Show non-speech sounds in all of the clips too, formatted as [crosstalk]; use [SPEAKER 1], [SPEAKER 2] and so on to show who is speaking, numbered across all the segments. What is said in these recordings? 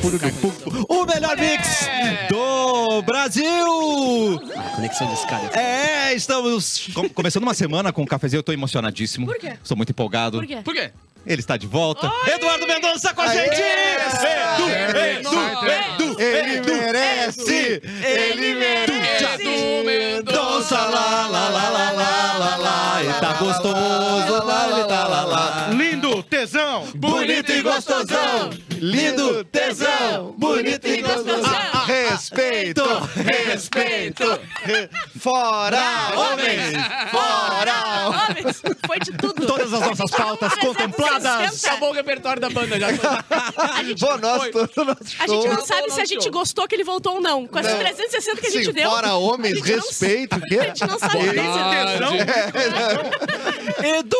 [SPEAKER 1] puro grito. O melhor mix do Brasil!
[SPEAKER 2] Conexão de escada.
[SPEAKER 1] É, estamos com- começando uma semana com o cafezinho. Eu tô emocionadíssimo.
[SPEAKER 3] Por quê?
[SPEAKER 1] Estou muito empolgado.
[SPEAKER 3] Por quê?
[SPEAKER 4] Por quê?
[SPEAKER 1] Ele está de volta. Eduardo Mendonça com a
[SPEAKER 5] Aê!
[SPEAKER 1] gente!
[SPEAKER 5] Aê!
[SPEAKER 1] Edu, Edu, Edu,
[SPEAKER 5] Ele
[SPEAKER 1] Edu,
[SPEAKER 5] merece!
[SPEAKER 1] Ele
[SPEAKER 4] Edu
[SPEAKER 1] Mendonça, lá, lá, lá, lá, lá, lá, lá. Ele tá gostoso, lá, ele tá lá, lá.
[SPEAKER 5] Lindo, tesão!
[SPEAKER 1] Bonito e gostosão, lindo, tesão, bonito e gostosão.
[SPEAKER 5] Ah, ah, Respeito!
[SPEAKER 4] Respeito!
[SPEAKER 5] Fora!
[SPEAKER 1] Homens, fora!
[SPEAKER 3] Homens, foi de tudo.
[SPEAKER 1] Todas as nossas pautas
[SPEAKER 3] Foram
[SPEAKER 1] contempladas.
[SPEAKER 3] 360.
[SPEAKER 4] Acabou o É um repertório da banda já.
[SPEAKER 5] Bom, nós, todo nosso
[SPEAKER 3] A
[SPEAKER 5] show.
[SPEAKER 3] gente não
[SPEAKER 4] Show.
[SPEAKER 3] sabe se a gente gostou que ele voltou ou não. Com essas
[SPEAKER 5] Não.
[SPEAKER 3] 360 que a gente
[SPEAKER 5] Sim,
[SPEAKER 3] deu.
[SPEAKER 5] fora homens,
[SPEAKER 3] a gente não- [laughs]
[SPEAKER 5] respeito, o quê?
[SPEAKER 3] A gente não sabe
[SPEAKER 5] Ele-
[SPEAKER 3] nem se-
[SPEAKER 1] Edu!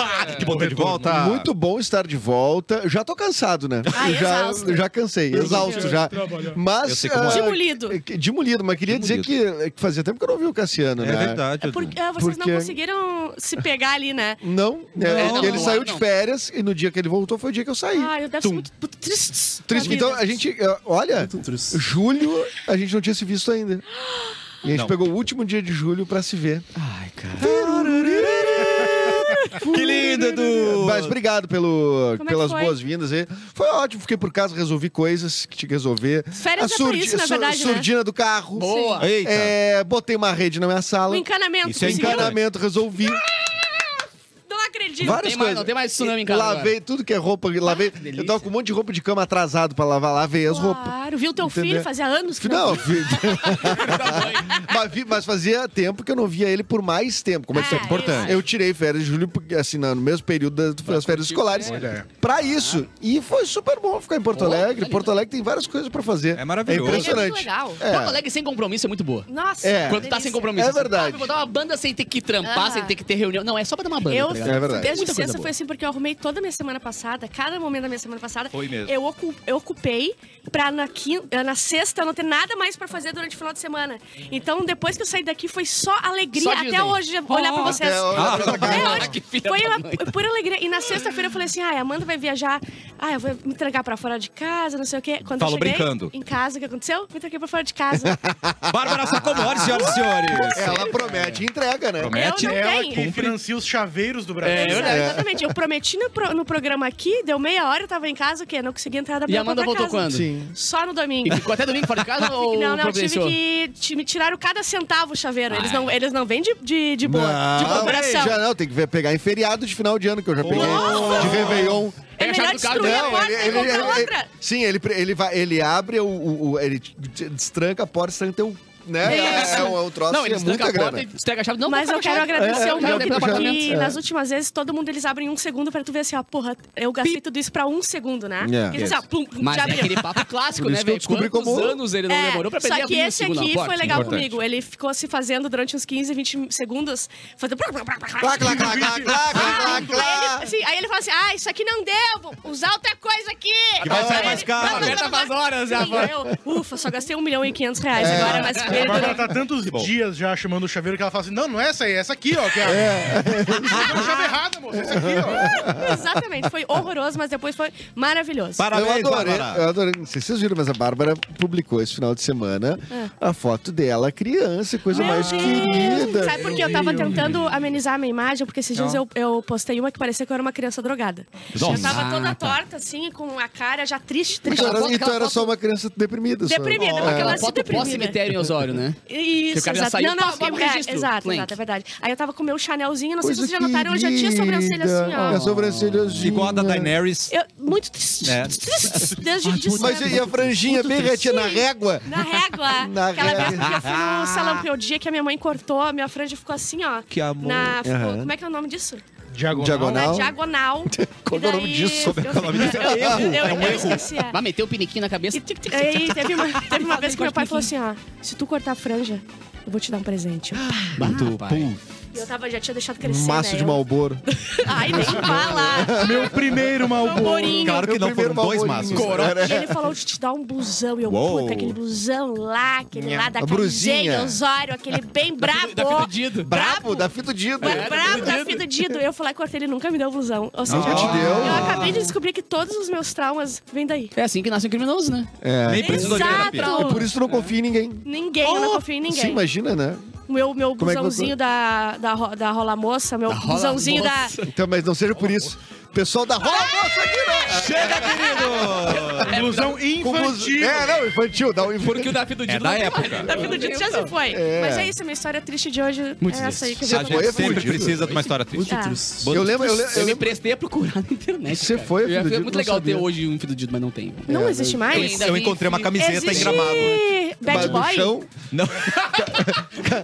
[SPEAKER 1] Ah, Que bom ter de volta.
[SPEAKER 5] Muito bom estar de volta. Já tô cansado, né? já,
[SPEAKER 3] Ah, exausto.
[SPEAKER 5] já cansei, exausto já. Mas.
[SPEAKER 1] Eu sei como é.
[SPEAKER 5] ah,
[SPEAKER 3] Demolido.
[SPEAKER 5] que- Demolido, mas queria dizer que, que fazia tempo que eu não vi o Cassiano, né?
[SPEAKER 3] É porque, ah, vocês
[SPEAKER 5] Porque-
[SPEAKER 3] não conseguiram se pegar ali, né?
[SPEAKER 5] Não, né?
[SPEAKER 4] Não,
[SPEAKER 5] ele
[SPEAKER 4] não,
[SPEAKER 5] saiu
[SPEAKER 4] não.
[SPEAKER 5] de férias e no dia que ele voltou foi o dia que eu saí.
[SPEAKER 3] Ah, eu deve ser muito muito triste.
[SPEAKER 5] Triste.
[SPEAKER 3] na
[SPEAKER 5] Então
[SPEAKER 3] vida.
[SPEAKER 5] a gente, eh, olha, julho a gente não tinha se visto ainda. E a gente
[SPEAKER 1] Não.
[SPEAKER 5] pegou o último dia de julho pra se ver.
[SPEAKER 2] Ai, cara.
[SPEAKER 1] [laughs] Que lindo, Edu!
[SPEAKER 5] Mas obrigado pelo,
[SPEAKER 3] Como é que
[SPEAKER 5] pelas
[SPEAKER 3] foi?
[SPEAKER 5] boas-vindas aí. Foi ótimo, fiquei por casa, resolvi coisas que tinha que resolver.
[SPEAKER 3] Férias é por
[SPEAKER 5] surdi-
[SPEAKER 3] isso, na
[SPEAKER 5] su-
[SPEAKER 3] verdade, né?
[SPEAKER 5] surdina do carro.
[SPEAKER 4] Boa!
[SPEAKER 1] Eita!
[SPEAKER 5] É, botei uma rede na minha
[SPEAKER 3] O
[SPEAKER 5] sala.
[SPEAKER 3] encanamento.
[SPEAKER 1] Isso é
[SPEAKER 3] conseguiu?
[SPEAKER 1] encanamento.
[SPEAKER 5] Encanamento, resolvi.
[SPEAKER 3] Não acredito.
[SPEAKER 5] Várias
[SPEAKER 4] Tem mais-
[SPEAKER 5] coisas.
[SPEAKER 4] não tem mais tsunami em casa Ah,
[SPEAKER 5] Lavei tudo que é roupa, lavei. eu tava com um monte de roupa de cama atrasado pra lavar, lavei as roupas.
[SPEAKER 3] Claro, viu teu
[SPEAKER 5] Entendeu?
[SPEAKER 3] filho? Fazia anos que
[SPEAKER 5] Não,
[SPEAKER 3] não.
[SPEAKER 5] vi- [laughs] mas, vi- mas fazia tempo que eu não via ele por mais tempo. Como é que
[SPEAKER 3] Ah,
[SPEAKER 5] é
[SPEAKER 3] importante.
[SPEAKER 5] Eu tirei férias de julho, porque, assim, na- no mesmo período das, das férias escolares, pra isso. E foi super bom ficar em Porto Alegre. Porto Alegre tem várias coisas pra fazer.
[SPEAKER 1] É maravilhoso.
[SPEAKER 5] É
[SPEAKER 3] É muito
[SPEAKER 5] impressionante.
[SPEAKER 3] legal.
[SPEAKER 4] Porto Alegre sem compromisso é muito boa.
[SPEAKER 3] Nossa,
[SPEAKER 5] É.
[SPEAKER 3] que
[SPEAKER 4] Quando tá sem
[SPEAKER 3] delícia.
[SPEAKER 4] compromisso.
[SPEAKER 5] É
[SPEAKER 4] assim,
[SPEAKER 5] verdade.
[SPEAKER 4] ah, vou botar uma banda sem ter que trampar,
[SPEAKER 3] Aham.
[SPEAKER 4] sem ter que ter reunião. Não, é só pra dar uma banda.
[SPEAKER 3] Eu,
[SPEAKER 4] tá ligado?
[SPEAKER 5] É verdade.
[SPEAKER 3] desde
[SPEAKER 4] Muita coisa
[SPEAKER 3] sexta
[SPEAKER 4] boa.
[SPEAKER 3] foi assim, porque eu arrumei toda a minha semana passada, cada momento da minha semana passada.
[SPEAKER 1] Foi mesmo.
[SPEAKER 3] Eu, ocu- eu ocupei pra na, quin- eh, na sexta não ter nada mais pra fazer durante o final de semana. Então, depois que eu saí daqui, foi só alegria
[SPEAKER 4] Só
[SPEAKER 3] até
[SPEAKER 4] Disney.
[SPEAKER 3] hoje olhar pra vocês.
[SPEAKER 5] Até olhar pra essa cara.
[SPEAKER 3] É, hoje.
[SPEAKER 4] Que [laughs] filha
[SPEAKER 3] foi
[SPEAKER 4] da
[SPEAKER 3] uma
[SPEAKER 4] mãe.
[SPEAKER 3] pura alegria. E na sexta-feira eu falei assim: ah, a Amanda vai viajar. Ah, eu vou me entregar pra fora de casa, não sei o quê. Quando
[SPEAKER 1] Falou
[SPEAKER 3] eu cheguei
[SPEAKER 1] brincando.
[SPEAKER 3] em casa, o que aconteceu? Me entreguei pra fora
[SPEAKER 4] [laughs]
[SPEAKER 3] de casa.
[SPEAKER 1] Bárbara Sacomori, senhoras e senhores!
[SPEAKER 5] Ela promete e entrega, né?
[SPEAKER 1] Promete.
[SPEAKER 3] eu
[SPEAKER 1] Mete
[SPEAKER 3] não
[SPEAKER 6] Ela
[SPEAKER 3] tenho.
[SPEAKER 6] que financia os chaveiros do
[SPEAKER 4] É,
[SPEAKER 6] Brasil.
[SPEAKER 4] eu-
[SPEAKER 3] Exato, Exatamente. Eu prometi no, pro- no programa aqui, deu meia hora, eu tava em casa, o quê? Não consegui entrar da
[SPEAKER 4] E a Amanda voltou quando?
[SPEAKER 5] Sim.
[SPEAKER 3] Só no
[SPEAKER 4] E
[SPEAKER 3] domingo.
[SPEAKER 4] ficou até domingo fora de [laughs] casa ou
[SPEAKER 3] Não, não, eu tive
[SPEAKER 4] providenciou?
[SPEAKER 3] que. ti- Me tiraram cada centavo o chaveiro.
[SPEAKER 4] Ah.
[SPEAKER 3] Eles não, eles não vêm de, de, de boa, de
[SPEAKER 5] Ah,
[SPEAKER 3] boa coração. É
[SPEAKER 5] já não, tem que ver- pegar em feriado de final de ano, que eu já peguei. De Réveillon.
[SPEAKER 3] É melhor
[SPEAKER 4] Fechado do carro.
[SPEAKER 3] destruir a
[SPEAKER 4] Não,
[SPEAKER 3] porta e comprar outra.
[SPEAKER 5] sim, ele, pre- ele, vai, ele abre o, o- o- Ele t- destranca a porta, estranca o. Né? É, um, é um troço
[SPEAKER 4] Não,
[SPEAKER 5] que é
[SPEAKER 4] eles trancam
[SPEAKER 5] muita
[SPEAKER 4] a porta
[SPEAKER 5] grana.
[SPEAKER 4] e estrega a chave. Não,
[SPEAKER 3] Mas
[SPEAKER 4] vou
[SPEAKER 3] eu
[SPEAKER 4] ficar com
[SPEAKER 3] quero
[SPEAKER 4] a chave.
[SPEAKER 3] agradecer ao
[SPEAKER 5] é, já
[SPEAKER 3] meu
[SPEAKER 4] Não,
[SPEAKER 5] deu
[SPEAKER 3] que,
[SPEAKER 5] pra pagar
[SPEAKER 3] que
[SPEAKER 5] menos.
[SPEAKER 3] nas últimas vezes todo mundo eles abrem um segundo pra tu ver assim, ó, porra, eu gastei tudo isso pra um segundo, né?
[SPEAKER 5] Yeah.
[SPEAKER 3] Porque, assim, ó, pum, pum,
[SPEAKER 4] Mas
[SPEAKER 3] já
[SPEAKER 4] é
[SPEAKER 3] abriu.
[SPEAKER 4] aquele papo clássico,
[SPEAKER 5] Por
[SPEAKER 4] né,
[SPEAKER 5] isso que eu
[SPEAKER 4] velho?
[SPEAKER 5] descobri
[SPEAKER 4] Quantos
[SPEAKER 5] como-
[SPEAKER 4] anos ele não
[SPEAKER 3] É,
[SPEAKER 4] demorou pra aprender
[SPEAKER 3] Só que
[SPEAKER 4] a abrir o
[SPEAKER 3] esse
[SPEAKER 4] segundo na
[SPEAKER 3] aqui
[SPEAKER 4] porta?
[SPEAKER 3] foi legal
[SPEAKER 1] Importante.
[SPEAKER 3] comigo. Ele ficou se fazendo durante uns 15, 20 segundos, fazendo.
[SPEAKER 5] Clá, clá, clá, clá, clá, clá,
[SPEAKER 3] Ah,
[SPEAKER 5] clá,
[SPEAKER 3] Aí, ele,
[SPEAKER 5] clá.
[SPEAKER 3] assim, aí ele fala assim: ah, isso aqui não deu, vou usar outra coisa aqui.
[SPEAKER 1] Que vai sair
[SPEAKER 3] Aí
[SPEAKER 1] mais
[SPEAKER 3] ele-
[SPEAKER 1] caro.
[SPEAKER 3] blá, blá, blá,
[SPEAKER 4] Aperta
[SPEAKER 3] blá,
[SPEAKER 4] faz horas, já,
[SPEAKER 3] blá.
[SPEAKER 4] vai.
[SPEAKER 3] E eu, ufa, só gastei 1 milhão e 500 reais
[SPEAKER 1] É,
[SPEAKER 3] agora, mas
[SPEAKER 6] A Bárbara
[SPEAKER 3] perda.
[SPEAKER 6] tá tantos dias já chamando o chaveiro que ela fala assim: não, não é essa aí, é essa aqui, ó. Que é a é. chave errada, moça. Essa aqui,
[SPEAKER 3] [laughs]
[SPEAKER 6] ó.
[SPEAKER 3] Exatamente, foi horroroso, mas depois foi maravilhoso.
[SPEAKER 5] Eu
[SPEAKER 1] Parabéns,
[SPEAKER 5] adorei,
[SPEAKER 1] Bárbara!
[SPEAKER 5] eu adorei. Não sei se vocês viram, mas a Bárbara publicou esse final de semana a foto dela, criança, coisa
[SPEAKER 3] Ah. Meu
[SPEAKER 5] mais
[SPEAKER 3] Deus!
[SPEAKER 5] querida.
[SPEAKER 3] Sabe por que eu tava tentando amenizar a minha imagem? Porque esses dias eu, eu postei uma que parecia que eu era uma criança drogada. Eu tava
[SPEAKER 5] Ah, tá.
[SPEAKER 3] toda torta, assim, com a cara já triste,
[SPEAKER 5] E
[SPEAKER 3] triste.
[SPEAKER 5] tu Então era,
[SPEAKER 4] foto,
[SPEAKER 5] e tu
[SPEAKER 4] aquela
[SPEAKER 5] era
[SPEAKER 4] foto-
[SPEAKER 5] só uma criança deprimida. só.
[SPEAKER 3] Deprimida,
[SPEAKER 5] É.
[SPEAKER 3] porque ela
[SPEAKER 4] Aquela
[SPEAKER 3] se
[SPEAKER 4] foto
[SPEAKER 3] deprimida.
[SPEAKER 4] pós-cemitério em Osório, né?
[SPEAKER 3] Isso,
[SPEAKER 4] Que o cara já
[SPEAKER 3] exato.
[SPEAKER 4] saiu,
[SPEAKER 3] não, não,
[SPEAKER 4] pá,
[SPEAKER 3] fiquei,
[SPEAKER 4] pá,
[SPEAKER 3] é,
[SPEAKER 4] registro,
[SPEAKER 3] exato,
[SPEAKER 4] blank.
[SPEAKER 3] exato, é verdade. Aí eu tava com o meu chanelzinho, não sei
[SPEAKER 5] Coisa
[SPEAKER 3] se vocês já notaram, eu já tinha
[SPEAKER 5] querida.
[SPEAKER 3] sobrancelha assim,
[SPEAKER 5] Olha, A
[SPEAKER 3] ó.
[SPEAKER 5] sobrancelha é
[SPEAKER 1] Igual a da Daenerys.
[SPEAKER 3] Eu, muito triste,
[SPEAKER 1] É. [laughs]
[SPEAKER 3] triste, desde de
[SPEAKER 5] Mas
[SPEAKER 3] cedo.
[SPEAKER 5] e a franjinha bem retinha na régua?
[SPEAKER 3] Na régua.
[SPEAKER 5] [laughs] Na
[SPEAKER 3] aquela
[SPEAKER 5] régua.
[SPEAKER 3] vez que eu fui no salão, porque o dia que a minha mãe cortou, a minha franja ficou assim, ó.
[SPEAKER 1] Que amor.
[SPEAKER 3] Na, ficou-
[SPEAKER 5] Aham.
[SPEAKER 3] Como é que é o nome disso?
[SPEAKER 6] Diagonal.
[SPEAKER 3] Na
[SPEAKER 5] Diagonal.
[SPEAKER 3] diagonal.
[SPEAKER 5] [laughs] Qual
[SPEAKER 3] E
[SPEAKER 5] é o nome
[SPEAKER 3] daí
[SPEAKER 5] disso?
[SPEAKER 3] eu
[SPEAKER 1] Como é que é o nome
[SPEAKER 3] fiquei-
[SPEAKER 1] disso?
[SPEAKER 3] eu-
[SPEAKER 1] É um erro,
[SPEAKER 3] eu-
[SPEAKER 1] é um
[SPEAKER 3] Eu
[SPEAKER 1] erro.
[SPEAKER 3] esqueci. é.
[SPEAKER 4] Vai meter o piniquinho na cabeça.
[SPEAKER 3] E
[SPEAKER 4] [laughs]
[SPEAKER 3] aí, É teve uma, teve uma
[SPEAKER 4] Ah.
[SPEAKER 3] vez que meu pai falou assim, ó, se tu cortar a franja, eu vou te dar um presente. Eu, pá,
[SPEAKER 4] Bato, pai.
[SPEAKER 3] E eu tava, já tinha deixado crescer.
[SPEAKER 5] Um Maço
[SPEAKER 3] né?
[SPEAKER 5] de
[SPEAKER 3] Eu- [laughs]
[SPEAKER 5] Malboro.
[SPEAKER 3] Ai, nem
[SPEAKER 5] [laughs]
[SPEAKER 3] fala.
[SPEAKER 6] Meu primeiro Malboro.
[SPEAKER 3] Malborinho.
[SPEAKER 1] Claro que
[SPEAKER 5] Meu
[SPEAKER 1] não,
[SPEAKER 5] primeiro
[SPEAKER 1] foram dois
[SPEAKER 5] Malborinho.
[SPEAKER 1] maços. né?
[SPEAKER 5] Coroa.
[SPEAKER 3] E ele falou de te dar um blusão. E eu,
[SPEAKER 1] Uou.
[SPEAKER 3] puta, aquele blusão lá, aquele lá da
[SPEAKER 5] A brusinha.
[SPEAKER 3] Camisinha, Osório, aquele bem brabo.
[SPEAKER 4] Da É, fita Dido.
[SPEAKER 5] Brabo, da fita né? Dido.
[SPEAKER 3] Mas brabo da fita Dido. Eu falei, cortei, ele nunca me deu blusão. Ou seja,
[SPEAKER 5] Nunca te deu?
[SPEAKER 3] eu acabei de descobrir que todos os meus traumas vêm daí.
[SPEAKER 4] É assim que nasce um criminoso, né?
[SPEAKER 5] É.
[SPEAKER 1] Nem precisou de terapia.
[SPEAKER 3] Exato.
[SPEAKER 5] Por isso tu não confia em ninguém.
[SPEAKER 3] Ninguém, eu não confio em
[SPEAKER 5] Você
[SPEAKER 3] ninguém.
[SPEAKER 5] imagina, né?
[SPEAKER 3] Meu, meu
[SPEAKER 5] Como é que
[SPEAKER 3] blusãozinho
[SPEAKER 5] você-
[SPEAKER 3] da, da, ro- da rola moça, meu blusãozinho da.
[SPEAKER 5] Então, mas não seja por isso. Pessoal da Rola
[SPEAKER 3] Ah,
[SPEAKER 5] Moça aqui, né?
[SPEAKER 1] Chega, querido!
[SPEAKER 6] Ilusão
[SPEAKER 5] Com bus-
[SPEAKER 6] infantil.
[SPEAKER 5] É, não, infantil. Dá um infantil.
[SPEAKER 4] Porque o Davi do
[SPEAKER 1] É
[SPEAKER 4] Dido
[SPEAKER 1] da
[SPEAKER 4] não tem né?
[SPEAKER 1] época.
[SPEAKER 3] Da vida Dido já se foi.
[SPEAKER 5] É.
[SPEAKER 3] Mas é isso, a minha história triste de hoje
[SPEAKER 4] Muito
[SPEAKER 3] é essa aí que eu
[SPEAKER 1] A gente
[SPEAKER 3] vejo.
[SPEAKER 5] foi
[SPEAKER 1] sempre
[SPEAKER 5] fudido.
[SPEAKER 1] precisa de uma história triste.
[SPEAKER 3] Tá.
[SPEAKER 5] Eu lembro, eu
[SPEAKER 4] mais.
[SPEAKER 5] lembro, eu
[SPEAKER 4] Eu me
[SPEAKER 5] lembro.
[SPEAKER 4] prestei a procurar na internet.
[SPEAKER 5] Você
[SPEAKER 4] cara.
[SPEAKER 5] foi,
[SPEAKER 4] Eu ia-
[SPEAKER 5] Fido
[SPEAKER 4] Foi
[SPEAKER 5] Dido,
[SPEAKER 4] muito
[SPEAKER 5] não
[SPEAKER 4] legal ter
[SPEAKER 5] sabia.
[SPEAKER 4] hoje um Fido Dido, mas não tem.
[SPEAKER 5] É,
[SPEAKER 3] Não existe
[SPEAKER 5] né?
[SPEAKER 3] mais?
[SPEAKER 4] Ainda
[SPEAKER 1] Eu
[SPEAKER 4] vi-
[SPEAKER 1] encontrei uma
[SPEAKER 5] tá
[SPEAKER 1] camiseta
[SPEAKER 3] Existe
[SPEAKER 1] em gramado.
[SPEAKER 3] Bad
[SPEAKER 5] do
[SPEAKER 3] Boy?
[SPEAKER 5] chão,
[SPEAKER 1] Não,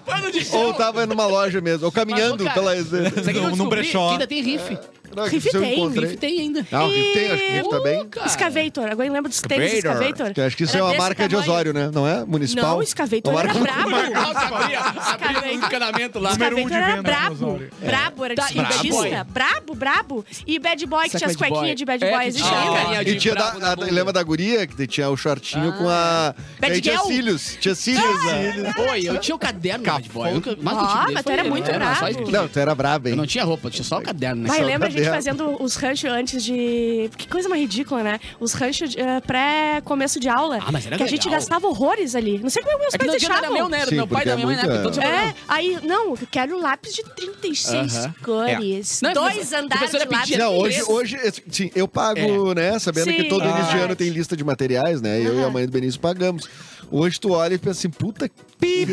[SPEAKER 4] Pano de chão.
[SPEAKER 5] ou tava numa loja mesmo, ou caminhando
[SPEAKER 4] Mas, ô,
[SPEAKER 5] pela.
[SPEAKER 4] cara, Sabe o que eu
[SPEAKER 1] Num
[SPEAKER 4] descobri?
[SPEAKER 1] brechó.
[SPEAKER 4] Que ainda tem riff.
[SPEAKER 5] Não,
[SPEAKER 3] Riff
[SPEAKER 5] se eu
[SPEAKER 3] tem,
[SPEAKER 5] encontrei-
[SPEAKER 4] Riff tem ainda.
[SPEAKER 5] Ah, o Riff tem, acho que o Riff tá
[SPEAKER 3] Uh,
[SPEAKER 5] bem.
[SPEAKER 4] Ô, cara.
[SPEAKER 3] Excavator. Agora lembra dos tênis
[SPEAKER 1] Excavator.
[SPEAKER 3] Excavator?
[SPEAKER 5] Que Acho que isso é
[SPEAKER 3] Era
[SPEAKER 5] uma
[SPEAKER 3] desse
[SPEAKER 5] marca de
[SPEAKER 3] tamanho.
[SPEAKER 5] Osório, né? Não é? Municipal.
[SPEAKER 3] Não, Excavator
[SPEAKER 5] Uma
[SPEAKER 3] era
[SPEAKER 5] marca-
[SPEAKER 3] brabo.
[SPEAKER 4] Nossa, Ah, abria, abria
[SPEAKER 3] Excavator.
[SPEAKER 4] no encanamento lá.
[SPEAKER 6] Número um
[SPEAKER 3] Excavator
[SPEAKER 6] de
[SPEAKER 3] era
[SPEAKER 6] venda,
[SPEAKER 3] brabo.
[SPEAKER 6] Rosário.
[SPEAKER 5] É.
[SPEAKER 3] Brabo, era
[SPEAKER 4] Tá, e Bad
[SPEAKER 3] despedista. Brabo, brabo. E Bad Boy, que
[SPEAKER 4] Saca
[SPEAKER 3] tinha as
[SPEAKER 4] Bad Boy.
[SPEAKER 3] cuequinhas de Bad
[SPEAKER 4] É,
[SPEAKER 3] Boy.
[SPEAKER 4] que
[SPEAKER 3] Existe
[SPEAKER 4] tinha
[SPEAKER 3] ainda?
[SPEAKER 4] carinha
[SPEAKER 5] [laughs] E
[SPEAKER 4] de
[SPEAKER 5] tinha
[SPEAKER 4] bravo
[SPEAKER 5] da,
[SPEAKER 4] na
[SPEAKER 5] a-
[SPEAKER 4] bunda.
[SPEAKER 5] lembra da guria que tinha o shortinho com a.
[SPEAKER 3] Ah. Bad
[SPEAKER 5] e aí tinha
[SPEAKER 3] Girl.
[SPEAKER 5] cílios. Tinha cílios. né? cílios.
[SPEAKER 4] Oi, eu tinha o caderno Bad Boy. Eu- Mas
[SPEAKER 3] Ah,
[SPEAKER 4] o time dele
[SPEAKER 3] mas tu
[SPEAKER 4] foi-
[SPEAKER 3] era muito
[SPEAKER 4] eu só
[SPEAKER 3] brabo.
[SPEAKER 4] escrevi.
[SPEAKER 5] Não, tu era braba,
[SPEAKER 4] Eu não
[SPEAKER 5] hein?
[SPEAKER 4] tinha roupa, eu tinha só o caderno. né?
[SPEAKER 3] Vai,
[SPEAKER 5] Só
[SPEAKER 3] lembra a gente
[SPEAKER 5] caderno.
[SPEAKER 3] fazendo os ranchos antes de. Que coisa mais ridícula, né? Os ranchos eh, pré-começo de aula.
[SPEAKER 4] Ah, mas era
[SPEAKER 3] que a gente
[SPEAKER 4] legal.
[SPEAKER 3] gastava horrores ali. Não sei como meus
[SPEAKER 4] É que
[SPEAKER 3] pais
[SPEAKER 4] não adianta era
[SPEAKER 3] deixavam.
[SPEAKER 4] meu, né? Era do
[SPEAKER 5] Sim,
[SPEAKER 4] meu pai e da
[SPEAKER 5] porque
[SPEAKER 4] minha mãe, né?
[SPEAKER 5] é
[SPEAKER 4] Porque todos eram
[SPEAKER 3] É, aí, não, eu quero um lápis de 36
[SPEAKER 4] Aham.
[SPEAKER 3] cores.
[SPEAKER 4] É. Não,
[SPEAKER 3] Dois
[SPEAKER 4] a
[SPEAKER 3] andares de
[SPEAKER 4] professora
[SPEAKER 3] lápis.
[SPEAKER 4] pedia-
[SPEAKER 5] Não, hoje,
[SPEAKER 4] Esse-
[SPEAKER 5] hoje, esse- sim, eu pago,
[SPEAKER 4] É.
[SPEAKER 5] né? Sabendo
[SPEAKER 3] Sim, Ah.
[SPEAKER 5] que todo início de
[SPEAKER 3] verdade.
[SPEAKER 5] ano tem lista de materiais, né? Eu e a
[SPEAKER 3] Aham.
[SPEAKER 5] mãe do Benício pagamos. Hoje tu olha e pensa assim, puta que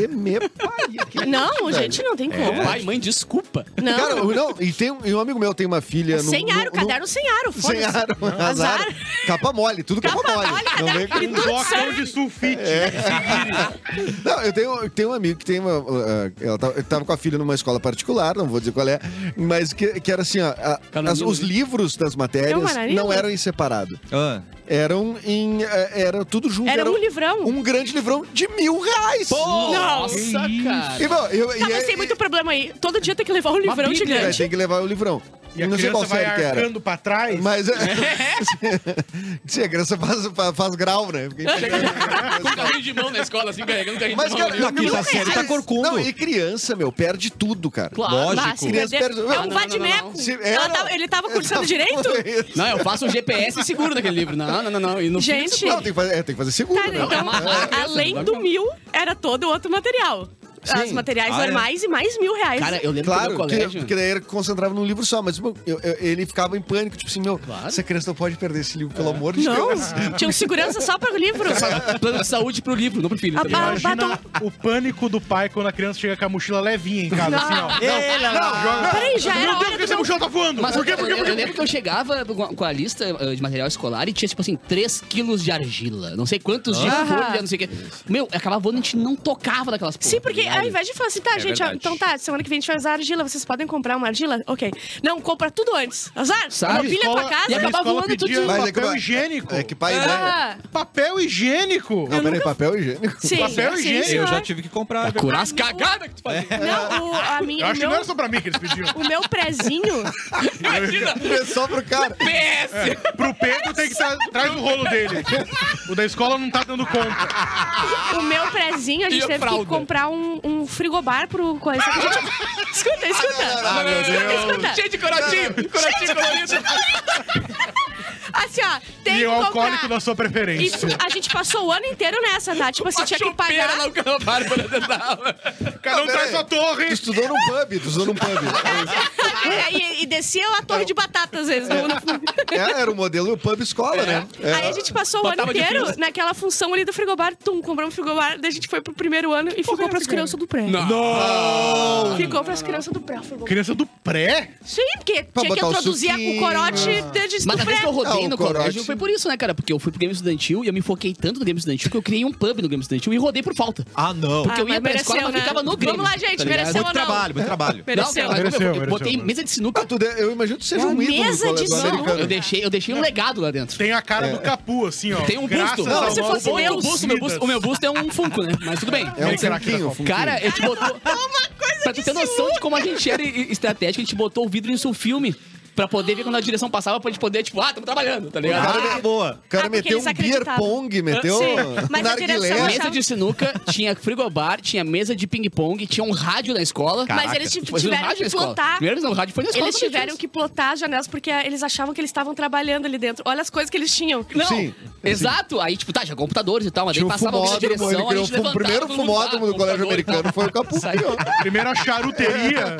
[SPEAKER 5] me pariu, que
[SPEAKER 3] Não,
[SPEAKER 5] isso, velho?
[SPEAKER 3] gente, não tem como.
[SPEAKER 4] É. Pai, mãe, desculpa.
[SPEAKER 3] Não.
[SPEAKER 5] Cara, não, e tem um, e um amigo meu tem uma filha. no-
[SPEAKER 3] sem
[SPEAKER 5] no-
[SPEAKER 3] aro,
[SPEAKER 5] no-
[SPEAKER 3] caderno sem
[SPEAKER 5] [laughs]
[SPEAKER 3] aro,
[SPEAKER 5] Sem
[SPEAKER 3] foda-se.
[SPEAKER 5] aro, azar. Capa mole, tudo capa,
[SPEAKER 3] Capa
[SPEAKER 5] mole.
[SPEAKER 3] mole,
[SPEAKER 5] Não vem com-
[SPEAKER 6] Um blocão de sulfite.
[SPEAKER 5] É, Não, eu tenho, eu tenho um amigo que tem uma. ah, ela tava, eu tava com a filha numa escola particular, não vou dizer qual é, mas que, que era assim, ó. a-
[SPEAKER 4] Cananino,
[SPEAKER 5] as- os
[SPEAKER 4] né?
[SPEAKER 5] livros das
[SPEAKER 3] É
[SPEAKER 5] matérias
[SPEAKER 3] um cananino?
[SPEAKER 5] não eram em separado.
[SPEAKER 1] Ah.
[SPEAKER 5] Eram em. ah, Era tudo junto.
[SPEAKER 3] Era um livrão.
[SPEAKER 5] um grande livrão de mil reais.
[SPEAKER 4] Nossa, cara.
[SPEAKER 5] E, bom, eu, e
[SPEAKER 3] Tá, mas
[SPEAKER 5] é-
[SPEAKER 3] tem muito problema aí. Todo dia tem que levar um livrão
[SPEAKER 4] bíblia,
[SPEAKER 5] é,
[SPEAKER 3] gigante.
[SPEAKER 5] tem que levar o livrão.
[SPEAKER 6] E a
[SPEAKER 5] não sei qual
[SPEAKER 6] criança vai
[SPEAKER 5] série que era.
[SPEAKER 6] arcando É. pra trás.
[SPEAKER 5] Mas. é,
[SPEAKER 6] [laughs]
[SPEAKER 5] [laughs] Sim, a criança faz, faz, faz grau, né? Fica
[SPEAKER 4] Com um carrinho de mão na escola, assim, carregando carrinho
[SPEAKER 5] Mas,
[SPEAKER 4] de mão.
[SPEAKER 5] cara,
[SPEAKER 4] né?
[SPEAKER 5] eu me
[SPEAKER 1] quinta
[SPEAKER 6] é
[SPEAKER 5] lembro-
[SPEAKER 1] série tá corcunda.
[SPEAKER 5] Não, e criança, meu, perde tudo, cara.
[SPEAKER 4] Claro.
[SPEAKER 1] Lógico.
[SPEAKER 3] Lá, se
[SPEAKER 5] Criança
[SPEAKER 3] perder-
[SPEAKER 5] perde-
[SPEAKER 3] É
[SPEAKER 5] Ah,
[SPEAKER 3] um
[SPEAKER 5] não,
[SPEAKER 3] vadimeco.
[SPEAKER 5] Se- é,
[SPEAKER 3] Ela
[SPEAKER 5] era-
[SPEAKER 3] tava- Ele tava cursando
[SPEAKER 5] Exato.
[SPEAKER 3] direito?
[SPEAKER 4] Não, eu faço um GPS seguro naquele livro. Não, não, não, não. E no fim,
[SPEAKER 3] Gente,
[SPEAKER 5] Não, tem que fazer, é, tem que fazer seguro,
[SPEAKER 3] Tá,
[SPEAKER 5] né?
[SPEAKER 3] então,
[SPEAKER 4] uma- é uma criança,
[SPEAKER 3] além
[SPEAKER 4] não
[SPEAKER 3] do
[SPEAKER 4] vai-
[SPEAKER 3] mil, era todo outro material. Os materiais
[SPEAKER 1] Ah, é?
[SPEAKER 3] normais e mais mil reais.
[SPEAKER 4] Cara, eu lembro
[SPEAKER 5] Claro,
[SPEAKER 4] que no
[SPEAKER 5] porque-
[SPEAKER 4] colégio...
[SPEAKER 5] porque daí ele concentrava num livro só, mas bom, eu- eu- ele ficava em pânico, tipo assim, meu, essa criança não pode perder esse livro,
[SPEAKER 4] É.
[SPEAKER 5] pelo amor de
[SPEAKER 3] Não,
[SPEAKER 5] Deus.
[SPEAKER 3] tinha um segurança só para o livro.
[SPEAKER 4] Plano de saúde pro livro, não pro filho.
[SPEAKER 3] Ah,
[SPEAKER 4] tá ligado?
[SPEAKER 6] Imagina
[SPEAKER 3] batom.
[SPEAKER 6] o pânico do pai quando a criança chega com a mochila levinha em casa, assim, ó.
[SPEAKER 3] Peraí, já era
[SPEAKER 6] Meu
[SPEAKER 3] hora
[SPEAKER 6] Deus,
[SPEAKER 3] um
[SPEAKER 6] por que
[SPEAKER 3] do
[SPEAKER 6] essa
[SPEAKER 3] meu...
[SPEAKER 6] mochila tá voando?
[SPEAKER 4] Mas
[SPEAKER 6] Por quê?
[SPEAKER 4] eu,
[SPEAKER 6] Por quê?
[SPEAKER 4] eu-
[SPEAKER 6] Por
[SPEAKER 4] eu
[SPEAKER 6] quê?
[SPEAKER 4] lembro que eu chegava com a, com a lista eh, de material escolar e tinha, tipo assim, 3 quilos de argila. Não sei quantos de
[SPEAKER 3] Ah.
[SPEAKER 4] folha, não sei o quê. Meu, acabava voando, a gente não tocava naquelas porra.
[SPEAKER 3] Sim, porque
[SPEAKER 4] tá ligado?
[SPEAKER 3] ao invés de falar assim, tá, gente, ó,
[SPEAKER 1] verdade.
[SPEAKER 3] então tá, semana que vem a gente vai usar argila, vocês podem comprar uma argila? Ok. Não, compra tudo antes. Azar,
[SPEAKER 4] Sabe?
[SPEAKER 3] pilha
[SPEAKER 6] Escola-
[SPEAKER 3] pra casa.
[SPEAKER 4] E acabava
[SPEAKER 6] escola
[SPEAKER 4] voando
[SPEAKER 6] pedia
[SPEAKER 4] tudinho.
[SPEAKER 5] Mas é que-
[SPEAKER 6] papel higiênico.
[SPEAKER 5] É que pai e mãe...
[SPEAKER 3] Ah,
[SPEAKER 6] Papel higiênico?
[SPEAKER 5] Não, peraí, papel higiênico.
[SPEAKER 3] sim,
[SPEAKER 6] Papel
[SPEAKER 3] sim,
[SPEAKER 6] higiênico.
[SPEAKER 3] senhor.
[SPEAKER 1] Eu já tive que comprar.
[SPEAKER 4] Pra curar as cagadas que tu fazia.
[SPEAKER 3] É. Não, o, a minha,
[SPEAKER 6] Eu
[SPEAKER 3] o
[SPEAKER 6] acho que
[SPEAKER 3] meu,
[SPEAKER 6] não era só pra mim que eles pediam.
[SPEAKER 3] o meu prezinho...
[SPEAKER 4] Imagina!
[SPEAKER 5] [laughs] É só pro cara.
[SPEAKER 4] PS!
[SPEAKER 6] Pro Pedro tem que estar atrás do rolo dele. O da escola não tá dando conta.
[SPEAKER 3] O meu prezinho, a
[SPEAKER 4] E
[SPEAKER 3] gente
[SPEAKER 4] a
[SPEAKER 3] teve que
[SPEAKER 4] fralda?
[SPEAKER 3] comprar um, um frigobar pro
[SPEAKER 4] [laughs]
[SPEAKER 3] coisa. que a gente- Escuta, escuta.
[SPEAKER 5] Ah, meu
[SPEAKER 4] Escuta,
[SPEAKER 5] Deus.
[SPEAKER 4] escuta. Cheio de corotinho! Corotinho colorido!
[SPEAKER 3] Assim, ó, tem
[SPEAKER 6] E é
[SPEAKER 3] que
[SPEAKER 6] o alcoólico
[SPEAKER 3] comprar.
[SPEAKER 6] da sua
[SPEAKER 3] E
[SPEAKER 6] preferência.
[SPEAKER 3] a gente passou o ano inteiro nessa, tá? Tipo assim,
[SPEAKER 4] Uma
[SPEAKER 3] tinha que
[SPEAKER 4] chopeira
[SPEAKER 3] pagar.
[SPEAKER 4] lá no canapá, pra dentro da aula.
[SPEAKER 6] Cada um traz sua torre.
[SPEAKER 5] Tu estudou num pub, tu estudou num pub.
[SPEAKER 3] [laughs] e, e descia a torre de batata, às vezes. no- no-
[SPEAKER 5] É, era o modelo pub escola, né? É.
[SPEAKER 3] Aí a gente passou o ano
[SPEAKER 4] Botava de
[SPEAKER 3] inteiro
[SPEAKER 4] frio.
[SPEAKER 3] naquela função ali do frigobar. Tum, compramos um frigobar. Daí a gente foi pro primeiro ano e ficou pras crianças do pré. Ficou pras crianças do pré. o frigobar.
[SPEAKER 6] Criança do pré?
[SPEAKER 3] Sim, porque tinha que
[SPEAKER 5] botar o
[SPEAKER 3] introduzir a- o
[SPEAKER 5] suquinho.
[SPEAKER 3] corote
[SPEAKER 4] Mas
[SPEAKER 3] desde do
[SPEAKER 4] a vez
[SPEAKER 3] pré.
[SPEAKER 4] que eu rodei
[SPEAKER 5] Ah, o
[SPEAKER 4] no colégio
[SPEAKER 5] corote.
[SPEAKER 4] foi por isso, né, cara? Porque eu fui pro Grêmio Estudantil e eu me foquei tanto no Grêmio Estudantil que eu criei um pub no Grêmio Estudantil e rodei por falta.
[SPEAKER 1] Ah, não.
[SPEAKER 4] Porque eu
[SPEAKER 3] mas
[SPEAKER 4] ia pra escola,
[SPEAKER 3] mereceu,
[SPEAKER 4] mas
[SPEAKER 3] né?
[SPEAKER 4] ficava no Grêmio.
[SPEAKER 3] Vamos lá, gente,
[SPEAKER 4] tá ligado?
[SPEAKER 3] mereceu
[SPEAKER 1] Muito
[SPEAKER 3] ou não?
[SPEAKER 1] trabalho, muito trabalho.
[SPEAKER 4] Não, cara,
[SPEAKER 3] Mereceu.
[SPEAKER 4] mas como eu- eu
[SPEAKER 6] Mereceu,
[SPEAKER 4] botei
[SPEAKER 6] mereceu.
[SPEAKER 4] mesa de
[SPEAKER 5] Ah,
[SPEAKER 4] sinuca.
[SPEAKER 5] tu de- Eu imagino tu ser um ídolo
[SPEAKER 3] É mesa
[SPEAKER 5] no
[SPEAKER 3] de
[SPEAKER 5] colégio
[SPEAKER 3] som.
[SPEAKER 5] americano.
[SPEAKER 4] É. Eu deixei, eu deixei um legado lá dentro.
[SPEAKER 6] Tem a cara
[SPEAKER 5] É.
[SPEAKER 6] do Capu, assim, ó.
[SPEAKER 4] Tem um busto.
[SPEAKER 6] Graças
[SPEAKER 4] Não,
[SPEAKER 6] ao
[SPEAKER 3] se
[SPEAKER 6] álcool
[SPEAKER 3] fosse meu
[SPEAKER 4] o, busto,
[SPEAKER 6] Cidas.
[SPEAKER 4] meu busto, o meu busto é um Funko, né? Mas tudo bem.
[SPEAKER 5] É um
[SPEAKER 6] Aquele craque da
[SPEAKER 5] funquinho.
[SPEAKER 4] Cara, eu te botou.
[SPEAKER 3] Uma coisa
[SPEAKER 4] pra tu ter noção de como a gente era e- e estratégico, a gente botou o vidro em sulfilme pra poder ver quando a direção passava, pra gente poder, tipo, ah, tamo trabalhando, tá
[SPEAKER 5] O
[SPEAKER 4] ligado?
[SPEAKER 5] cara, me-
[SPEAKER 1] boa.
[SPEAKER 5] o cara
[SPEAKER 3] Ah, porque
[SPEAKER 5] meteu
[SPEAKER 3] eles
[SPEAKER 5] um beer
[SPEAKER 3] acreditavam.
[SPEAKER 5] pong, meteu
[SPEAKER 3] Sim,
[SPEAKER 5] um
[SPEAKER 3] mas a direção
[SPEAKER 5] narguilé.
[SPEAKER 3] achava-
[SPEAKER 4] Mesa de sinuca, tinha frigobar, tinha mesa de ping-pong, tinha um rádio na escola.
[SPEAKER 3] Mas eles
[SPEAKER 4] Tipo,
[SPEAKER 3] tipo,
[SPEAKER 4] fazia um
[SPEAKER 3] tiveram
[SPEAKER 4] rádio na
[SPEAKER 3] que
[SPEAKER 4] escola.
[SPEAKER 3] plantar.
[SPEAKER 4] Primeiro, não, o rádio foi na escola.
[SPEAKER 3] Eles
[SPEAKER 4] também,
[SPEAKER 3] tiveram
[SPEAKER 4] isso.
[SPEAKER 3] que plotar as janelas porque ah, eles achavam que eles estavam trabalhando ali dentro. Olha as coisas que eles tinham.
[SPEAKER 4] Não,
[SPEAKER 5] Sim,
[SPEAKER 4] exato. Aí, tipo, tá, já computadores e tal, mas daí
[SPEAKER 5] Tinha um
[SPEAKER 4] passava alguém na
[SPEAKER 5] fumódromo, ele
[SPEAKER 4] direção, a
[SPEAKER 5] criou
[SPEAKER 4] gente
[SPEAKER 5] o
[SPEAKER 4] levantava.
[SPEAKER 5] fu- primeiro
[SPEAKER 4] todo mundo,
[SPEAKER 5] fumódromo
[SPEAKER 4] ah,
[SPEAKER 5] do colégio
[SPEAKER 4] computador e tal.
[SPEAKER 5] americano foi o Capu
[SPEAKER 4] Sai.
[SPEAKER 5] Pio.
[SPEAKER 6] Primeiro a
[SPEAKER 4] [laughs]
[SPEAKER 6] charuteria.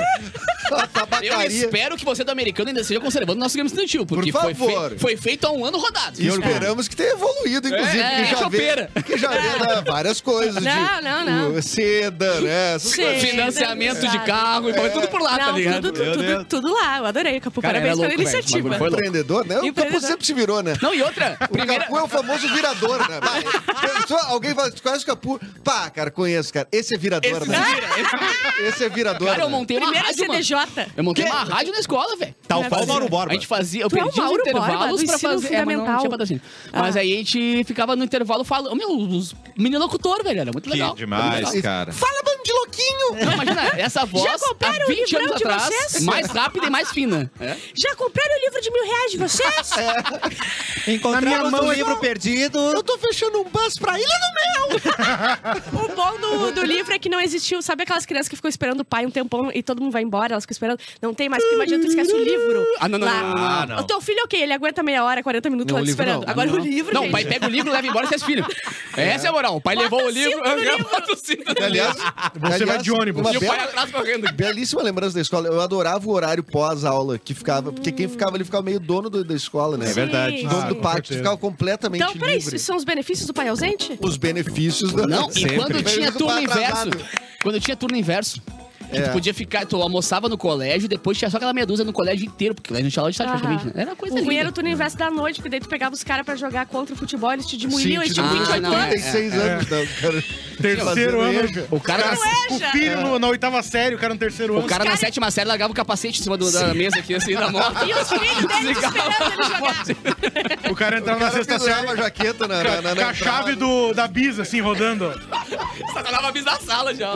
[SPEAKER 5] a
[SPEAKER 4] Eu
[SPEAKER 5] tabacaria.
[SPEAKER 4] espero que você do americano ainda esteja conservando o nosso Grêmio Estudantil, porque
[SPEAKER 5] Por
[SPEAKER 4] foi,
[SPEAKER 5] favor.
[SPEAKER 4] fei- foi feito há um ano rodado.
[SPEAKER 5] E esperamos que tenha evoluído, inclusive.
[SPEAKER 4] É,
[SPEAKER 5] que,
[SPEAKER 4] é,
[SPEAKER 5] já vê,
[SPEAKER 4] chopeira.
[SPEAKER 5] que já vê né, várias coisas.
[SPEAKER 3] Não,
[SPEAKER 5] de,
[SPEAKER 3] não, não.
[SPEAKER 5] o- Seda, né? essas
[SPEAKER 3] Sim.
[SPEAKER 5] coisas.
[SPEAKER 4] Financiamento de
[SPEAKER 3] Exato.
[SPEAKER 4] carro, e foi tudo por lá, tá
[SPEAKER 3] É Não,
[SPEAKER 4] ligado?
[SPEAKER 3] tudo,
[SPEAKER 1] Meu
[SPEAKER 3] tudo, tudo,
[SPEAKER 1] Deus.
[SPEAKER 3] lá. Eu adorei, Capu.
[SPEAKER 4] Cara, era
[SPEAKER 3] Parabéns pela
[SPEAKER 4] louco, velho.
[SPEAKER 3] iniciativa.
[SPEAKER 4] O bagulho foi louco.
[SPEAKER 5] Empreendedor, né? O Capu
[SPEAKER 3] Empreendedor.
[SPEAKER 5] sempre se virou, né?
[SPEAKER 4] Não, e outra,
[SPEAKER 5] O
[SPEAKER 4] primeira,
[SPEAKER 5] Capu é o famoso virador, né? Mas, pessoa- alguém fala, tu conhece o Capu? Pá, cara, conheço, cara. Esse é virador,
[SPEAKER 4] Esse
[SPEAKER 5] né? Esse é virador.
[SPEAKER 4] cara, eu
[SPEAKER 5] né?
[SPEAKER 4] montei uma
[SPEAKER 3] Primeira
[SPEAKER 4] rádio, mano.
[SPEAKER 3] CDJ.
[SPEAKER 4] Eu montei uma rádio na escola, velho.
[SPEAKER 5] Tá,
[SPEAKER 1] Tal qual Tá o Mauro Borba.
[SPEAKER 4] A gente fazia, eu
[SPEAKER 3] Tu é o
[SPEAKER 4] perdi os
[SPEAKER 3] Mauro Borba,
[SPEAKER 4] intervalos
[SPEAKER 3] do
[SPEAKER 4] pra
[SPEAKER 3] ensino
[SPEAKER 4] fazer. É, mas não
[SPEAKER 3] fundamental. Ah.
[SPEAKER 4] tinha patrocínio. Mas aí a gente ficava no intervalo falando. Meu, os menino locutor, velho. Era muito legal.
[SPEAKER 1] Que demais, cara.
[SPEAKER 5] Fala, bando de louquinho!
[SPEAKER 4] Não, imagina, essa voz
[SPEAKER 3] Já compraram
[SPEAKER 4] há
[SPEAKER 3] o
[SPEAKER 4] 20 anos
[SPEAKER 3] livrão de
[SPEAKER 4] atrás,
[SPEAKER 3] vocês?
[SPEAKER 4] mais rápida e mais fina. É.
[SPEAKER 3] Já compraram o livro de mil reais
[SPEAKER 4] [laughs]
[SPEAKER 3] de vocês?
[SPEAKER 6] Na
[SPEAKER 7] Encontramos
[SPEAKER 6] minha mão,
[SPEAKER 7] um
[SPEAKER 6] eu-
[SPEAKER 7] livro perdido.
[SPEAKER 5] Eu tô fechando um bus pra Ilha do Mel!
[SPEAKER 3] O bom do, do livro é que não existiu. Sabe aquelas crianças que ficam esperando o pai um tempão e todo mundo vai embora, elas ficam esperando? Não tem mais, porque imagina tu esquece o livro.
[SPEAKER 4] Ah, não, não,
[SPEAKER 3] lá.
[SPEAKER 4] não, não, não,
[SPEAKER 1] não.
[SPEAKER 3] O teu filho é ok, ele aguenta meia hora, 40 minutos
[SPEAKER 5] Não,
[SPEAKER 3] lá
[SPEAKER 5] o
[SPEAKER 3] te
[SPEAKER 5] livro
[SPEAKER 3] esperando.
[SPEAKER 5] não.
[SPEAKER 3] Agora o livro,
[SPEAKER 4] Não,
[SPEAKER 3] gente.
[SPEAKER 4] o pai pega o livro, leva embora e seus filhos. Essa é a moral. O pai
[SPEAKER 3] Bota
[SPEAKER 4] levou o
[SPEAKER 3] cinto
[SPEAKER 4] livro, [laughs]
[SPEAKER 3] no livro.
[SPEAKER 4] bota o cinto no livro.
[SPEAKER 5] Aliás,
[SPEAKER 6] Você vai de ônibus.
[SPEAKER 5] uma
[SPEAKER 4] E o pai
[SPEAKER 5] bela-
[SPEAKER 4] atrás correndo.
[SPEAKER 5] Belíssima lembrança da escola. Eu adorava o horário pós-aula que ficava, porque quem ficava ali ficava meio dono do- da escola, né?
[SPEAKER 1] É verdade.
[SPEAKER 5] O
[SPEAKER 3] Sim.
[SPEAKER 5] dono
[SPEAKER 6] Ah,
[SPEAKER 5] do
[SPEAKER 6] com
[SPEAKER 5] pátio
[SPEAKER 6] certeza.
[SPEAKER 5] ficava completamente
[SPEAKER 3] Então, peraí,
[SPEAKER 5] livre.
[SPEAKER 3] isso são os benefícios do pai ausente?
[SPEAKER 5] Os benefícios da
[SPEAKER 4] Não, e quando
[SPEAKER 5] Mas
[SPEAKER 4] tinha
[SPEAKER 5] eu ficava
[SPEAKER 4] turno inverso.
[SPEAKER 5] atrasado.
[SPEAKER 4] Quando tinha turno inverso. Que
[SPEAKER 5] É.
[SPEAKER 4] tu podia ficar, tu almoçava no colégio, depois tinha só aquela meia dúzia no colégio inteiro, porque lá não tinha aula de tarde
[SPEAKER 3] Aham.
[SPEAKER 4] praticamente. né? Era uma coisa
[SPEAKER 3] o ruim
[SPEAKER 4] linda.
[SPEAKER 3] era tu no inverso da noite, porque daí tu pegava os caras pra jogar contra o futebol, eles te diminuíam,
[SPEAKER 5] Sim,
[SPEAKER 3] eles
[SPEAKER 5] tinha
[SPEAKER 3] tinham
[SPEAKER 4] Ah,
[SPEAKER 3] 28
[SPEAKER 4] não, é.
[SPEAKER 3] anos.
[SPEAKER 5] 36 anos, né? O cara-
[SPEAKER 6] Terceiro
[SPEAKER 5] Fazendo
[SPEAKER 6] ano.
[SPEAKER 5] EJA.
[SPEAKER 4] O cara,
[SPEAKER 6] Cara,
[SPEAKER 4] na,
[SPEAKER 6] com o filho no- na oitava série, o cara no terceiro
[SPEAKER 4] o
[SPEAKER 6] ano.
[SPEAKER 4] cara na sétima série largava o capacete em cima do- da mesa aqui, assim,
[SPEAKER 3] [laughs]
[SPEAKER 4] na moto.
[SPEAKER 3] E os filhos dele te esperando ele jogar.
[SPEAKER 6] O cara entrava na
[SPEAKER 5] cara
[SPEAKER 6] sexta
[SPEAKER 5] pendurava
[SPEAKER 6] série.
[SPEAKER 5] a jaqueta na, na, na,
[SPEAKER 6] Com
[SPEAKER 5] na
[SPEAKER 6] a chave do, da bisa, assim, rodando.
[SPEAKER 4] Satanava a bis da sala já.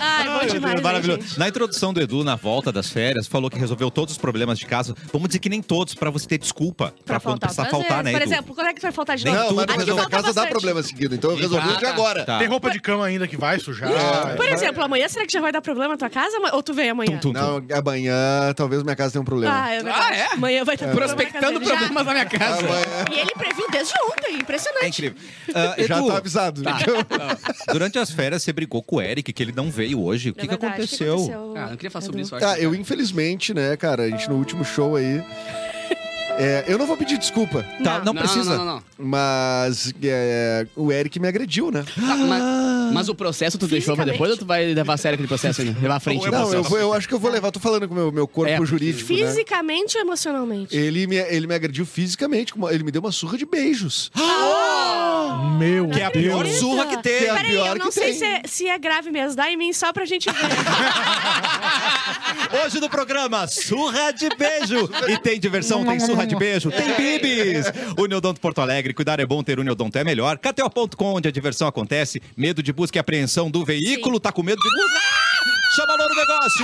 [SPEAKER 3] Ai, bom demais, né, gente?
[SPEAKER 1] Maravilhoso. Na introdução do Edu, na volta das férias, falou que resolveu todos os problemas de casa. Vamos dizer que nem todos, pra você ter desculpa. Pra, quando precisar
[SPEAKER 3] Mas,
[SPEAKER 1] faltar,
[SPEAKER 3] é,
[SPEAKER 1] né,
[SPEAKER 3] Por
[SPEAKER 1] Edu?
[SPEAKER 3] exemplo, quando é que tu vai faltar de
[SPEAKER 1] Nem
[SPEAKER 3] novo?
[SPEAKER 5] Não, mas
[SPEAKER 1] tudo,
[SPEAKER 3] Aqui
[SPEAKER 5] resolver na
[SPEAKER 3] falta
[SPEAKER 5] casa dá
[SPEAKER 3] bastante.
[SPEAKER 5] problema seguido, então eu resolvi o de
[SPEAKER 4] tá.
[SPEAKER 5] agora.
[SPEAKER 1] Tá.
[SPEAKER 6] Tem roupa de cama ainda que vai sujar.
[SPEAKER 5] É.
[SPEAKER 3] Por exemplo, amanhã será que já vai dar problema na tua casa? Ou tu vem amanhã?
[SPEAKER 1] Tum, tum, tum.
[SPEAKER 5] Não, amanhã talvez minha casa tenha um problema.
[SPEAKER 3] Ah, é verdade.
[SPEAKER 4] Ah, é?
[SPEAKER 3] Amanhã vai estar Tá
[SPEAKER 4] Prospectando problemas na minha casa.
[SPEAKER 3] E ele previu desde ontem, impressionante.
[SPEAKER 1] É [laughs] incrível. Ah,
[SPEAKER 5] Já
[SPEAKER 1] Edu,
[SPEAKER 5] tá avisado. Então,
[SPEAKER 1] durante as férias você brigou com o Eric, que ele não veio hoje. É O
[SPEAKER 3] Na
[SPEAKER 1] que, que
[SPEAKER 3] verdade,
[SPEAKER 1] aconteceu?
[SPEAKER 3] O que aconteceu?
[SPEAKER 4] Ah, não queria falar sobre isso. acho.
[SPEAKER 5] tá, eu infelizmente, né, cara, a gente no último show aí. é, eu não vou pedir desculpa,
[SPEAKER 1] Tá, não,
[SPEAKER 4] Não,
[SPEAKER 1] precisa.
[SPEAKER 4] não, não, não.
[SPEAKER 5] mas é, o Eric me agrediu, né?
[SPEAKER 4] Tá, mas, mas o processo tu deixou pra depois ou tu vai levar a sério aquele processo ainda? Levar à frente? o
[SPEAKER 5] Não,
[SPEAKER 4] processo?
[SPEAKER 5] eu, vou- eu acho que eu vou levar, tô falando com o meu, meu corpo
[SPEAKER 4] É,
[SPEAKER 5] jurídico. Né?
[SPEAKER 3] Fisicamente ou emocionalmente?
[SPEAKER 5] Ele me, ele me agrediu fisicamente, com uma- ele me deu uma surra de beijos.
[SPEAKER 6] Meu
[SPEAKER 1] Que é a pior
[SPEAKER 3] Eita.
[SPEAKER 1] surra que teve.
[SPEAKER 5] Que é a
[SPEAKER 3] Peraí,
[SPEAKER 5] pior
[SPEAKER 3] eu não
[SPEAKER 5] que
[SPEAKER 3] sei
[SPEAKER 5] tem.
[SPEAKER 3] se é, se é grave mesmo. Dá em mim só pra gente
[SPEAKER 4] [laughs]
[SPEAKER 3] ver.
[SPEAKER 1] Hoje no programa, surra de beijo. E tem diversão, tem surra de beijo, tem bibis. Uniodonto Porto Alegre, cuidar é bom, ter Uniodonto é melhor. KTO.com, onde a diversão acontece. Medo de busca e apreensão do veículo, tá com medo de busca? Chama Louro
[SPEAKER 5] Isso,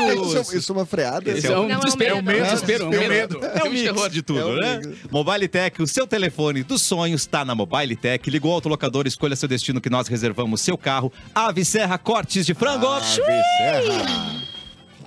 [SPEAKER 1] Negócios.
[SPEAKER 5] é- isso é uma freada.
[SPEAKER 1] Esse
[SPEAKER 4] Esse
[SPEAKER 1] é
[SPEAKER 4] é
[SPEAKER 1] o-
[SPEAKER 4] um
[SPEAKER 3] Não, é um
[SPEAKER 4] desespero.
[SPEAKER 3] medo.
[SPEAKER 4] um desespero.
[SPEAKER 6] É um medo.
[SPEAKER 1] É o
[SPEAKER 4] Filme
[SPEAKER 1] mix
[SPEAKER 4] de terror.
[SPEAKER 1] de
[SPEAKER 5] É
[SPEAKER 1] tudo,
[SPEAKER 5] o
[SPEAKER 1] né?
[SPEAKER 5] mix.
[SPEAKER 1] Mobile Tech, o seu telefone dos sonhos está na Mobile Tech. Ligou o autolocador, escolha seu destino que nós reservamos seu carro. Ave Serra Cortes de Frango.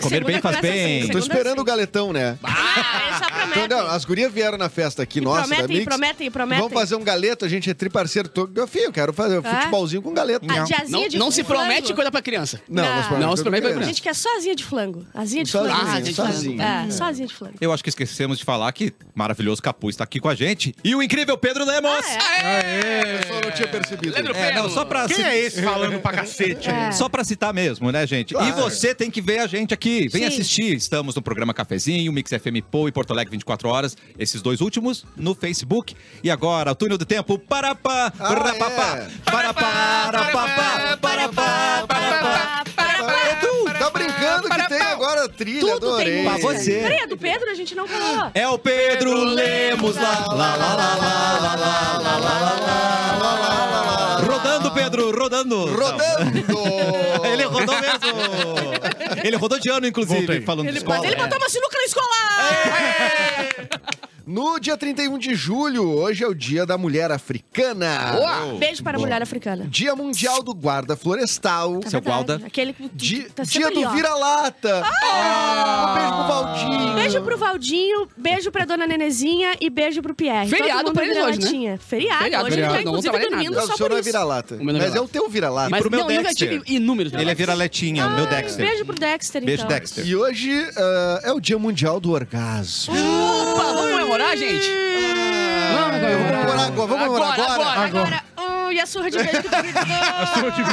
[SPEAKER 1] Comer bem
[SPEAKER 3] Segunda
[SPEAKER 1] faz
[SPEAKER 3] classe,
[SPEAKER 1] bem.
[SPEAKER 5] Eu
[SPEAKER 3] assim,
[SPEAKER 5] tô
[SPEAKER 3] Segunda
[SPEAKER 5] esperando
[SPEAKER 3] sim.
[SPEAKER 5] o galetão, né?
[SPEAKER 3] Ah, eu só prometo.
[SPEAKER 5] Então, não, as gurias vieram na festa aqui,
[SPEAKER 3] E
[SPEAKER 5] nossa, da
[SPEAKER 3] prometem,
[SPEAKER 5] Mix.
[SPEAKER 3] prometem, prometem.
[SPEAKER 5] Vamos fazer um galeto, a gente é triparceiro todo. Meu filho, eu quero fazer um
[SPEAKER 3] Ah.
[SPEAKER 5] futebolzinho com galeto.
[SPEAKER 3] A
[SPEAKER 5] Não,
[SPEAKER 3] diazinha
[SPEAKER 4] Não,
[SPEAKER 3] assim, de
[SPEAKER 4] não se
[SPEAKER 3] frango.
[SPEAKER 4] promete coisa pra criança.
[SPEAKER 5] não, nós
[SPEAKER 3] Não.
[SPEAKER 5] falamos
[SPEAKER 4] Não,
[SPEAKER 5] tudo
[SPEAKER 4] os problemas
[SPEAKER 5] com
[SPEAKER 3] A
[SPEAKER 4] é
[SPEAKER 5] criança.
[SPEAKER 3] gente quer só asinha de flango. Asinha de
[SPEAKER 5] Sozinho,
[SPEAKER 3] flango. asinha de
[SPEAKER 5] sozinho.
[SPEAKER 3] flango. É, só asinha de flango.
[SPEAKER 1] Eu acho que esquecemos de falar que maravilhoso Capu está aqui com a gente. E o incrível Pedro Lemos.
[SPEAKER 3] Ah,
[SPEAKER 5] Eu só não tinha percebido.
[SPEAKER 4] Leandro
[SPEAKER 1] É, não, só pra,
[SPEAKER 6] Quem
[SPEAKER 1] ci-
[SPEAKER 6] é esse falando pra cacete?
[SPEAKER 3] É.
[SPEAKER 1] só pra citar mesmo, né, gente? E
[SPEAKER 5] Claro.
[SPEAKER 1] você tem que ver a gente aqui. Vem
[SPEAKER 3] Sim.
[SPEAKER 1] assistir. Estamos no programa Cafezinho, Mix FM Pou e Porto Alegre 24 horas. Esses dois últimos no Facebook. E agora, o túnel do tempo. Parapá,
[SPEAKER 5] Ah,
[SPEAKER 1] rapapá,
[SPEAKER 5] é.
[SPEAKER 1] parapá, rapapá, parapá, parapá.
[SPEAKER 5] Edu, tá brincando que tem agora a trilha,
[SPEAKER 3] Tudo
[SPEAKER 5] adorei.
[SPEAKER 3] tem
[SPEAKER 1] Pra
[SPEAKER 3] música.
[SPEAKER 1] você.
[SPEAKER 3] Peraí, a do Pedro a gente não falou.
[SPEAKER 1] É o Pedro Lemos lá, lá, lá, lá, lá, lá, lá, lá, lá, lá, lá, lá. Rodando, Pedro, rodando.
[SPEAKER 5] Rodando!
[SPEAKER 1] Ele rodou mesmo. Ele rodou de ano, inclusive,
[SPEAKER 6] Voltei.
[SPEAKER 1] falando de
[SPEAKER 3] Ele,
[SPEAKER 1] escola.
[SPEAKER 3] mas ele botou uma sinuca na escola!
[SPEAKER 5] No dia 31 de julho, hoje é o Dia da Mulher Africana.
[SPEAKER 3] Beijo para a mulher africana.
[SPEAKER 5] Dia Mundial do Guarda Florestal.
[SPEAKER 3] É
[SPEAKER 1] Seu
[SPEAKER 3] verdade,
[SPEAKER 1] Gualda.
[SPEAKER 3] Aquele que
[SPEAKER 5] Di-
[SPEAKER 3] tá
[SPEAKER 5] dia
[SPEAKER 3] sempre ali,
[SPEAKER 5] do
[SPEAKER 3] ó.
[SPEAKER 5] Vira-Lata. Ah, um beijo pro Valdinho.
[SPEAKER 3] Beijo pro Valdinho, beijo pra dona Nenezinha e beijo pro Pierre.
[SPEAKER 4] Feriado
[SPEAKER 3] Todo mundo
[SPEAKER 4] pra
[SPEAKER 3] é
[SPEAKER 4] eles hoje, né?
[SPEAKER 3] vira-latinha. Feriado,
[SPEAKER 4] Feriado,
[SPEAKER 3] hoje
[SPEAKER 4] feriado.
[SPEAKER 3] ele
[SPEAKER 4] Não
[SPEAKER 3] tá
[SPEAKER 4] vou
[SPEAKER 3] inclusive
[SPEAKER 4] trabalhar nada.
[SPEAKER 3] dormindo
[SPEAKER 5] Não, o
[SPEAKER 3] só
[SPEAKER 5] senhor
[SPEAKER 3] por
[SPEAKER 5] não é
[SPEAKER 3] isso.
[SPEAKER 5] vira-lata.
[SPEAKER 4] O meu não é
[SPEAKER 5] Mas é o
[SPEAKER 4] vira-lata.
[SPEAKER 5] teu vira-lata.
[SPEAKER 4] Mas
[SPEAKER 1] pro meu
[SPEAKER 4] não, eu já
[SPEAKER 1] Dexter.
[SPEAKER 4] tive inúmeros.
[SPEAKER 1] Ele é vira-letinha, o meu
[SPEAKER 3] Ah,
[SPEAKER 1] Dexter.
[SPEAKER 3] Beijo pro Dexter,
[SPEAKER 1] Beijo,
[SPEAKER 3] então.
[SPEAKER 1] Dexter.
[SPEAKER 5] E hoje ah, é o Dia Mundial do Orgasmo.
[SPEAKER 4] Opa, vamos comemorar, gente? Vamos
[SPEAKER 5] Vamos comemorar agora. Vamos comemorar agora.
[SPEAKER 3] Ah! Hum. Agora, hum, e a surra de beijo que tu me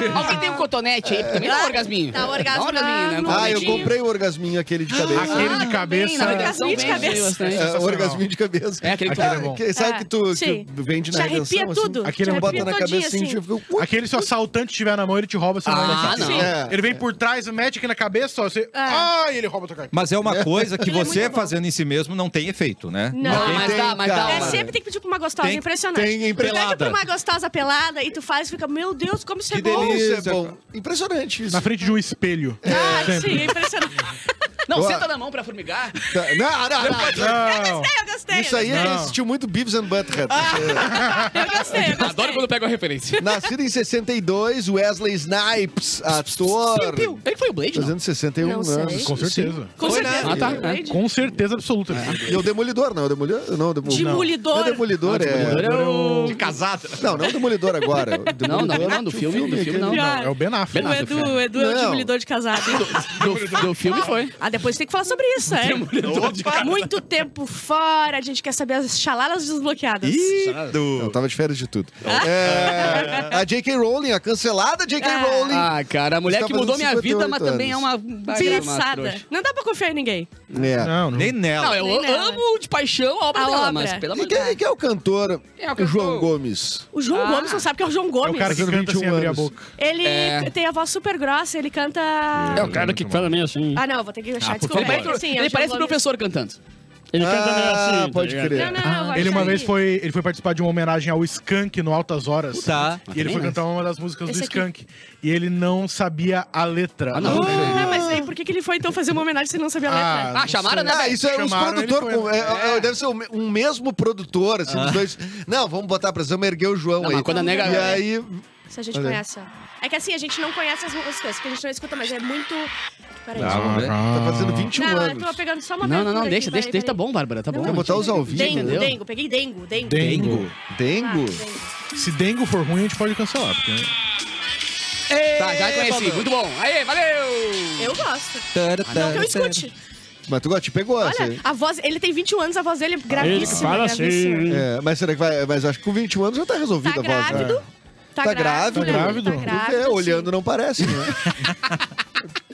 [SPEAKER 3] deu?
[SPEAKER 4] Alguém tem um cotonete aí? Também dá um orgasminho.
[SPEAKER 3] Dá um orgasmo
[SPEAKER 4] Dá um orgasminho, né?
[SPEAKER 3] no
[SPEAKER 5] Ah, eu
[SPEAKER 3] Cotonete.
[SPEAKER 5] comprei o orgasminho aquele
[SPEAKER 3] Ah!
[SPEAKER 5] de cabeça.
[SPEAKER 4] é
[SPEAKER 6] Aquele de cabeça.
[SPEAKER 3] Orgasminho de cabeça.
[SPEAKER 5] É, o orgasminho de cabeça.
[SPEAKER 4] É, aquele que tu-
[SPEAKER 5] Cara,
[SPEAKER 6] é bom.
[SPEAKER 5] que- sabe
[SPEAKER 3] É,
[SPEAKER 5] que tu
[SPEAKER 3] sim.
[SPEAKER 5] que vende na redenção?
[SPEAKER 3] Te arrepia
[SPEAKER 5] assim?
[SPEAKER 3] tudo.
[SPEAKER 6] Aquele
[SPEAKER 3] Te
[SPEAKER 6] é bom.
[SPEAKER 5] Bota
[SPEAKER 3] arrepia
[SPEAKER 5] na
[SPEAKER 3] todinha,
[SPEAKER 5] cabeça assim,
[SPEAKER 3] assim.
[SPEAKER 5] tipo, ui,
[SPEAKER 6] Aquele se o assaltante tiver na mão, ele te rouba seu
[SPEAKER 4] Ah, não. É.
[SPEAKER 5] É.
[SPEAKER 6] Ele vem por trás, mete aqui na cabeça, ó. Você... Ai, ele rouba a tua carteira.
[SPEAKER 1] Mas é uma coisa que
[SPEAKER 3] Ele é
[SPEAKER 1] você
[SPEAKER 3] muito bom.
[SPEAKER 1] fazendo em si mesmo não tem efeito, né?
[SPEAKER 4] Não,
[SPEAKER 3] Não,
[SPEAKER 5] Tem,
[SPEAKER 4] mas dá, mas dá.
[SPEAKER 5] cara.
[SPEAKER 3] é
[SPEAKER 4] uma-
[SPEAKER 3] sempre tem que pedir pra uma gostosa, é
[SPEAKER 1] Tem-
[SPEAKER 3] impressionante.
[SPEAKER 5] tem em
[SPEAKER 3] Tu pede pra
[SPEAKER 1] pelada.
[SPEAKER 3] uma gostosa pelada e tu faz e fica, meu Deus, como isso é
[SPEAKER 1] Que
[SPEAKER 3] bom.
[SPEAKER 1] delícia.
[SPEAKER 5] isso é bom. Impressionante isso.
[SPEAKER 6] Na frente de um espelho.
[SPEAKER 3] Ah, sim, é impressionante.
[SPEAKER 4] Não,
[SPEAKER 5] Boa.
[SPEAKER 4] senta na mão pra formigar.
[SPEAKER 3] É
[SPEAKER 5] Tá- Não, não, não.
[SPEAKER 6] Não.
[SPEAKER 3] Ah, eu gostei.
[SPEAKER 5] Isso aí, ele
[SPEAKER 6] Não.
[SPEAKER 5] assistiu muito Beavis and Butthead.
[SPEAKER 3] Ah!
[SPEAKER 5] É.
[SPEAKER 3] Eu gostei, eu gostei.
[SPEAKER 4] Adoro quando pego a referência.
[SPEAKER 5] Nascido em 62, Wesley Snipes, ator. Tá
[SPEAKER 4] Ele foi o Blade, não?
[SPEAKER 5] 261
[SPEAKER 3] Não
[SPEAKER 5] anos.
[SPEAKER 3] sei.
[SPEAKER 6] Com certeza. É.
[SPEAKER 3] Com certeza.
[SPEAKER 4] Ah, tá.
[SPEAKER 3] Blade.
[SPEAKER 6] né? Com certeza absoluta.
[SPEAKER 5] E o Demolidor, não. O Demolidor, não. o Demo-
[SPEAKER 3] Demolidor.
[SPEAKER 5] Não, é Demolidor, é...
[SPEAKER 1] De casada.
[SPEAKER 5] Não, não o Demolidor agora. O Demolidor,
[SPEAKER 4] é- [laughs] Não, não, não, do
[SPEAKER 5] tinha um
[SPEAKER 4] filme, do filme,
[SPEAKER 5] aquele-
[SPEAKER 4] não.
[SPEAKER 3] Pior.
[SPEAKER 6] É o Ben
[SPEAKER 4] Ben
[SPEAKER 6] Affleck.
[SPEAKER 3] O
[SPEAKER 4] Affleck.
[SPEAKER 3] Edu, o Edu é o
[SPEAKER 5] Não.
[SPEAKER 3] demolidor de casado.
[SPEAKER 4] Do, do filme foi.
[SPEAKER 3] Ah, depois tem que falar sobre isso, é? Muito tempo fora, a gente quer saber as chaladas desbloqueadas.
[SPEAKER 5] Eu
[SPEAKER 1] Ido.
[SPEAKER 5] tava de férias de tudo. É, a J.K. Rowling, a cancelada J.K.
[SPEAKER 3] Ah.
[SPEAKER 5] Rowling.
[SPEAKER 4] Ah, cara, a mulher
[SPEAKER 5] Está
[SPEAKER 4] que mudou
[SPEAKER 5] fazendo
[SPEAKER 4] minha vida, mas
[SPEAKER 5] 58
[SPEAKER 4] também é
[SPEAKER 5] anos.
[SPEAKER 4] uma... uma
[SPEAKER 3] Desgraçada.
[SPEAKER 4] trouxa.
[SPEAKER 3] Não dá pra confiar em ninguém.
[SPEAKER 5] É.
[SPEAKER 6] Não, não.
[SPEAKER 1] Nem nela.
[SPEAKER 4] Não, eu
[SPEAKER 3] Nem nada.
[SPEAKER 4] amo de paixão a obra
[SPEAKER 3] A
[SPEAKER 4] dela,
[SPEAKER 3] obra.
[SPEAKER 4] mas pelo amor
[SPEAKER 5] E
[SPEAKER 4] de Deus.
[SPEAKER 5] quem, quem é o cantor?
[SPEAKER 4] É o cantor.
[SPEAKER 5] João Gomes.
[SPEAKER 3] O João
[SPEAKER 4] Ah.
[SPEAKER 3] Gomes não sabe que é o João
[SPEAKER 6] É o
[SPEAKER 3] Gomes.
[SPEAKER 6] cara que canta
[SPEAKER 5] 21
[SPEAKER 6] sem abrir a
[SPEAKER 5] anos.
[SPEAKER 6] boca.
[SPEAKER 3] Ele tem a voz super grossa, ele canta.
[SPEAKER 8] É o cara que fala meio assim.
[SPEAKER 3] Ah, não, vou ter que achar, desculpa.
[SPEAKER 4] Ele parece,
[SPEAKER 3] porque, assim, é
[SPEAKER 4] ele
[SPEAKER 3] João
[SPEAKER 4] parece o
[SPEAKER 3] Gomes.
[SPEAKER 4] professor cantando.
[SPEAKER 8] Ele canta meio
[SPEAKER 5] Ah,
[SPEAKER 8] assim. tá
[SPEAKER 5] pode
[SPEAKER 8] ligado?
[SPEAKER 5] crer.
[SPEAKER 3] Não, tá não, não, vou
[SPEAKER 6] Ele
[SPEAKER 3] achar
[SPEAKER 6] uma vez
[SPEAKER 3] aqui.
[SPEAKER 6] foi, ele foi participar de uma homenagem ao Skank no Altas Horas.
[SPEAKER 1] Tá.
[SPEAKER 6] E ele foi cantar uma das músicas
[SPEAKER 3] Esse
[SPEAKER 6] do
[SPEAKER 3] aqui.
[SPEAKER 6] Skank. E ele não sabia a letra.
[SPEAKER 4] Ah, não.
[SPEAKER 3] Ah, mas aí por que, que ele foi então fazer uma homenagem se ele não sabia a
[SPEAKER 6] Ah,
[SPEAKER 3] letra?
[SPEAKER 4] Ah, chamaram, né?
[SPEAKER 5] Ah, isso é os
[SPEAKER 6] Chamaram, ele
[SPEAKER 5] produtores.
[SPEAKER 6] foi-
[SPEAKER 1] É.
[SPEAKER 5] Deve ser um, um mesmo produtor, assim,
[SPEAKER 1] Ah.
[SPEAKER 5] dos dois. Não, vamos botar a pressão, erguer o João
[SPEAKER 4] Não,
[SPEAKER 5] aí.
[SPEAKER 4] mas quando a nega-
[SPEAKER 5] E aí.
[SPEAKER 3] Se a gente
[SPEAKER 5] Olha.
[SPEAKER 3] conhece, ó. É que assim, a gente não conhece as músicas, porque a gente não escuta, mas é muito. Peraí.
[SPEAKER 1] Ah, vamos ver.
[SPEAKER 5] Tá fazendo 21
[SPEAKER 3] Não, eu
[SPEAKER 5] anos.
[SPEAKER 3] tô pegando só uma
[SPEAKER 4] Não, não, não,
[SPEAKER 3] abertura
[SPEAKER 4] deixa,
[SPEAKER 3] aqui,
[SPEAKER 4] deixa,
[SPEAKER 3] peraí,
[SPEAKER 4] deixa, tá bom, Bárbara, tá bom.
[SPEAKER 5] Vou botar os ao vivo.
[SPEAKER 3] peraí. Dengo,
[SPEAKER 4] entendeu?
[SPEAKER 3] dengo, peguei dengo, dengo. Ah,
[SPEAKER 6] Dengo.
[SPEAKER 5] Dengo?
[SPEAKER 6] Se Dengo for ruim, a gente pode cancelar. Porque...
[SPEAKER 4] Tá, já conheci, muito bom. Aê, valeu!
[SPEAKER 3] Eu gosto. Não que eu escute.
[SPEAKER 5] Mas tu gosta, te pegou assim. essa
[SPEAKER 3] Olha,
[SPEAKER 5] aí.
[SPEAKER 3] a voz, ele tem 21 anos, a voz dele é
[SPEAKER 8] Ele
[SPEAKER 3] gravíssima.
[SPEAKER 8] fala
[SPEAKER 3] gravíssima.
[SPEAKER 8] assim.
[SPEAKER 5] É, mas será que vai. Mas acho que com 21 anos já tá resolvida
[SPEAKER 3] Tá
[SPEAKER 5] a voz. né?
[SPEAKER 3] grávido.
[SPEAKER 5] Tá
[SPEAKER 3] grávido. Tá
[SPEAKER 6] grávido? Tu vê,
[SPEAKER 3] grávido,
[SPEAKER 5] é,
[SPEAKER 3] sim.
[SPEAKER 5] olhando não parece,
[SPEAKER 3] [laughs]
[SPEAKER 5] né?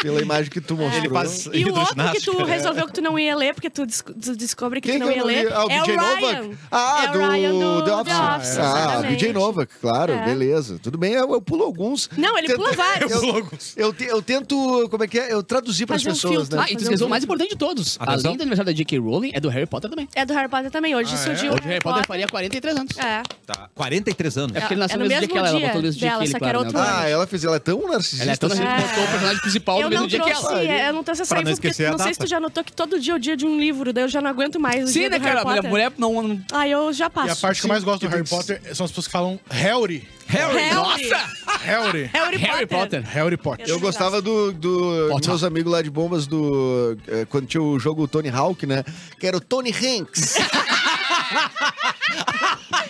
[SPEAKER 5] Pela imagem que tu mostrou.
[SPEAKER 1] Ele faz
[SPEAKER 5] [laughs]
[SPEAKER 3] E o outro que tu
[SPEAKER 1] hidroginástica.
[SPEAKER 3] resolveu que tu não ia ler, porque tu, desco- tu descobre que
[SPEAKER 5] né? Quem
[SPEAKER 3] tu
[SPEAKER 5] que
[SPEAKER 3] não
[SPEAKER 5] eu
[SPEAKER 3] ia
[SPEAKER 5] não
[SPEAKER 3] ler,
[SPEAKER 5] li? Ah, o
[SPEAKER 3] é
[SPEAKER 5] DJ
[SPEAKER 3] o Ryan.
[SPEAKER 5] Novak? Ah,
[SPEAKER 3] é o
[SPEAKER 5] do,
[SPEAKER 3] Ryan do
[SPEAKER 5] The Office.
[SPEAKER 3] The Office,
[SPEAKER 5] ah, o
[SPEAKER 3] exatamente.
[SPEAKER 5] DJ Novak, claro,
[SPEAKER 3] É.
[SPEAKER 5] beleza. Tudo bem, eu, eu pulo alguns.
[SPEAKER 3] Não, ele pula vários.
[SPEAKER 5] Eu, eu, te- eu tento, como é que é? Eu traduzir para as
[SPEAKER 3] Fazer um
[SPEAKER 5] pessoas,
[SPEAKER 3] filtro.
[SPEAKER 5] né?
[SPEAKER 4] Ah, e tu esqueceu o mais importante de todos.
[SPEAKER 1] Atenção.
[SPEAKER 4] Além do aniversário da J.K. Rowling, é do Harry Potter também.
[SPEAKER 3] É do Harry Potter também. Hoje surgiu.
[SPEAKER 4] Hoje o Harry Potter faria 43 anos.
[SPEAKER 3] É.
[SPEAKER 1] Tá. 43 anos.
[SPEAKER 4] É porque ele
[SPEAKER 3] É
[SPEAKER 4] nasceu
[SPEAKER 3] no
[SPEAKER 4] no mesmo dia
[SPEAKER 3] mesmo
[SPEAKER 4] que ela, ela
[SPEAKER 3] dia
[SPEAKER 4] botou no mesmo dia
[SPEAKER 3] dela,
[SPEAKER 4] que ele,
[SPEAKER 3] só que
[SPEAKER 4] claro.
[SPEAKER 3] era
[SPEAKER 4] né?
[SPEAKER 3] outro ano.
[SPEAKER 5] Ah, ela fez, ela é tão narcisista.
[SPEAKER 4] Ela é tão
[SPEAKER 5] assim.
[SPEAKER 4] narcisista, botou o personagem principal
[SPEAKER 3] né? Ah.
[SPEAKER 4] no
[SPEAKER 3] eu
[SPEAKER 4] mesmo
[SPEAKER 3] não
[SPEAKER 4] dia que ela.
[SPEAKER 3] trouxe, eu não trouxe essa
[SPEAKER 1] Pra
[SPEAKER 3] info,
[SPEAKER 1] não
[SPEAKER 3] porque
[SPEAKER 1] esquecer a
[SPEAKER 3] não sei se tu
[SPEAKER 1] data.
[SPEAKER 3] já notou que todo dia é o dia de um livro, daí eu já não aguento mais. o
[SPEAKER 4] Sim,
[SPEAKER 3] dia
[SPEAKER 4] né,
[SPEAKER 3] do Harry
[SPEAKER 4] cara? A
[SPEAKER 3] Potter.
[SPEAKER 4] mulher não... não-
[SPEAKER 3] Ah, eu já passo.
[SPEAKER 6] E a parte que eu mais gosto do
[SPEAKER 5] que
[SPEAKER 6] Harry
[SPEAKER 5] tem-
[SPEAKER 6] Potter são as pessoas que falam Harry.
[SPEAKER 3] Harry.
[SPEAKER 4] Nossa!
[SPEAKER 6] Harry.
[SPEAKER 3] Harry,
[SPEAKER 4] Harry Potter.
[SPEAKER 6] Harry Potter.
[SPEAKER 5] Eu gostava do, do
[SPEAKER 4] Potter.
[SPEAKER 5] meus amigos lá de bombas do. eh, Quando tinha o jogo Tony Hawk, né? Que era o Tony [laughs] Hanks.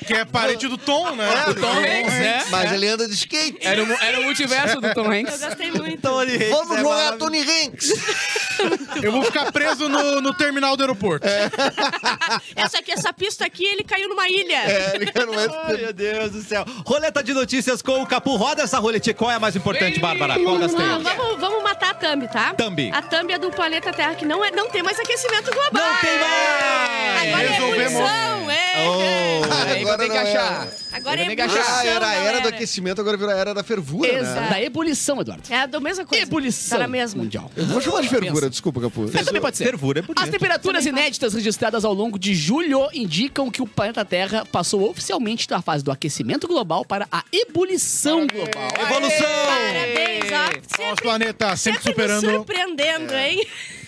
[SPEAKER 6] Que é parente do Tom, né?
[SPEAKER 5] É,
[SPEAKER 4] Tom Hanks, é. né?
[SPEAKER 5] Mas ele anda de skate.
[SPEAKER 4] Era o, era o multiverso do Tom
[SPEAKER 3] Eu
[SPEAKER 4] Hanks.
[SPEAKER 3] gostei muito.
[SPEAKER 1] Então,
[SPEAKER 5] Vamos
[SPEAKER 1] é
[SPEAKER 5] jogar Tony Hanks.
[SPEAKER 6] Eu vou ficar preso no, no terminal do aeroporto.
[SPEAKER 3] Essa aqui, essa pista aqui, ele caiu numa ilha.
[SPEAKER 5] [laughs] É, ele era um [laughs]
[SPEAKER 1] Ai, meu Deus do céu. Roleta de notícias com o Capu. Roda essa roletinha. Qual é a mais importante, Bárbara? Qual das
[SPEAKER 3] Ah,
[SPEAKER 1] tem?
[SPEAKER 3] vamos, vamos matar a Thumb, tá?
[SPEAKER 1] Thumb.
[SPEAKER 3] A Thumb é do planeta Terra, que não, é, não tem mais aquecimento global.
[SPEAKER 1] Não tem mais!
[SPEAKER 3] Agora é
[SPEAKER 6] Resolvemos.
[SPEAKER 3] ebulição, é.
[SPEAKER 1] Oh.
[SPEAKER 4] Aí eu
[SPEAKER 5] Agora
[SPEAKER 4] tenho que
[SPEAKER 5] não é.
[SPEAKER 4] achar.
[SPEAKER 3] Agora é
[SPEAKER 4] Era nega
[SPEAKER 3] ebulição,
[SPEAKER 5] Ah, era a
[SPEAKER 3] não
[SPEAKER 5] era do aquecimento, agora virou a era da fervura, né?
[SPEAKER 4] Exato. Da ebulição, Eduardo.
[SPEAKER 3] É a do- mesma coisa.
[SPEAKER 4] Ebulição
[SPEAKER 3] Tá na mesma.
[SPEAKER 4] mundial.
[SPEAKER 5] Eu vou chamar de fervura,
[SPEAKER 4] Pensa.
[SPEAKER 5] desculpa, Capu.
[SPEAKER 4] Mas também pode ser.
[SPEAKER 1] Fervura é bonito.
[SPEAKER 4] As temperaturas inéditas registradas ao longo de julho indicam que o planeta Terra passou oficialmente da fase do aquecimento global para a ebulição global.
[SPEAKER 1] Evolução!
[SPEAKER 3] Parabéns, ó. Sempre,
[SPEAKER 6] Nosso planeta sempre
[SPEAKER 3] nos
[SPEAKER 6] superando.
[SPEAKER 3] surpreendendo, hein?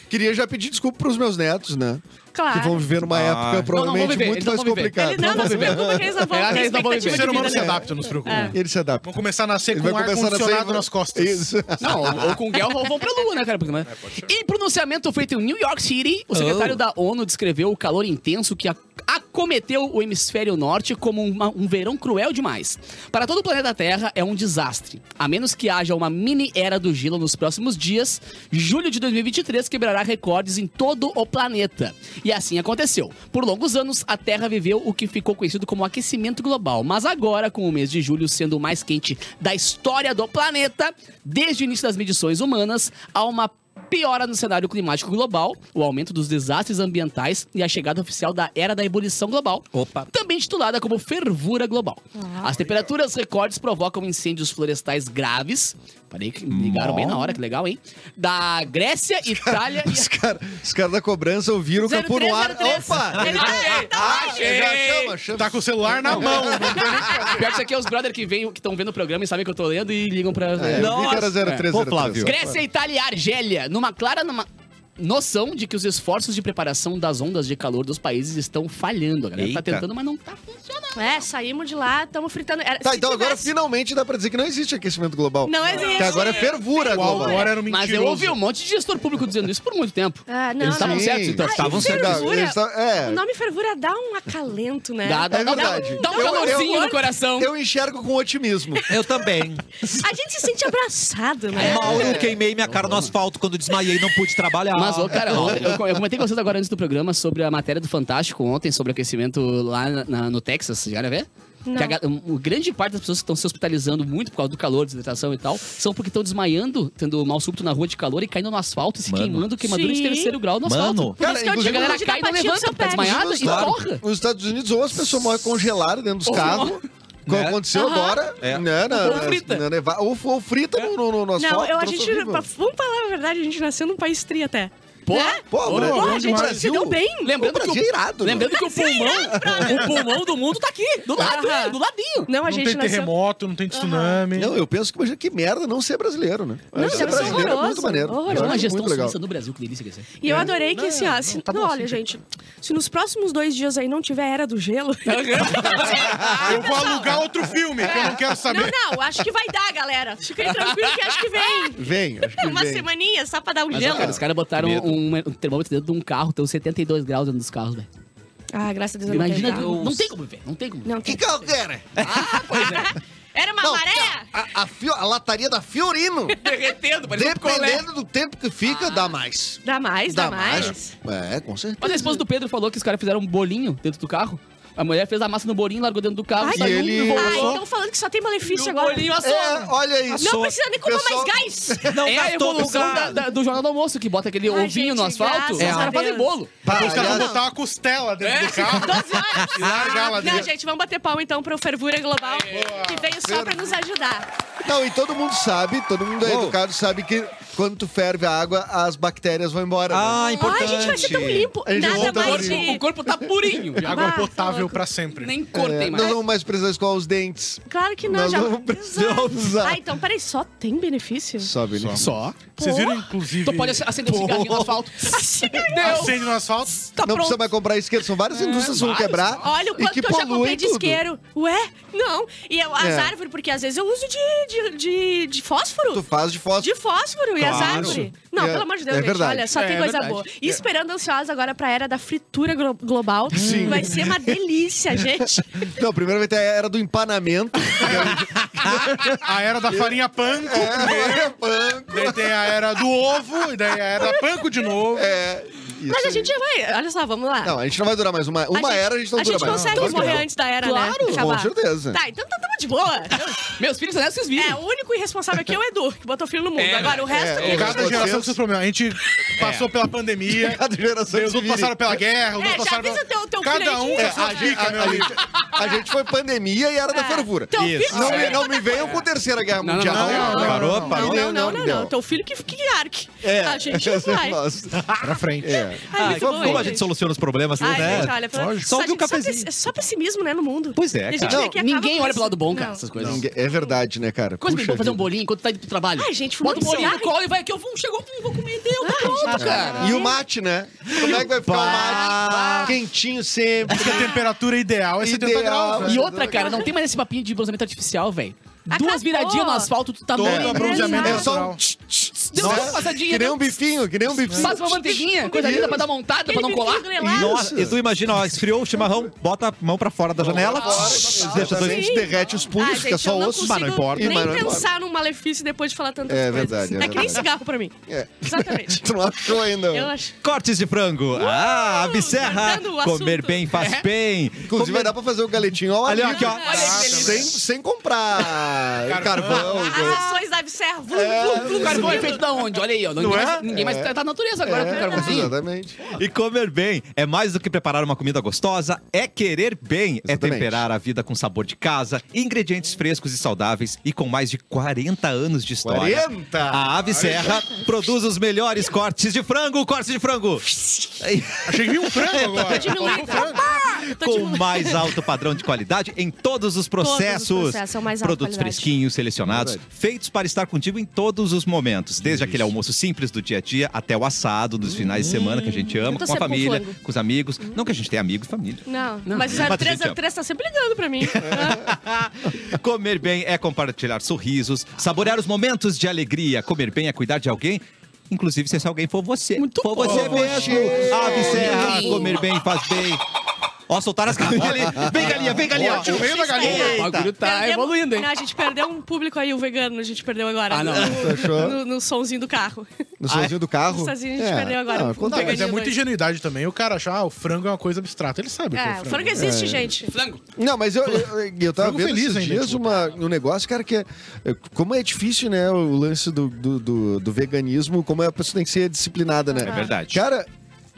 [SPEAKER 5] Queria já pedir desculpa pros meus netos, né?
[SPEAKER 3] Claro.
[SPEAKER 5] Que Ah. vão viver numa época
[SPEAKER 4] vão
[SPEAKER 5] provavelmente
[SPEAKER 4] viver,
[SPEAKER 5] muito
[SPEAKER 4] eles não
[SPEAKER 5] mais
[SPEAKER 4] vão viver.
[SPEAKER 5] complicada.
[SPEAKER 3] Ele não, não se preocupa que eles não
[SPEAKER 4] Eles não
[SPEAKER 3] vão ter
[SPEAKER 4] vão
[SPEAKER 6] O
[SPEAKER 3] expectativa de
[SPEAKER 6] ser humano
[SPEAKER 3] vida
[SPEAKER 6] se
[SPEAKER 3] nenhuma.
[SPEAKER 6] adapta, não se preocupe.
[SPEAKER 5] Ele se adapta.
[SPEAKER 6] Vamos começar a nascer
[SPEAKER 5] Ele
[SPEAKER 6] com
[SPEAKER 5] vai
[SPEAKER 6] um ar
[SPEAKER 5] começar a nascer-
[SPEAKER 6] condicionado nas costas.
[SPEAKER 5] Isso.
[SPEAKER 4] Não, ou- ou com guerra ou vão pra lua, né, cara? Porque, né? Em pronunciamento feito em New York City, o secretário da ONU descreveu o calor intenso que a- acometeu o hemisfério norte como uma- um verão cruel demais. Para todo o planeta Terra, é um desastre. A menos que haja uma mini era do gelo nos próximos dias, julho de 2023 quebrará recordes em todo o planeta. E assim aconteceu. Por longos anos, a Terra viveu o que ficou conhecido como aquecimento global. Mas agora, com o mês de julho sendo o mais quente da história do planeta, desde o início das medições humanas, há uma piora no cenário climático global, o aumento dos desastres ambientais e a chegada oficial da era da ebulição global,
[SPEAKER 2] Opa.
[SPEAKER 4] também titulada como fervura global. As temperaturas recordes provocam incêndios florestais graves. Parei que me ligaram bem na hora, que legal, hein? Da Grécia, Itália
[SPEAKER 5] [laughs]
[SPEAKER 4] e
[SPEAKER 5] Os caras cara da cobrança ouviram o Capu no ar.
[SPEAKER 3] 0303.
[SPEAKER 5] Opa!
[SPEAKER 3] Ele tá-
[SPEAKER 5] Já chama, chama.
[SPEAKER 6] Tá com o celular na mão.
[SPEAKER 5] [laughs] Tá
[SPEAKER 4] Pior que isso aqui é os brother que vêm, que estão vendo o programa e sabem que eu tô lendo e ligam pra.
[SPEAKER 5] É, eu vi que era
[SPEAKER 1] Nossa.
[SPEAKER 5] 0303.
[SPEAKER 1] Ô, Flávio.
[SPEAKER 5] Tá,
[SPEAKER 4] Grécia, Itália e Argélia, numa clara numa noção de que os esforços de preparação das ondas de calor dos países estão falhando. A galera tá
[SPEAKER 1] Eita.
[SPEAKER 4] tentando, mas não tá funcionando.
[SPEAKER 3] É, saímos de lá, estamos fritando. Era-
[SPEAKER 5] Tá,
[SPEAKER 3] se
[SPEAKER 5] então agora
[SPEAKER 3] tivesse-
[SPEAKER 5] finalmente dá pra dizer que não existe aquecimento global.
[SPEAKER 3] Não existe.
[SPEAKER 5] Que agora é fervura
[SPEAKER 6] O
[SPEAKER 5] global.
[SPEAKER 6] Agora era um mentiroso.
[SPEAKER 4] Mas eu ouvi um monte de gestor público dizendo isso por muito tempo.
[SPEAKER 3] Ah, não,
[SPEAKER 4] Eles
[SPEAKER 3] não.
[SPEAKER 4] estavam certos, então.
[SPEAKER 3] Ah, e
[SPEAKER 6] é um
[SPEAKER 1] Estavam certos.
[SPEAKER 3] fervura,
[SPEAKER 5] Eles tavam- é.
[SPEAKER 3] O nome fervura dá um acalento, né?
[SPEAKER 4] Dá, dá,
[SPEAKER 5] É
[SPEAKER 4] dá um-
[SPEAKER 5] verdade.
[SPEAKER 4] dá um
[SPEAKER 5] Eu- eu-
[SPEAKER 4] calorzinho no coração.
[SPEAKER 5] Eu enxergo com otimismo.
[SPEAKER 1] Eu também.
[SPEAKER 3] A gente se sente abraçado,
[SPEAKER 4] É.
[SPEAKER 3] né?
[SPEAKER 1] Mauro, queimei minha cara no asfalto quando desmaiei, não pude trabalhar.
[SPEAKER 4] Mas, ô, cara, ontem- eu, eu comentei com vocês agora antes do programa sobre a matéria do Fantástico ontem, sobre aquecimento lá na- na- no Texas, vocês chegaram a ver?
[SPEAKER 3] Não.
[SPEAKER 4] Que a, ga- um- grande parte das pessoas que estão se hospitalizando muito por causa do calor, desidratação e tal, são porque estão desmaiando, tendo mal súbito na rua de calor e caindo no asfalto e se
[SPEAKER 1] Mano.
[SPEAKER 4] queimando, queimadura de
[SPEAKER 3] Sim.
[SPEAKER 4] terceiro grau no
[SPEAKER 1] Mano.
[SPEAKER 4] asfalto.
[SPEAKER 3] Por isso que eu
[SPEAKER 4] E a
[SPEAKER 3] digo
[SPEAKER 4] galera
[SPEAKER 3] de
[SPEAKER 4] cai e não
[SPEAKER 3] apatia do
[SPEAKER 4] levanta,
[SPEAKER 3] seu
[SPEAKER 4] tá
[SPEAKER 3] pé.
[SPEAKER 4] desmaiada e
[SPEAKER 1] Claro.
[SPEAKER 4] torra.
[SPEAKER 5] Nos Estados Unidos, ou as pessoas morrem congeladas dentro dos
[SPEAKER 4] Ou
[SPEAKER 5] carros,
[SPEAKER 4] morre.
[SPEAKER 5] como
[SPEAKER 1] É.
[SPEAKER 5] aconteceu agora,
[SPEAKER 1] É.
[SPEAKER 5] né? Na,
[SPEAKER 4] Ou frita.
[SPEAKER 5] na neva- ou, ou frita no, no, no, no
[SPEAKER 3] Não,
[SPEAKER 5] asfalto.
[SPEAKER 3] eu, a
[SPEAKER 5] troço
[SPEAKER 3] gente. tá
[SPEAKER 5] horrível.
[SPEAKER 3] Vamos falar a verdade, a gente nasceu num país tri até.
[SPEAKER 4] Pô,
[SPEAKER 5] Pô, o Brasil,
[SPEAKER 3] Porra, a
[SPEAKER 5] o
[SPEAKER 3] gente se
[SPEAKER 5] Brasil-
[SPEAKER 3] deu bem.
[SPEAKER 4] né? lembrando que o,
[SPEAKER 5] Brasil é irado, né?
[SPEAKER 4] lembrando que o pulmão, o pulmão do mundo tá aqui, do lado,
[SPEAKER 3] é, Aham.
[SPEAKER 4] do ladinho.
[SPEAKER 3] Não, a
[SPEAKER 6] Não
[SPEAKER 3] gente
[SPEAKER 6] tem
[SPEAKER 3] nasceu.
[SPEAKER 6] terremoto, não tem tsunami.
[SPEAKER 5] Não, eu penso que, imagina, que merda não ser brasileiro, né?
[SPEAKER 3] Não,
[SPEAKER 5] ser
[SPEAKER 3] deve ser
[SPEAKER 5] brasileiro é muito
[SPEAKER 3] horroroso,
[SPEAKER 5] maneiro.
[SPEAKER 3] horroroso.
[SPEAKER 5] Eu
[SPEAKER 4] Olha,
[SPEAKER 5] acho
[SPEAKER 4] uma gestão
[SPEAKER 5] muito legal.
[SPEAKER 4] suíça no Brasil, que delícia que é ia ser.
[SPEAKER 3] E eu adorei que assim, ó. se- não, olha, gente, se nos próximos dois dias aí não tiver era do gelo.
[SPEAKER 6] eu vou alugar outro filme, que eu não quero saber.
[SPEAKER 3] Não, não, acho que vai dar, galera. Fiquem tranquilos que acho que vem.
[SPEAKER 5] Vem, acho
[SPEAKER 4] [laughs]
[SPEAKER 5] que
[SPEAKER 3] Uma
[SPEAKER 5] vem.
[SPEAKER 3] semaninha só pra dar um
[SPEAKER 4] Mas, ó,
[SPEAKER 3] gelo.
[SPEAKER 4] cara, os caras botaram um, um termômetro dentro de um carro, tem uns 72 graus dentro dos carros, velho.
[SPEAKER 3] Ah, graças a Deus eu não
[SPEAKER 4] Imagina,
[SPEAKER 3] tenho
[SPEAKER 4] que-
[SPEAKER 3] carro.
[SPEAKER 4] não tem como ver, não tem como ver.
[SPEAKER 3] Não tem.
[SPEAKER 5] caldeira!
[SPEAKER 3] Era
[SPEAKER 5] é Não,
[SPEAKER 3] uma
[SPEAKER 5] tá.
[SPEAKER 3] maré?
[SPEAKER 5] A, a fio- a lataria da
[SPEAKER 3] [laughs]
[SPEAKER 5] Fiorino,
[SPEAKER 4] Derretendo,
[SPEAKER 5] dependendo do tempo que fica, dá mais.
[SPEAKER 3] Dá mais, Ah. dá, mais.
[SPEAKER 5] É, com certeza.
[SPEAKER 4] Mas a esposa do Pedro falou que os caras fizeram um bolinho dentro do carro. A mulher fez a massa no bolinho, largou dentro do carro,
[SPEAKER 3] Ai,
[SPEAKER 4] saiu
[SPEAKER 5] e ele-
[SPEAKER 4] e voltou.
[SPEAKER 3] Ah, então falando que só tem malefício
[SPEAKER 4] E o
[SPEAKER 3] agora.
[SPEAKER 4] um bolinho
[SPEAKER 5] É,
[SPEAKER 4] assou.
[SPEAKER 5] olha isso.
[SPEAKER 3] Não precisa nem comprar
[SPEAKER 5] Pessoal-
[SPEAKER 3] mais gás.
[SPEAKER 1] Não
[SPEAKER 4] É a
[SPEAKER 1] gastou
[SPEAKER 4] evolução
[SPEAKER 1] gás.
[SPEAKER 4] da- da- do Jornal do Almoço, que bota aquele
[SPEAKER 3] Ai,
[SPEAKER 4] ovinho no
[SPEAKER 3] gente,
[SPEAKER 4] asfalto.
[SPEAKER 3] graças
[SPEAKER 4] Os
[SPEAKER 3] a
[SPEAKER 4] caras fazem
[SPEAKER 3] Deus.
[SPEAKER 4] bolo.
[SPEAKER 5] Pá,
[SPEAKER 6] Os caras vão
[SPEAKER 5] aliás,
[SPEAKER 6] botar uma costela dentro do carro e largar
[SPEAKER 3] Não,
[SPEAKER 6] lá dentro.
[SPEAKER 3] gente, vamos bater palma então pro Fervura Global, que veio só pra nos ajudar.
[SPEAKER 5] Não, e todo mundo sabe, todo mundo é
[SPEAKER 1] Uou.
[SPEAKER 5] educado, sabe que quando tu ferve a água, as bactérias vão embora. né?
[SPEAKER 1] Ah, importante.
[SPEAKER 3] Ai, a gente vai ser tão limpo.
[SPEAKER 5] A gente
[SPEAKER 3] Nada
[SPEAKER 5] volta
[SPEAKER 4] O
[SPEAKER 3] mais
[SPEAKER 5] ali.
[SPEAKER 4] corpo, o
[SPEAKER 3] de...
[SPEAKER 4] corpo tá purinho. já.
[SPEAKER 6] Água
[SPEAKER 3] Ah, tá
[SPEAKER 6] potável
[SPEAKER 3] louco.
[SPEAKER 6] pra sempre.
[SPEAKER 4] Nem cor
[SPEAKER 5] É,
[SPEAKER 4] tem
[SPEAKER 5] nós
[SPEAKER 4] mais.
[SPEAKER 5] não vamos mais precisar escovar os dentes.
[SPEAKER 3] Claro que não,
[SPEAKER 5] Nós
[SPEAKER 3] já...
[SPEAKER 5] não precisamos usar.
[SPEAKER 3] Ah, então, peraí, só
[SPEAKER 5] [laughs]
[SPEAKER 3] tem benefício?
[SPEAKER 5] Sabe, né?
[SPEAKER 4] Só.
[SPEAKER 6] Vocês viram, inclusive...
[SPEAKER 4] Então pode acender um cigarrinho no asfalto.
[SPEAKER 3] Ah, é,
[SPEAKER 4] Deu.
[SPEAKER 6] Acende no asfalto.
[SPEAKER 4] Tá
[SPEAKER 5] não precisa
[SPEAKER 4] pronto.
[SPEAKER 5] mais comprar isqueiro, são várias indústrias que vão
[SPEAKER 4] várias.
[SPEAKER 5] quebrar.
[SPEAKER 3] Olha o
[SPEAKER 5] e
[SPEAKER 3] quanto
[SPEAKER 5] que
[SPEAKER 3] eu já comprei
[SPEAKER 5] poluem
[SPEAKER 3] de
[SPEAKER 5] tudo.
[SPEAKER 3] isqueiro. Ué? Não. E eu- as
[SPEAKER 5] É.
[SPEAKER 3] árvores, porque às vezes eu uso de, de, de, de fósforo.
[SPEAKER 5] Tu faz de fósforo.
[SPEAKER 3] De fósforo e as
[SPEAKER 1] Claro.
[SPEAKER 3] árvores. Não,
[SPEAKER 5] É,
[SPEAKER 3] pelo amor de Deus,
[SPEAKER 5] é
[SPEAKER 3] gente.
[SPEAKER 5] verdade.
[SPEAKER 3] Olha, só
[SPEAKER 4] É,
[SPEAKER 3] tem
[SPEAKER 4] é
[SPEAKER 3] coisa
[SPEAKER 4] verdade.
[SPEAKER 3] boa. E esperando ansiosa agora pra era da fritura glo- global.
[SPEAKER 5] Sim.
[SPEAKER 3] Vai ser
[SPEAKER 5] [laughs]
[SPEAKER 3] uma delícia, gente.
[SPEAKER 5] Não, primeiro vai ter a era do
[SPEAKER 3] [laughs]
[SPEAKER 5] empanamento.
[SPEAKER 6] A era da farinha panko.
[SPEAKER 5] é, panco.
[SPEAKER 6] Daí tem a era do ovo. E daí a era da panko de novo.
[SPEAKER 5] É, isso
[SPEAKER 3] Mas a
[SPEAKER 5] aí.
[SPEAKER 3] gente vai. Olha só, vamos lá.
[SPEAKER 5] Não, a gente não vai durar mais. Uma, uma era a gente não
[SPEAKER 3] a
[SPEAKER 5] dura
[SPEAKER 3] gente
[SPEAKER 5] mais.
[SPEAKER 3] consegue
[SPEAKER 5] Claro que
[SPEAKER 3] morrer
[SPEAKER 5] não.
[SPEAKER 3] antes da era, né?
[SPEAKER 5] Claro, com
[SPEAKER 3] Acabar.
[SPEAKER 5] certeza.
[SPEAKER 3] Tá, então tá, tamo de boa.
[SPEAKER 5] [laughs]
[SPEAKER 4] Meus filhos, aliás, vocês viram.
[SPEAKER 3] É, o único irresponsável aqui é o Edu, que botou filho no mundo.
[SPEAKER 4] É.
[SPEAKER 3] Agora, o resto...
[SPEAKER 5] É,
[SPEAKER 3] É,
[SPEAKER 5] o
[SPEAKER 6] Cada
[SPEAKER 5] Vocês-
[SPEAKER 6] geração com seus problemas. A gente passou pela pandemia.
[SPEAKER 5] Cada geração
[SPEAKER 6] Os
[SPEAKER 5] se
[SPEAKER 6] outros
[SPEAKER 5] vire.
[SPEAKER 6] passaram pela guerra, os outros
[SPEAKER 3] É, já
[SPEAKER 6] passaram
[SPEAKER 3] avisa
[SPEAKER 6] pela...
[SPEAKER 3] teu, teu filho
[SPEAKER 6] Cada
[SPEAKER 3] aí
[SPEAKER 6] um
[SPEAKER 3] que-
[SPEAKER 6] é a dica, meu
[SPEAKER 5] a,
[SPEAKER 6] amigo.
[SPEAKER 5] gente, a gente foi pandemia e
[SPEAKER 3] É.
[SPEAKER 5] era da fervura.
[SPEAKER 3] Teu filho
[SPEAKER 1] Isso.
[SPEAKER 3] que
[SPEAKER 5] Não
[SPEAKER 3] se
[SPEAKER 5] me, não me
[SPEAKER 3] vira-
[SPEAKER 5] venham com Terceira Guerra
[SPEAKER 4] Não, não,
[SPEAKER 5] Mundial.
[SPEAKER 4] não,
[SPEAKER 6] não, não.
[SPEAKER 1] Parou, parou.
[SPEAKER 3] Não, não, não,
[SPEAKER 5] Não,
[SPEAKER 3] não.
[SPEAKER 5] não.
[SPEAKER 3] Teu filho que, que arque.
[SPEAKER 5] É.
[SPEAKER 3] A gente não vai.
[SPEAKER 5] Nossa.
[SPEAKER 6] Pra frente.
[SPEAKER 3] Ai, muito bom,
[SPEAKER 1] É, Como
[SPEAKER 3] hein,
[SPEAKER 1] a gente soluciona os problemas,
[SPEAKER 3] Ah, Ai,
[SPEAKER 1] né?
[SPEAKER 3] gente, olha, pra...
[SPEAKER 1] Lógico. Só
[SPEAKER 3] só,
[SPEAKER 1] de um cafezinho.
[SPEAKER 3] pessi- É só pessimismo, né, no mundo.
[SPEAKER 1] Pois é,
[SPEAKER 3] E a gente
[SPEAKER 1] cara.
[SPEAKER 3] vê
[SPEAKER 4] Não,
[SPEAKER 3] que acaba
[SPEAKER 4] ninguém
[SPEAKER 3] com
[SPEAKER 4] olha
[SPEAKER 3] isso.
[SPEAKER 4] pro lado bom, cara,
[SPEAKER 3] Não.
[SPEAKER 4] essas coisas.
[SPEAKER 5] Ninguém- É verdade, né, cara?
[SPEAKER 4] Coisa
[SPEAKER 5] Puxa
[SPEAKER 4] melhor, vou fazer um
[SPEAKER 5] vida.
[SPEAKER 4] bolinho enquanto tá indo pro trabalho.
[SPEAKER 3] Ai, gente,
[SPEAKER 4] Bota um
[SPEAKER 3] muito
[SPEAKER 4] bolinho no
[SPEAKER 3] bizarro.
[SPEAKER 4] colo e vai aqui, eu vou, chegou, eu vou comer, deu, tá pronto, cara.
[SPEAKER 5] E o mate, né? Como é que vai ficar o mate? Quentinho sempre.
[SPEAKER 6] Porque a temperatura ideal é 70
[SPEAKER 5] Ideal.
[SPEAKER 6] graus, né?
[SPEAKER 4] E outra, cara, não tem mais esse papinho de bronzeamento artificial, velho.
[SPEAKER 3] Acabou.
[SPEAKER 4] Duas viradinhas no asfalto, tu tá
[SPEAKER 6] Todo
[SPEAKER 4] bem.
[SPEAKER 6] bronzeamento
[SPEAKER 5] É
[SPEAKER 3] Exato.
[SPEAKER 5] só um...
[SPEAKER 6] natural.
[SPEAKER 4] Deu
[SPEAKER 5] Né?
[SPEAKER 4] uma passadinha.
[SPEAKER 5] Que nem
[SPEAKER 4] deu-
[SPEAKER 5] um bifinho, que nem um bifinho.
[SPEAKER 4] Faz uma manteiguinha, coisa linda pra dar montada, pra
[SPEAKER 3] Aquele
[SPEAKER 4] não colar.
[SPEAKER 3] bifinho grelado.
[SPEAKER 1] Nossa, e tu imagina, ó, esfriou o chimarrão, bota a mão pra fora da janela, deixa
[SPEAKER 5] a
[SPEAKER 1] dois...
[SPEAKER 5] gente derrete os
[SPEAKER 3] Ah,
[SPEAKER 5] punhos,
[SPEAKER 3] gente,
[SPEAKER 5] fica só
[SPEAKER 3] eu não
[SPEAKER 5] osso.
[SPEAKER 3] consigo
[SPEAKER 1] mas não importa.
[SPEAKER 5] Mas não
[SPEAKER 3] Nem
[SPEAKER 5] importa.
[SPEAKER 3] pensar num malefício depois de falar tantas
[SPEAKER 5] É
[SPEAKER 3] coisas.
[SPEAKER 5] verdade, é
[SPEAKER 3] que nem
[SPEAKER 5] verdade.
[SPEAKER 3] cigarro pra mim.
[SPEAKER 5] É.
[SPEAKER 3] Exatamente.
[SPEAKER 5] Tu não achou ainda?
[SPEAKER 3] Eu acho.
[SPEAKER 1] Cortes de frango. ah, a Serra.
[SPEAKER 3] cortando Uh, o
[SPEAKER 1] Comer
[SPEAKER 3] assunto. É.
[SPEAKER 1] bem faz bem.
[SPEAKER 5] Inclusive, vai dar pra fazer o galetinho ao ar
[SPEAKER 1] Olha
[SPEAKER 5] livre.
[SPEAKER 1] aqui, ó.
[SPEAKER 3] Olha que delícia.
[SPEAKER 5] Sem, sem comprar carvão.
[SPEAKER 6] Carvão.
[SPEAKER 3] As ações da Abserra. Vum, vum, vum,
[SPEAKER 4] O carvão é
[SPEAKER 3] subindo.
[SPEAKER 4] feito da onde? Olha aí, ó. Ninguém
[SPEAKER 1] Não é?
[SPEAKER 4] mais, ninguém mais tá na natureza
[SPEAKER 5] É.
[SPEAKER 4] agora com o carvãozinho.
[SPEAKER 5] Exatamente.
[SPEAKER 1] E comer bem é mais do que preparar uma comida gostosa, é querer bem, é
[SPEAKER 5] Exatamente.
[SPEAKER 1] temperar a vida com sabor de casa, ingredientes frescos e saudáveis e com mais de 40 anos de história.
[SPEAKER 5] 40?
[SPEAKER 1] A Ave Serra produz os melhores cortes de frango, corte de frango.
[SPEAKER 6] Achei que vi um frango agora.
[SPEAKER 3] Diminuir. Tô
[SPEAKER 1] com
[SPEAKER 3] diminuindo.
[SPEAKER 1] o mais alto padrão de qualidade em todos os processos.
[SPEAKER 3] processos, é o mais alto
[SPEAKER 1] Produtos
[SPEAKER 3] qualidade.
[SPEAKER 1] fresquinhos, selecionados, feitos para estar contigo em todos os momentos. Desde aquele almoço simples do dia a dia até o assado dos finais de semana que a gente ama,
[SPEAKER 3] Hum, Eu tô
[SPEAKER 1] com a
[SPEAKER 3] sempre com
[SPEAKER 1] família,
[SPEAKER 3] frango. Hum.
[SPEAKER 1] com os amigos. Não que a gente tenha amigos e família. [laughs]
[SPEAKER 3] Não, mas o
[SPEAKER 1] Mas a
[SPEAKER 3] 03
[SPEAKER 1] gente ama.
[SPEAKER 3] 03 tá sempre ligando pra mim.
[SPEAKER 1] Comer bem é compartilhar sorrisos, saborear os momentos de alegria. Comer bem é cuidar de alguém. Inclusive, se esse alguém for você.
[SPEAKER 4] Muito
[SPEAKER 1] for
[SPEAKER 4] bom.
[SPEAKER 1] você mesmo. Ave Serra,
[SPEAKER 4] Sim.
[SPEAKER 1] comer bem faz bem. Ó, soltaram as galinhas ali. Vem galinha, vem galinha. ó.
[SPEAKER 6] Ótimo, veio da galinha.
[SPEAKER 3] É.
[SPEAKER 4] O bagulho tá
[SPEAKER 3] Perdemos-
[SPEAKER 4] evoluindo, hein?
[SPEAKER 3] Não, a gente perdeu um público aí, o vegano, a gente perdeu agora.
[SPEAKER 4] Ah, não.
[SPEAKER 3] No,
[SPEAKER 5] achou?
[SPEAKER 3] no, no sonzinho do carro.
[SPEAKER 5] No sozinho do
[SPEAKER 3] No
[SPEAKER 5] carro.
[SPEAKER 3] sozinho a gente perdeu agora.
[SPEAKER 5] Não,
[SPEAKER 3] Não,
[SPEAKER 5] acontece.
[SPEAKER 6] Não, mas é muita
[SPEAKER 3] dois.
[SPEAKER 6] ingenuidade também. O cara achar, ah, o frango é uma coisa abstrata. Ele sabe o que
[SPEAKER 3] É,
[SPEAKER 6] é o
[SPEAKER 3] o frango
[SPEAKER 6] frango.
[SPEAKER 3] existe, gente.
[SPEAKER 4] Frango.
[SPEAKER 5] Não, mas eu, eu, eu tava
[SPEAKER 6] Frango
[SPEAKER 5] vendo
[SPEAKER 6] feliz
[SPEAKER 5] esses
[SPEAKER 6] ainda,
[SPEAKER 5] dias
[SPEAKER 6] tipo.
[SPEAKER 5] uma, um negócio, cara, que é. é, Como é difícil, né, o lance do, do, do- do veganismo, como é, a pessoa tem que ser disciplinada, né?
[SPEAKER 1] É verdade.
[SPEAKER 5] Cara,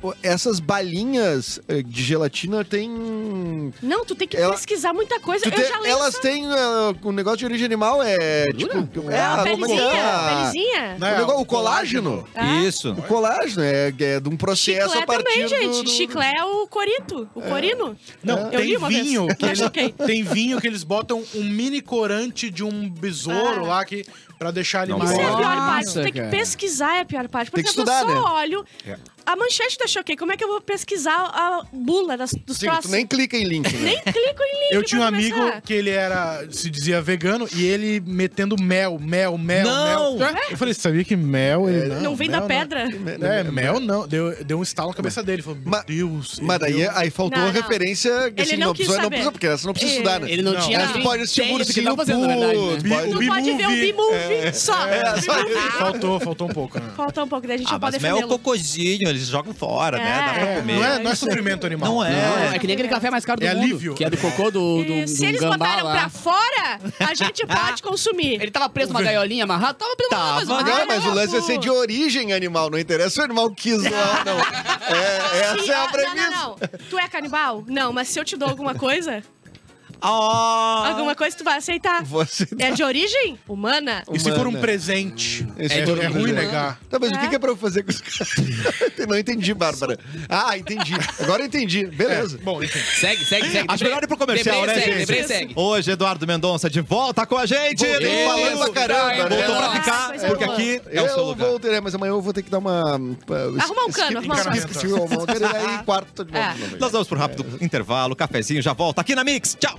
[SPEAKER 5] o- essas balinhas eh, de gelatina tem.
[SPEAKER 3] Não, tu tem que
[SPEAKER 5] Ela-
[SPEAKER 3] pesquisar muita coisa.
[SPEAKER 5] Tu
[SPEAKER 3] Eu
[SPEAKER 5] tem-
[SPEAKER 3] já leio
[SPEAKER 5] elas
[SPEAKER 3] essa-
[SPEAKER 5] têm. eh, O negócio de origem animal é. Tipo, é,
[SPEAKER 3] A
[SPEAKER 5] a
[SPEAKER 3] pelezinha,
[SPEAKER 5] a-
[SPEAKER 3] a pelezinha.
[SPEAKER 5] O, negócio, o colágeno.
[SPEAKER 3] Ah.
[SPEAKER 1] Isso.
[SPEAKER 5] O colágeno é, é de um processo
[SPEAKER 3] Chiclé
[SPEAKER 5] a partir
[SPEAKER 3] também,
[SPEAKER 5] do-
[SPEAKER 3] gente.
[SPEAKER 5] do-
[SPEAKER 3] Chiclé é o corito, o corino.
[SPEAKER 6] Não,
[SPEAKER 3] Eu li
[SPEAKER 6] tem
[SPEAKER 3] uma
[SPEAKER 6] vinho.
[SPEAKER 3] vez.
[SPEAKER 6] que
[SPEAKER 3] Mas
[SPEAKER 6] ele-
[SPEAKER 3] ok.
[SPEAKER 6] Tem vinho que eles botam um mini corante de um besouro
[SPEAKER 3] Ah.
[SPEAKER 6] lá que, pra deixar ele
[SPEAKER 1] Não
[SPEAKER 6] mais.
[SPEAKER 3] Isso é a
[SPEAKER 4] Nossa,
[SPEAKER 3] pior parte. Tu tem que
[SPEAKER 4] cara.
[SPEAKER 3] pesquisar é a pior parte. Por
[SPEAKER 5] Tem que
[SPEAKER 3] exemplo,
[SPEAKER 5] estudar,
[SPEAKER 3] eu só
[SPEAKER 5] né?
[SPEAKER 3] olho. A manchete da Choquei. Como é que eu vou pesquisar a bula das, dos
[SPEAKER 5] Sim, tu
[SPEAKER 3] troços?
[SPEAKER 5] nem clica em link. Né? [laughs]
[SPEAKER 3] [laughs] Nem clico em link.
[SPEAKER 6] Eu tinha um
[SPEAKER 3] pra
[SPEAKER 6] amigo
[SPEAKER 3] começar.
[SPEAKER 6] que ele era, se dizia vegano, e ele metendo mel, mel, mel,
[SPEAKER 1] Não!
[SPEAKER 6] mel. Eu falei, sabia que mel ele não.
[SPEAKER 3] Não vem
[SPEAKER 6] mel
[SPEAKER 3] da pedra.
[SPEAKER 6] não. É, mel não. Deu, deu um estalo na cabeça dele. Falou, meu
[SPEAKER 5] Mas-
[SPEAKER 6] Deus.
[SPEAKER 5] Mas
[SPEAKER 6] ele
[SPEAKER 5] daí é
[SPEAKER 6] deu-
[SPEAKER 5] aí faltou
[SPEAKER 3] Não,
[SPEAKER 5] a
[SPEAKER 3] não.
[SPEAKER 5] referência. que,
[SPEAKER 3] Ele
[SPEAKER 5] assim,
[SPEAKER 3] não quis
[SPEAKER 5] precisa, não
[SPEAKER 3] saber.
[SPEAKER 5] precisa, porque essa não precisa
[SPEAKER 3] É.
[SPEAKER 5] estudar, né?
[SPEAKER 4] Ele não,
[SPEAKER 6] Não,
[SPEAKER 4] tinha.
[SPEAKER 5] Essa tu pode assistir o
[SPEAKER 4] ideia do que
[SPEAKER 5] ursinho
[SPEAKER 4] tá fazendo, na verdade.
[SPEAKER 5] Pooh,
[SPEAKER 4] né?
[SPEAKER 5] tu pode-
[SPEAKER 3] Tu pode ver o B-Movie só.
[SPEAKER 5] só
[SPEAKER 6] Faltou, faltou um pouco. né?
[SPEAKER 3] Falta um pouco, daí a gente
[SPEAKER 1] Ah,
[SPEAKER 3] não pode
[SPEAKER 1] mas mel é o
[SPEAKER 3] defendê-lo.
[SPEAKER 1] cocôzinho, eles jogam fora, né? Dá pra
[SPEAKER 3] É.
[SPEAKER 1] comer.
[SPEAKER 6] Não é, não é sofrimento animal.
[SPEAKER 1] Não é.
[SPEAKER 4] Não, é que nem aquele café mais caro do
[SPEAKER 6] É
[SPEAKER 4] mundo.
[SPEAKER 6] alívio.
[SPEAKER 4] Que é do cocô do, do,
[SPEAKER 3] E Se
[SPEAKER 4] do
[SPEAKER 3] eles
[SPEAKER 4] gambá
[SPEAKER 3] botaram
[SPEAKER 4] lá.
[SPEAKER 3] pra fora, a gente pode consumir.
[SPEAKER 4] [laughs] Ele tava preso numa gaiolinha amarrado? Tava preso numa
[SPEAKER 1] Tava.
[SPEAKER 4] gaiolinha
[SPEAKER 5] Mas,
[SPEAKER 4] amarrada.
[SPEAKER 5] não, mas o lance é ser de origem animal, não interessa se o animal quis lá,
[SPEAKER 3] [laughs]
[SPEAKER 5] não. É,
[SPEAKER 3] Sim,
[SPEAKER 5] essa é
[SPEAKER 3] ó,
[SPEAKER 5] a premissa.
[SPEAKER 3] Não, não, não. Tu é canibal? Não, mas se eu te dou alguma coisa,
[SPEAKER 1] Ah,
[SPEAKER 3] alguma coisa tu vai aceitar.
[SPEAKER 5] Você...
[SPEAKER 3] É de origem humana?
[SPEAKER 6] E se for um
[SPEAKER 5] Humana.
[SPEAKER 6] presente?
[SPEAKER 5] Esse
[SPEAKER 6] É,
[SPEAKER 5] foi o
[SPEAKER 6] é ruim
[SPEAKER 5] primeiro.
[SPEAKER 1] né?
[SPEAKER 6] negar.
[SPEAKER 5] Tá, mas o que
[SPEAKER 3] É?
[SPEAKER 5] que é pra eu fazer com os caras? [laughs] Não entendi, Bárbara. Ah, entendi. Agora eu entendi.
[SPEAKER 1] É,
[SPEAKER 5] Beleza.
[SPEAKER 6] Bom, enfim.
[SPEAKER 4] Segue, segue, segue.
[SPEAKER 1] Acho
[SPEAKER 4] Debrei-
[SPEAKER 1] melhor ir pro comercial,
[SPEAKER 4] Debrei
[SPEAKER 1] né,
[SPEAKER 4] segue,
[SPEAKER 1] gente?
[SPEAKER 4] Debrei segue.
[SPEAKER 1] Hoje, Eduardo Mendonça de volta com a gente.
[SPEAKER 5] Voltei.
[SPEAKER 1] Ele falando pra
[SPEAKER 5] Isso.
[SPEAKER 1] caramba. né?
[SPEAKER 5] Tá,
[SPEAKER 1] Voltou
[SPEAKER 5] é.
[SPEAKER 1] pra ficar,
[SPEAKER 3] Coisa
[SPEAKER 1] porque
[SPEAKER 3] boa.
[SPEAKER 1] aqui é o
[SPEAKER 5] eu
[SPEAKER 1] seu lugar.
[SPEAKER 5] vou ter, mas amanhã eu vou ter que dar uma.
[SPEAKER 3] Arrumar um cano, arrumar um
[SPEAKER 6] cano.
[SPEAKER 5] Esqueci o arrumar um cano. E aí, quarto de novo.
[SPEAKER 3] É.
[SPEAKER 1] Nós vamos pro rápido intervalo, cafezinho, já volta aqui na Mix. Tchau.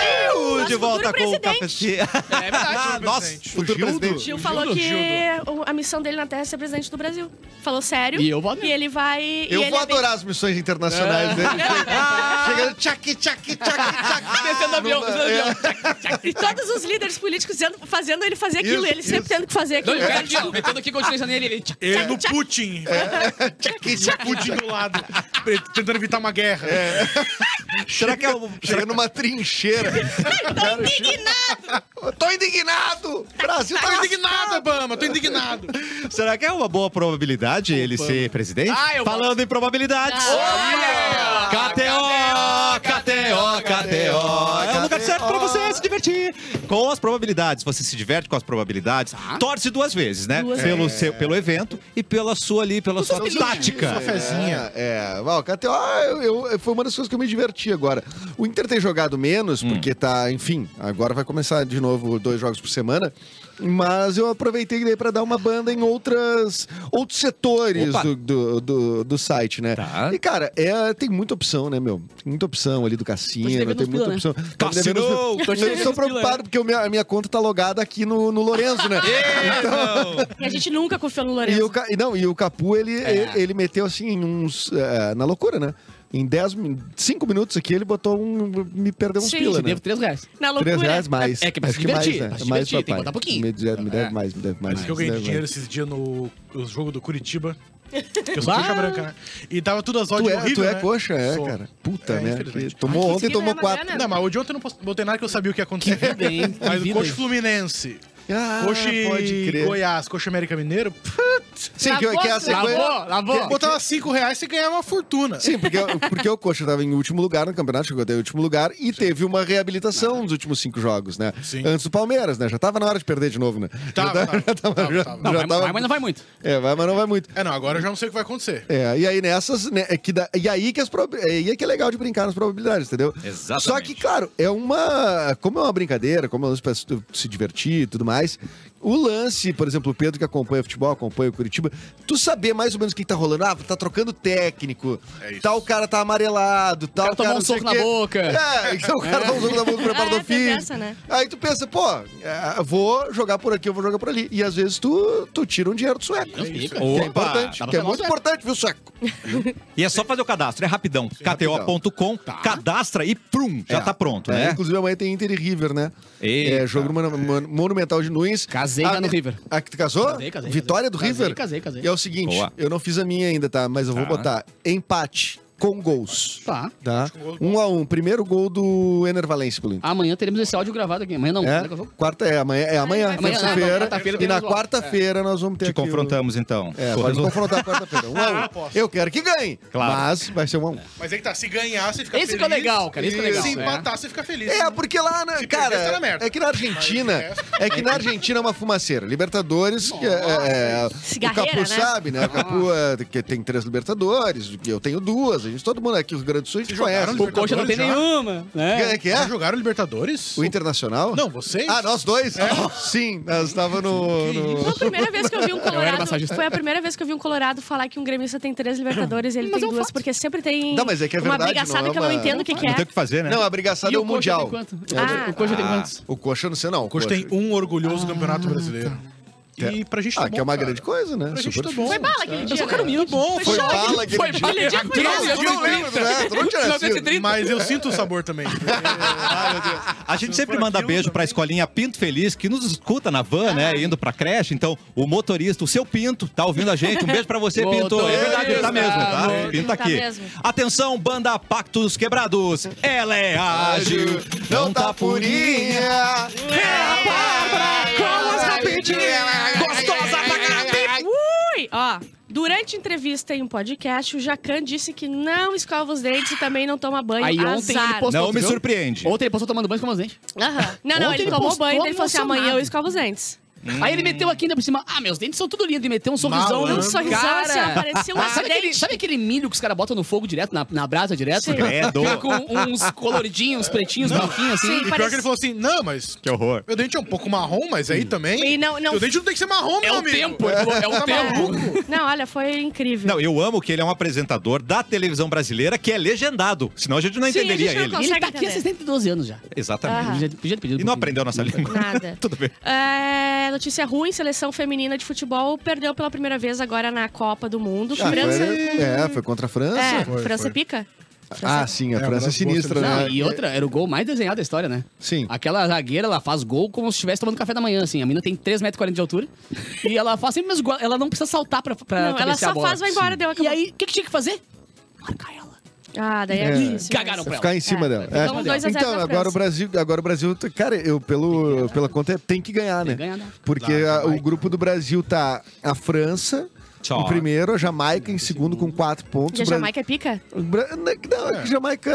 [SPEAKER 1] De
[SPEAKER 3] Nosso
[SPEAKER 1] volta com
[SPEAKER 3] futuro
[SPEAKER 1] o cafezinho.
[SPEAKER 4] É
[SPEAKER 6] Ah,
[SPEAKER 4] verdade.
[SPEAKER 1] Nossa,
[SPEAKER 6] presidente.
[SPEAKER 1] futuro
[SPEAKER 5] Gildo?
[SPEAKER 1] presidente.
[SPEAKER 3] Gil falou que o- a missão dele na Terra é ser presidente do Brasil. Falou sério.
[SPEAKER 4] E eu vou adorar.
[SPEAKER 3] ele vai. e
[SPEAKER 5] Eu
[SPEAKER 3] ele
[SPEAKER 5] vou
[SPEAKER 3] é bem- [laughs] Ah.
[SPEAKER 5] adorar as missões internacionais dele. Chega, tchac, tchac, tchac, tchac.
[SPEAKER 4] Descendo avião, descendo avião.
[SPEAKER 3] E todos os líderes políticos dizendo- fazendo ele fazer aquilo,
[SPEAKER 5] Isso,
[SPEAKER 3] ele sempre tendo que fazer
[SPEAKER 4] Não,
[SPEAKER 3] aquilo.
[SPEAKER 4] e o cara aqui, ó, metendo aqui continência nele. Ele, tchac,
[SPEAKER 6] Ele no Putin. Putin do lado. Tentando evitar uma guerra.
[SPEAKER 5] É.
[SPEAKER 1] Será que é o.
[SPEAKER 5] Chega numa trincheira.
[SPEAKER 3] [laughs] Tô indignado!
[SPEAKER 5] Tô indignado! Brasil
[SPEAKER 6] Tô
[SPEAKER 5] tá
[SPEAKER 6] indignado, Obama, tô indignado.
[SPEAKER 1] Será que é uma boa probabilidade ele ser presidente?
[SPEAKER 4] Ah, eu
[SPEAKER 1] Falando em probabilidades.
[SPEAKER 5] Ah,
[SPEAKER 1] KTO, KTO, KTO. É um lugar certo pra você se divertir. Com as probabilidades. Você se diverte com as probabilidades.
[SPEAKER 5] Tá.
[SPEAKER 1] Torce duas vezes, né?
[SPEAKER 3] Duas
[SPEAKER 1] pelo, seu, pelo evento e pela sua ali, pela sua
[SPEAKER 5] um
[SPEAKER 1] tática.
[SPEAKER 5] cafezinha. É, é. Val, KTO, eu, eu- foi uma das coisas que eu me diverti agora. O Inter tem jogado
[SPEAKER 1] Hum.
[SPEAKER 5] menos, porque tá, enfim, agora vai começar de novo dois jogos por semana. Mas eu aproveitei daí pra dar uma banda em outras, outros setores
[SPEAKER 1] Opa.
[SPEAKER 5] do, do, do- do site, né?
[SPEAKER 1] Tá.
[SPEAKER 5] E, cara, é, tem muita opção, né, meu? Tem muita opção ali do cassino,
[SPEAKER 4] Tô te devendo
[SPEAKER 5] tem
[SPEAKER 4] uns
[SPEAKER 5] muita
[SPEAKER 4] pila, né?
[SPEAKER 5] opção. Tá me
[SPEAKER 1] Cassino!
[SPEAKER 5] devendo uns pila.
[SPEAKER 4] Tô te devendo
[SPEAKER 5] Eu estou
[SPEAKER 4] uns pila, né?
[SPEAKER 5] preocupado, porque o minha- a minha conta tá logada aqui no, no
[SPEAKER 1] [laughs]
[SPEAKER 5] Lorenzo, né?
[SPEAKER 3] E a gente nunca confiou no
[SPEAKER 5] E
[SPEAKER 3] Lourenço.
[SPEAKER 5] o, Ca- e não, e o Capu, ele,
[SPEAKER 4] É.
[SPEAKER 5] ele, ele meteu assim, em uns. eh, na loucura, né? Em 10, 5 minutos aqui, ele botou um. Me perdeu uns
[SPEAKER 3] Sim.
[SPEAKER 5] pila,
[SPEAKER 4] Te
[SPEAKER 5] né?
[SPEAKER 4] devo 3 reais.
[SPEAKER 3] Na
[SPEAKER 5] 3
[SPEAKER 3] loucura.
[SPEAKER 5] reais mais.
[SPEAKER 4] É- é que pra se
[SPEAKER 5] Acho
[SPEAKER 4] divertir,
[SPEAKER 5] mais, né?
[SPEAKER 4] pra se
[SPEAKER 5] mais,
[SPEAKER 4] divertir, tem que
[SPEAKER 5] papai.
[SPEAKER 4] botar pouquinho. É.
[SPEAKER 5] Me, de- me deve mais, me deve mais.
[SPEAKER 6] Acho que eu
[SPEAKER 5] me
[SPEAKER 6] ganhei
[SPEAKER 5] deve
[SPEAKER 6] dinheiro
[SPEAKER 5] mais.
[SPEAKER 6] esses dias no, no jogo do Curitiba. Que eu sou coxa branca, né? E tava tudo as odds
[SPEAKER 5] Tu é,
[SPEAKER 6] horríveis,
[SPEAKER 5] tu é
[SPEAKER 6] né?
[SPEAKER 5] coxa, é,
[SPEAKER 6] Sou.
[SPEAKER 5] cara. Puta,
[SPEAKER 6] É,
[SPEAKER 5] né?
[SPEAKER 6] infelizmente.
[SPEAKER 5] Que Tomou
[SPEAKER 3] Aqui
[SPEAKER 5] ontem,
[SPEAKER 3] sim ganha
[SPEAKER 5] tomou
[SPEAKER 3] uma
[SPEAKER 5] quatro.
[SPEAKER 3] grana.
[SPEAKER 6] Não, mas o de ontem eu não posso- botei nada que eu sabia o que ia acontecer.
[SPEAKER 4] Que vida, hein? Que
[SPEAKER 6] Mas o
[SPEAKER 4] vida,
[SPEAKER 6] coxa
[SPEAKER 4] hein?
[SPEAKER 6] Fluminense,
[SPEAKER 5] Ah,
[SPEAKER 6] coxa
[SPEAKER 5] pode crer.
[SPEAKER 6] Goiás, coxa América Mineiro,
[SPEAKER 5] Sim, que, que é a sequência.
[SPEAKER 4] Lavou, lavou.
[SPEAKER 6] botava 5 reais e ganhava uma fortuna.
[SPEAKER 5] Sim, porque, porque o Coxa estava em último lugar no campeonato, chegou até o último lugar e teve uma reabilitação nos últimos cinco jogos, né?
[SPEAKER 6] Sim.
[SPEAKER 5] Antes do Palmeiras, né? Já tava na hora de perder de novo, né?
[SPEAKER 6] Tava,
[SPEAKER 5] já
[SPEAKER 6] tava,
[SPEAKER 5] já tava,
[SPEAKER 6] tava,
[SPEAKER 5] já-
[SPEAKER 6] tava.
[SPEAKER 4] Não,
[SPEAKER 5] já
[SPEAKER 4] vai,
[SPEAKER 5] tava-
[SPEAKER 4] vai, mas não vai muito.
[SPEAKER 5] É, vai, mas não vai muito.
[SPEAKER 6] É, não, agora eu já não sei o que vai acontecer.
[SPEAKER 5] É, e aí nessas, né, é que dá- e aí que as prob- é, e é que é legal de brincar nas probabilidades, entendeu?
[SPEAKER 1] Exatamente.
[SPEAKER 5] Só que, claro, é uma, como é uma brincadeira, como é um lance pra se se divertir e tudo mais, o lance, por exemplo, o Pedro que acompanha futebol, acompanha o Curitiba, tu saber mais ou menos o que tá rolando, ah, tá trocando técnico,
[SPEAKER 6] É isso.
[SPEAKER 5] tal cara tá amarelado, tal
[SPEAKER 4] cara
[SPEAKER 5] cara,
[SPEAKER 4] tomou um
[SPEAKER 5] não sei
[SPEAKER 4] soco
[SPEAKER 5] o quê.
[SPEAKER 4] na boca.
[SPEAKER 5] É, então o cara tomou um soco na boca do preparador
[SPEAKER 3] Ah, teve
[SPEAKER 5] físico.
[SPEAKER 3] essa, né?
[SPEAKER 5] Aí tu pensa, pô, é, vou jogar por aqui, eu vou jogar por ali. E às vezes tu, tu tira um dinheiro do sueco.
[SPEAKER 4] Deus me livre.
[SPEAKER 5] Que é
[SPEAKER 1] Opa!
[SPEAKER 5] importante,
[SPEAKER 4] Dá pra
[SPEAKER 5] que é
[SPEAKER 4] pegar
[SPEAKER 5] muito
[SPEAKER 4] um
[SPEAKER 5] importante, viu, sueco?
[SPEAKER 1] E é só fazer o cadastro, é rapidão. KTO.com, cadastra e prum, já
[SPEAKER 5] Tá. É.
[SPEAKER 1] tá pronto,
[SPEAKER 5] É,
[SPEAKER 1] né?
[SPEAKER 5] Inclusive amanhã tem Inter e River, né?
[SPEAKER 1] Eita.
[SPEAKER 5] É, jogo no Mon- Mon- Monumental de Nunes.
[SPEAKER 4] Casei
[SPEAKER 5] A
[SPEAKER 4] lá no
[SPEAKER 5] me-
[SPEAKER 4] River.
[SPEAKER 5] A, que tu casou?
[SPEAKER 4] Casei, casei,
[SPEAKER 5] Vitória do
[SPEAKER 4] casei.
[SPEAKER 5] River?
[SPEAKER 4] Casei, casei, casei.
[SPEAKER 5] E é o seguinte,
[SPEAKER 1] Boa.
[SPEAKER 5] eu não fiz a minha ainda, tá? Mas eu vou
[SPEAKER 1] Tá.
[SPEAKER 5] botar empate com gols.
[SPEAKER 4] Tá.
[SPEAKER 5] Tá? Um a um. Primeiro gol do Ener Valencia pelo Inter.
[SPEAKER 4] Amanhã teremos esse áudio gravado aqui. Amanhã não.
[SPEAKER 5] É,
[SPEAKER 4] Quando que eu vou?
[SPEAKER 5] quarta é amanhã, é amanhã,
[SPEAKER 3] Amanhã,
[SPEAKER 4] amanhã,
[SPEAKER 5] terça-feira.
[SPEAKER 4] quarta-feira,
[SPEAKER 5] E na
[SPEAKER 4] teremos logo.
[SPEAKER 5] quarta-feira nós vamos ter
[SPEAKER 1] Te
[SPEAKER 5] aqui o-
[SPEAKER 1] confrontamos então.
[SPEAKER 5] É,
[SPEAKER 1] Com o
[SPEAKER 5] pode
[SPEAKER 1] resultado.
[SPEAKER 5] confrontar quarta-feira. Um
[SPEAKER 4] [laughs]
[SPEAKER 5] a um. Eu quero que ganhe.
[SPEAKER 1] Claro.
[SPEAKER 5] Mas vai ser um a um.
[SPEAKER 6] Mas é que tá, se ganhar, você fica
[SPEAKER 4] Esse
[SPEAKER 6] feliz.
[SPEAKER 4] que é o legal, cara, esse que é o legal,
[SPEAKER 6] Se
[SPEAKER 4] né?
[SPEAKER 6] empatar, você fica feliz.
[SPEAKER 5] É, porque lá, na,
[SPEAKER 6] Se
[SPEAKER 5] cara,
[SPEAKER 6] perder, tá na merda.
[SPEAKER 5] é que na Argentina,
[SPEAKER 6] Mas
[SPEAKER 5] é que na Argentina é uma fumaceira. Libertadores, que é, é, é, o
[SPEAKER 3] Cigarreira,
[SPEAKER 5] Capu
[SPEAKER 3] né?
[SPEAKER 5] sabe, né? O Capu é, que tem três Libertadores, eu tenho duas. A gente, todo mundo aqui, o Rio Grande do Sul, a gente
[SPEAKER 6] Vocês jogaram
[SPEAKER 5] conhece.
[SPEAKER 4] O coxa não tem
[SPEAKER 6] Já?
[SPEAKER 4] nenhuma,
[SPEAKER 5] Quem
[SPEAKER 4] né?
[SPEAKER 5] é que
[SPEAKER 6] Já
[SPEAKER 5] é?
[SPEAKER 6] jogaram Libertadores?
[SPEAKER 5] O Internacional?
[SPEAKER 6] Não, vocês? É.
[SPEAKER 5] Ah, nós dois? Sim, nós estávamos no... no-
[SPEAKER 3] Foi a primeira vez que eu vi um colorado.
[SPEAKER 4] massagista.
[SPEAKER 3] Foi a primeira vez que eu vi um colorado falar que um gremista tem três Libertadores e ele tem duas, porque sempre tem
[SPEAKER 5] é um Não, mas é que é
[SPEAKER 3] uma
[SPEAKER 5] verdade,
[SPEAKER 3] briga assada
[SPEAKER 5] não é
[SPEAKER 3] que eu não
[SPEAKER 5] uma-
[SPEAKER 3] entendo o que, que
[SPEAKER 1] Não tem o
[SPEAKER 3] é.
[SPEAKER 1] que fazer, né?
[SPEAKER 5] Não, a brigaçada é o
[SPEAKER 4] Coxa
[SPEAKER 5] Mundial.
[SPEAKER 4] tem quanto?
[SPEAKER 3] Ah.
[SPEAKER 4] O coxa tem quantos?
[SPEAKER 5] O Coxa, eu não sei não. O
[SPEAKER 6] Hoje tem um orgulhoso campeonato brasileiro. E pra gente tá
[SPEAKER 5] Ah,
[SPEAKER 6] bom,
[SPEAKER 5] que é uma
[SPEAKER 6] cara.
[SPEAKER 5] grande coisa, né?
[SPEAKER 6] Pra gente
[SPEAKER 5] Super
[SPEAKER 6] tá bom.
[SPEAKER 3] Foi bala aquele dia.
[SPEAKER 4] Eu sou
[SPEAKER 3] né?
[SPEAKER 4] cara humilde.
[SPEAKER 6] Bom,
[SPEAKER 3] Foi
[SPEAKER 5] Foi
[SPEAKER 3] choque.
[SPEAKER 5] bala aquele
[SPEAKER 4] Foi
[SPEAKER 5] dia.
[SPEAKER 4] bala de
[SPEAKER 3] Aquele dia foi
[SPEAKER 5] Não, tu não lembra, né? Tu não tinha nascido.
[SPEAKER 6] Mas eu sinto o sabor também.
[SPEAKER 1] A gente
[SPEAKER 6] Se
[SPEAKER 1] sempre
[SPEAKER 6] for
[SPEAKER 1] manda
[SPEAKER 6] aquilo
[SPEAKER 1] beijo pra
[SPEAKER 6] também.
[SPEAKER 1] escolinha Pinto Feliz, que nos escuta na van, né? Indo pra creche. Então, o motorista, o seu Pinto, tá ouvindo a gente. Um beijo pra você, Pinto. É verdade, ele tá mesmo, tá? Pinto tá
[SPEAKER 3] Tá
[SPEAKER 1] aqui.
[SPEAKER 3] mesmo.
[SPEAKER 1] Atenção, banda Pactos Quebrados. Ela é ágil, não tá purinha.
[SPEAKER 3] Com as rapidinhas.
[SPEAKER 1] Gostosa pra caralho.
[SPEAKER 3] Ui! Ó, durante entrevista em um podcast, o Jacan disse que não escova os dentes e também não toma banho.
[SPEAKER 4] Aí ontem
[SPEAKER 3] Azar.
[SPEAKER 4] ele postou.
[SPEAKER 1] Não
[SPEAKER 4] tu
[SPEAKER 1] me
[SPEAKER 4] viu?
[SPEAKER 1] surpreende.
[SPEAKER 4] Ontem ele postou tomando banho com os dentes.
[SPEAKER 3] Aham. Não, não,
[SPEAKER 4] Ontem
[SPEAKER 3] ele
[SPEAKER 4] ele
[SPEAKER 3] tomou
[SPEAKER 4] postou
[SPEAKER 3] banho, daí ele falou assim:
[SPEAKER 4] emocionado.
[SPEAKER 3] amanhã eu escovo os dentes.
[SPEAKER 4] Aí ele meteu aqui ainda por cima. Ah, meus dentes são tudo lindos. Ele meteu um sorrisão.
[SPEAKER 6] Malandro.
[SPEAKER 3] Um sorrisão assim, ó, parecia um
[SPEAKER 4] Mas sabe aquele,
[SPEAKER 3] acidente.
[SPEAKER 4] sabe aquele milho que os caras botam no fogo direto, na, na brasa direto?
[SPEAKER 3] Sim.
[SPEAKER 1] Credo.
[SPEAKER 4] Fica com uns coloridinhos, uns pretinhos, branquinhos, assim.
[SPEAKER 6] E pior que ele falou assim, não, mas...
[SPEAKER 1] Que horror.
[SPEAKER 6] Meu dente é um pouco marrom, mas aí também...
[SPEAKER 3] E não- não-
[SPEAKER 6] Meu dente não tem que ser marrom, meu
[SPEAKER 4] É o
[SPEAKER 6] amigo.
[SPEAKER 4] tempo, ele falou, é o
[SPEAKER 6] Tá
[SPEAKER 4] tempo.
[SPEAKER 6] maluco?
[SPEAKER 3] Não, olha, foi incrível.
[SPEAKER 1] Não, eu amo que ele é um apresentador da televisão brasileira que é legendado. Senão a gente não
[SPEAKER 3] Sim, a gente
[SPEAKER 1] entenderia
[SPEAKER 3] não
[SPEAKER 1] ele.
[SPEAKER 3] consegue.
[SPEAKER 4] E ele tá aqui há
[SPEAKER 3] entender.
[SPEAKER 4] 612 anos já.
[SPEAKER 1] Exatamente.
[SPEAKER 3] Ah.
[SPEAKER 4] Podia, podia ter pedido
[SPEAKER 1] E
[SPEAKER 4] um
[SPEAKER 1] não
[SPEAKER 4] pouquinho.
[SPEAKER 1] aprendeu a nossa língua. [laughs]
[SPEAKER 3] Nada.
[SPEAKER 1] Tudo bem.
[SPEAKER 3] É, notícia ruim, seleção feminina de futebol perdeu pela primeira vez agora na Copa do Mundo.
[SPEAKER 5] Ah,
[SPEAKER 3] França.
[SPEAKER 5] foi- É, foi contra a França.
[SPEAKER 3] É,
[SPEAKER 6] Foi,
[SPEAKER 3] França
[SPEAKER 6] foi.
[SPEAKER 3] pica?
[SPEAKER 5] Ah, sim, a
[SPEAKER 6] É,
[SPEAKER 5] França é
[SPEAKER 6] agora
[SPEAKER 5] sinistra,
[SPEAKER 6] você-
[SPEAKER 5] né?
[SPEAKER 4] Não, e outra, era o gol mais desenhado da história, né?
[SPEAKER 5] Sim.
[SPEAKER 4] Aquela zagueira, ela faz gol como se estivesse tomando café da manhã, assim. A mina tem 3,40m de altura. e ela faz sempre o mesmo gol. Ela não precisa saltar pra, pra
[SPEAKER 3] Não, ela
[SPEAKER 4] cabecear
[SPEAKER 3] só
[SPEAKER 4] Ah, a bola.
[SPEAKER 3] faz, vai embora, deu
[SPEAKER 4] E
[SPEAKER 3] acabou.
[SPEAKER 4] aí, o que, que tinha que fazer? Marcar ela.
[SPEAKER 3] Ah, daí é difícil.
[SPEAKER 4] Cagaram pra ela.
[SPEAKER 5] Ficar em cima
[SPEAKER 3] É,
[SPEAKER 5] dela.
[SPEAKER 3] então, dois a zero
[SPEAKER 5] então
[SPEAKER 3] pra
[SPEAKER 5] agora
[SPEAKER 3] França.
[SPEAKER 5] o Brasil, agora o Brasil, tá- cara, eu pelo pela conta tem que ganhar, né?
[SPEAKER 4] que ganhar, né?
[SPEAKER 5] Porque a- o grupo do Brasil tá a França
[SPEAKER 1] Só.
[SPEAKER 5] em primeiro, a Jamaica em segundo com quatro pontos.
[SPEAKER 3] E a
[SPEAKER 5] O Bra-
[SPEAKER 3] Jamaica é pica?
[SPEAKER 5] o Bra- Não, é que não, é que a Jamaica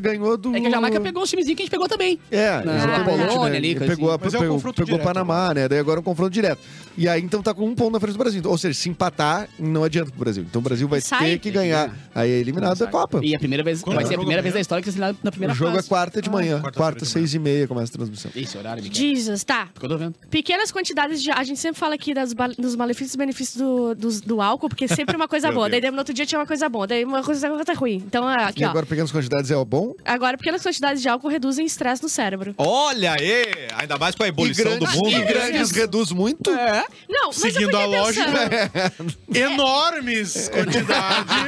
[SPEAKER 5] ganhou do
[SPEAKER 4] É que a Jamaica pegou os timezinhos que a gente pegou também.
[SPEAKER 5] É,
[SPEAKER 4] Na
[SPEAKER 5] exatamente.
[SPEAKER 4] Polônia
[SPEAKER 5] né?
[SPEAKER 4] ali, coisa
[SPEAKER 5] pegou, a-
[SPEAKER 6] Mas é um
[SPEAKER 5] pegou,
[SPEAKER 6] confronto
[SPEAKER 5] pegou o
[SPEAKER 6] direto,
[SPEAKER 5] Panamá, né? Daí agora é um confronto direto. E aí então tá com um ponto na frente do Brasil. Ou seja, se empatar, não adianta pro Brasil. Então o Brasil vai
[SPEAKER 3] Sai. né?
[SPEAKER 5] ter que ganhar. Aí é eliminado da Copa.
[SPEAKER 4] E a primeira vez,
[SPEAKER 6] Quando
[SPEAKER 4] vai ser a
[SPEAKER 6] jogo
[SPEAKER 4] primeira
[SPEAKER 6] ganha?
[SPEAKER 4] vez da história que você na na primeira
[SPEAKER 5] O jogo é
[SPEAKER 4] fase.
[SPEAKER 5] quarta de
[SPEAKER 3] Ah,
[SPEAKER 5] manhã. Quarta,
[SPEAKER 6] quarta-feira de
[SPEAKER 5] seis e meia começa a transmissão.
[SPEAKER 4] Esse horário, Miguel.
[SPEAKER 3] Jesus, tá.
[SPEAKER 4] Ficou vendo.
[SPEAKER 3] Pequenas quantidades de. A gente sempre fala aqui das ba- dos malefícios e benefícios do, dos- do álcool, porque é sempre uma coisa boa. Daí no outro dia tinha uma coisa boa, daí uma coisa, outra ruim. Então, aqui,
[SPEAKER 5] e
[SPEAKER 3] ó.
[SPEAKER 5] agora pegando as quantidades é o bom?
[SPEAKER 3] Agora, pequenas quantidades de álcool reduzem estresse no cérebro.
[SPEAKER 1] Olha aí! Ainda mais com a ebulição do mundo. né?
[SPEAKER 5] E grandes reduz muito? É.
[SPEAKER 3] Não, mas
[SPEAKER 6] Seguindo
[SPEAKER 3] eu fiquei
[SPEAKER 6] a
[SPEAKER 3] [laughs] pensando.
[SPEAKER 6] lógica,
[SPEAKER 5] [laughs]
[SPEAKER 6] enormes quantidades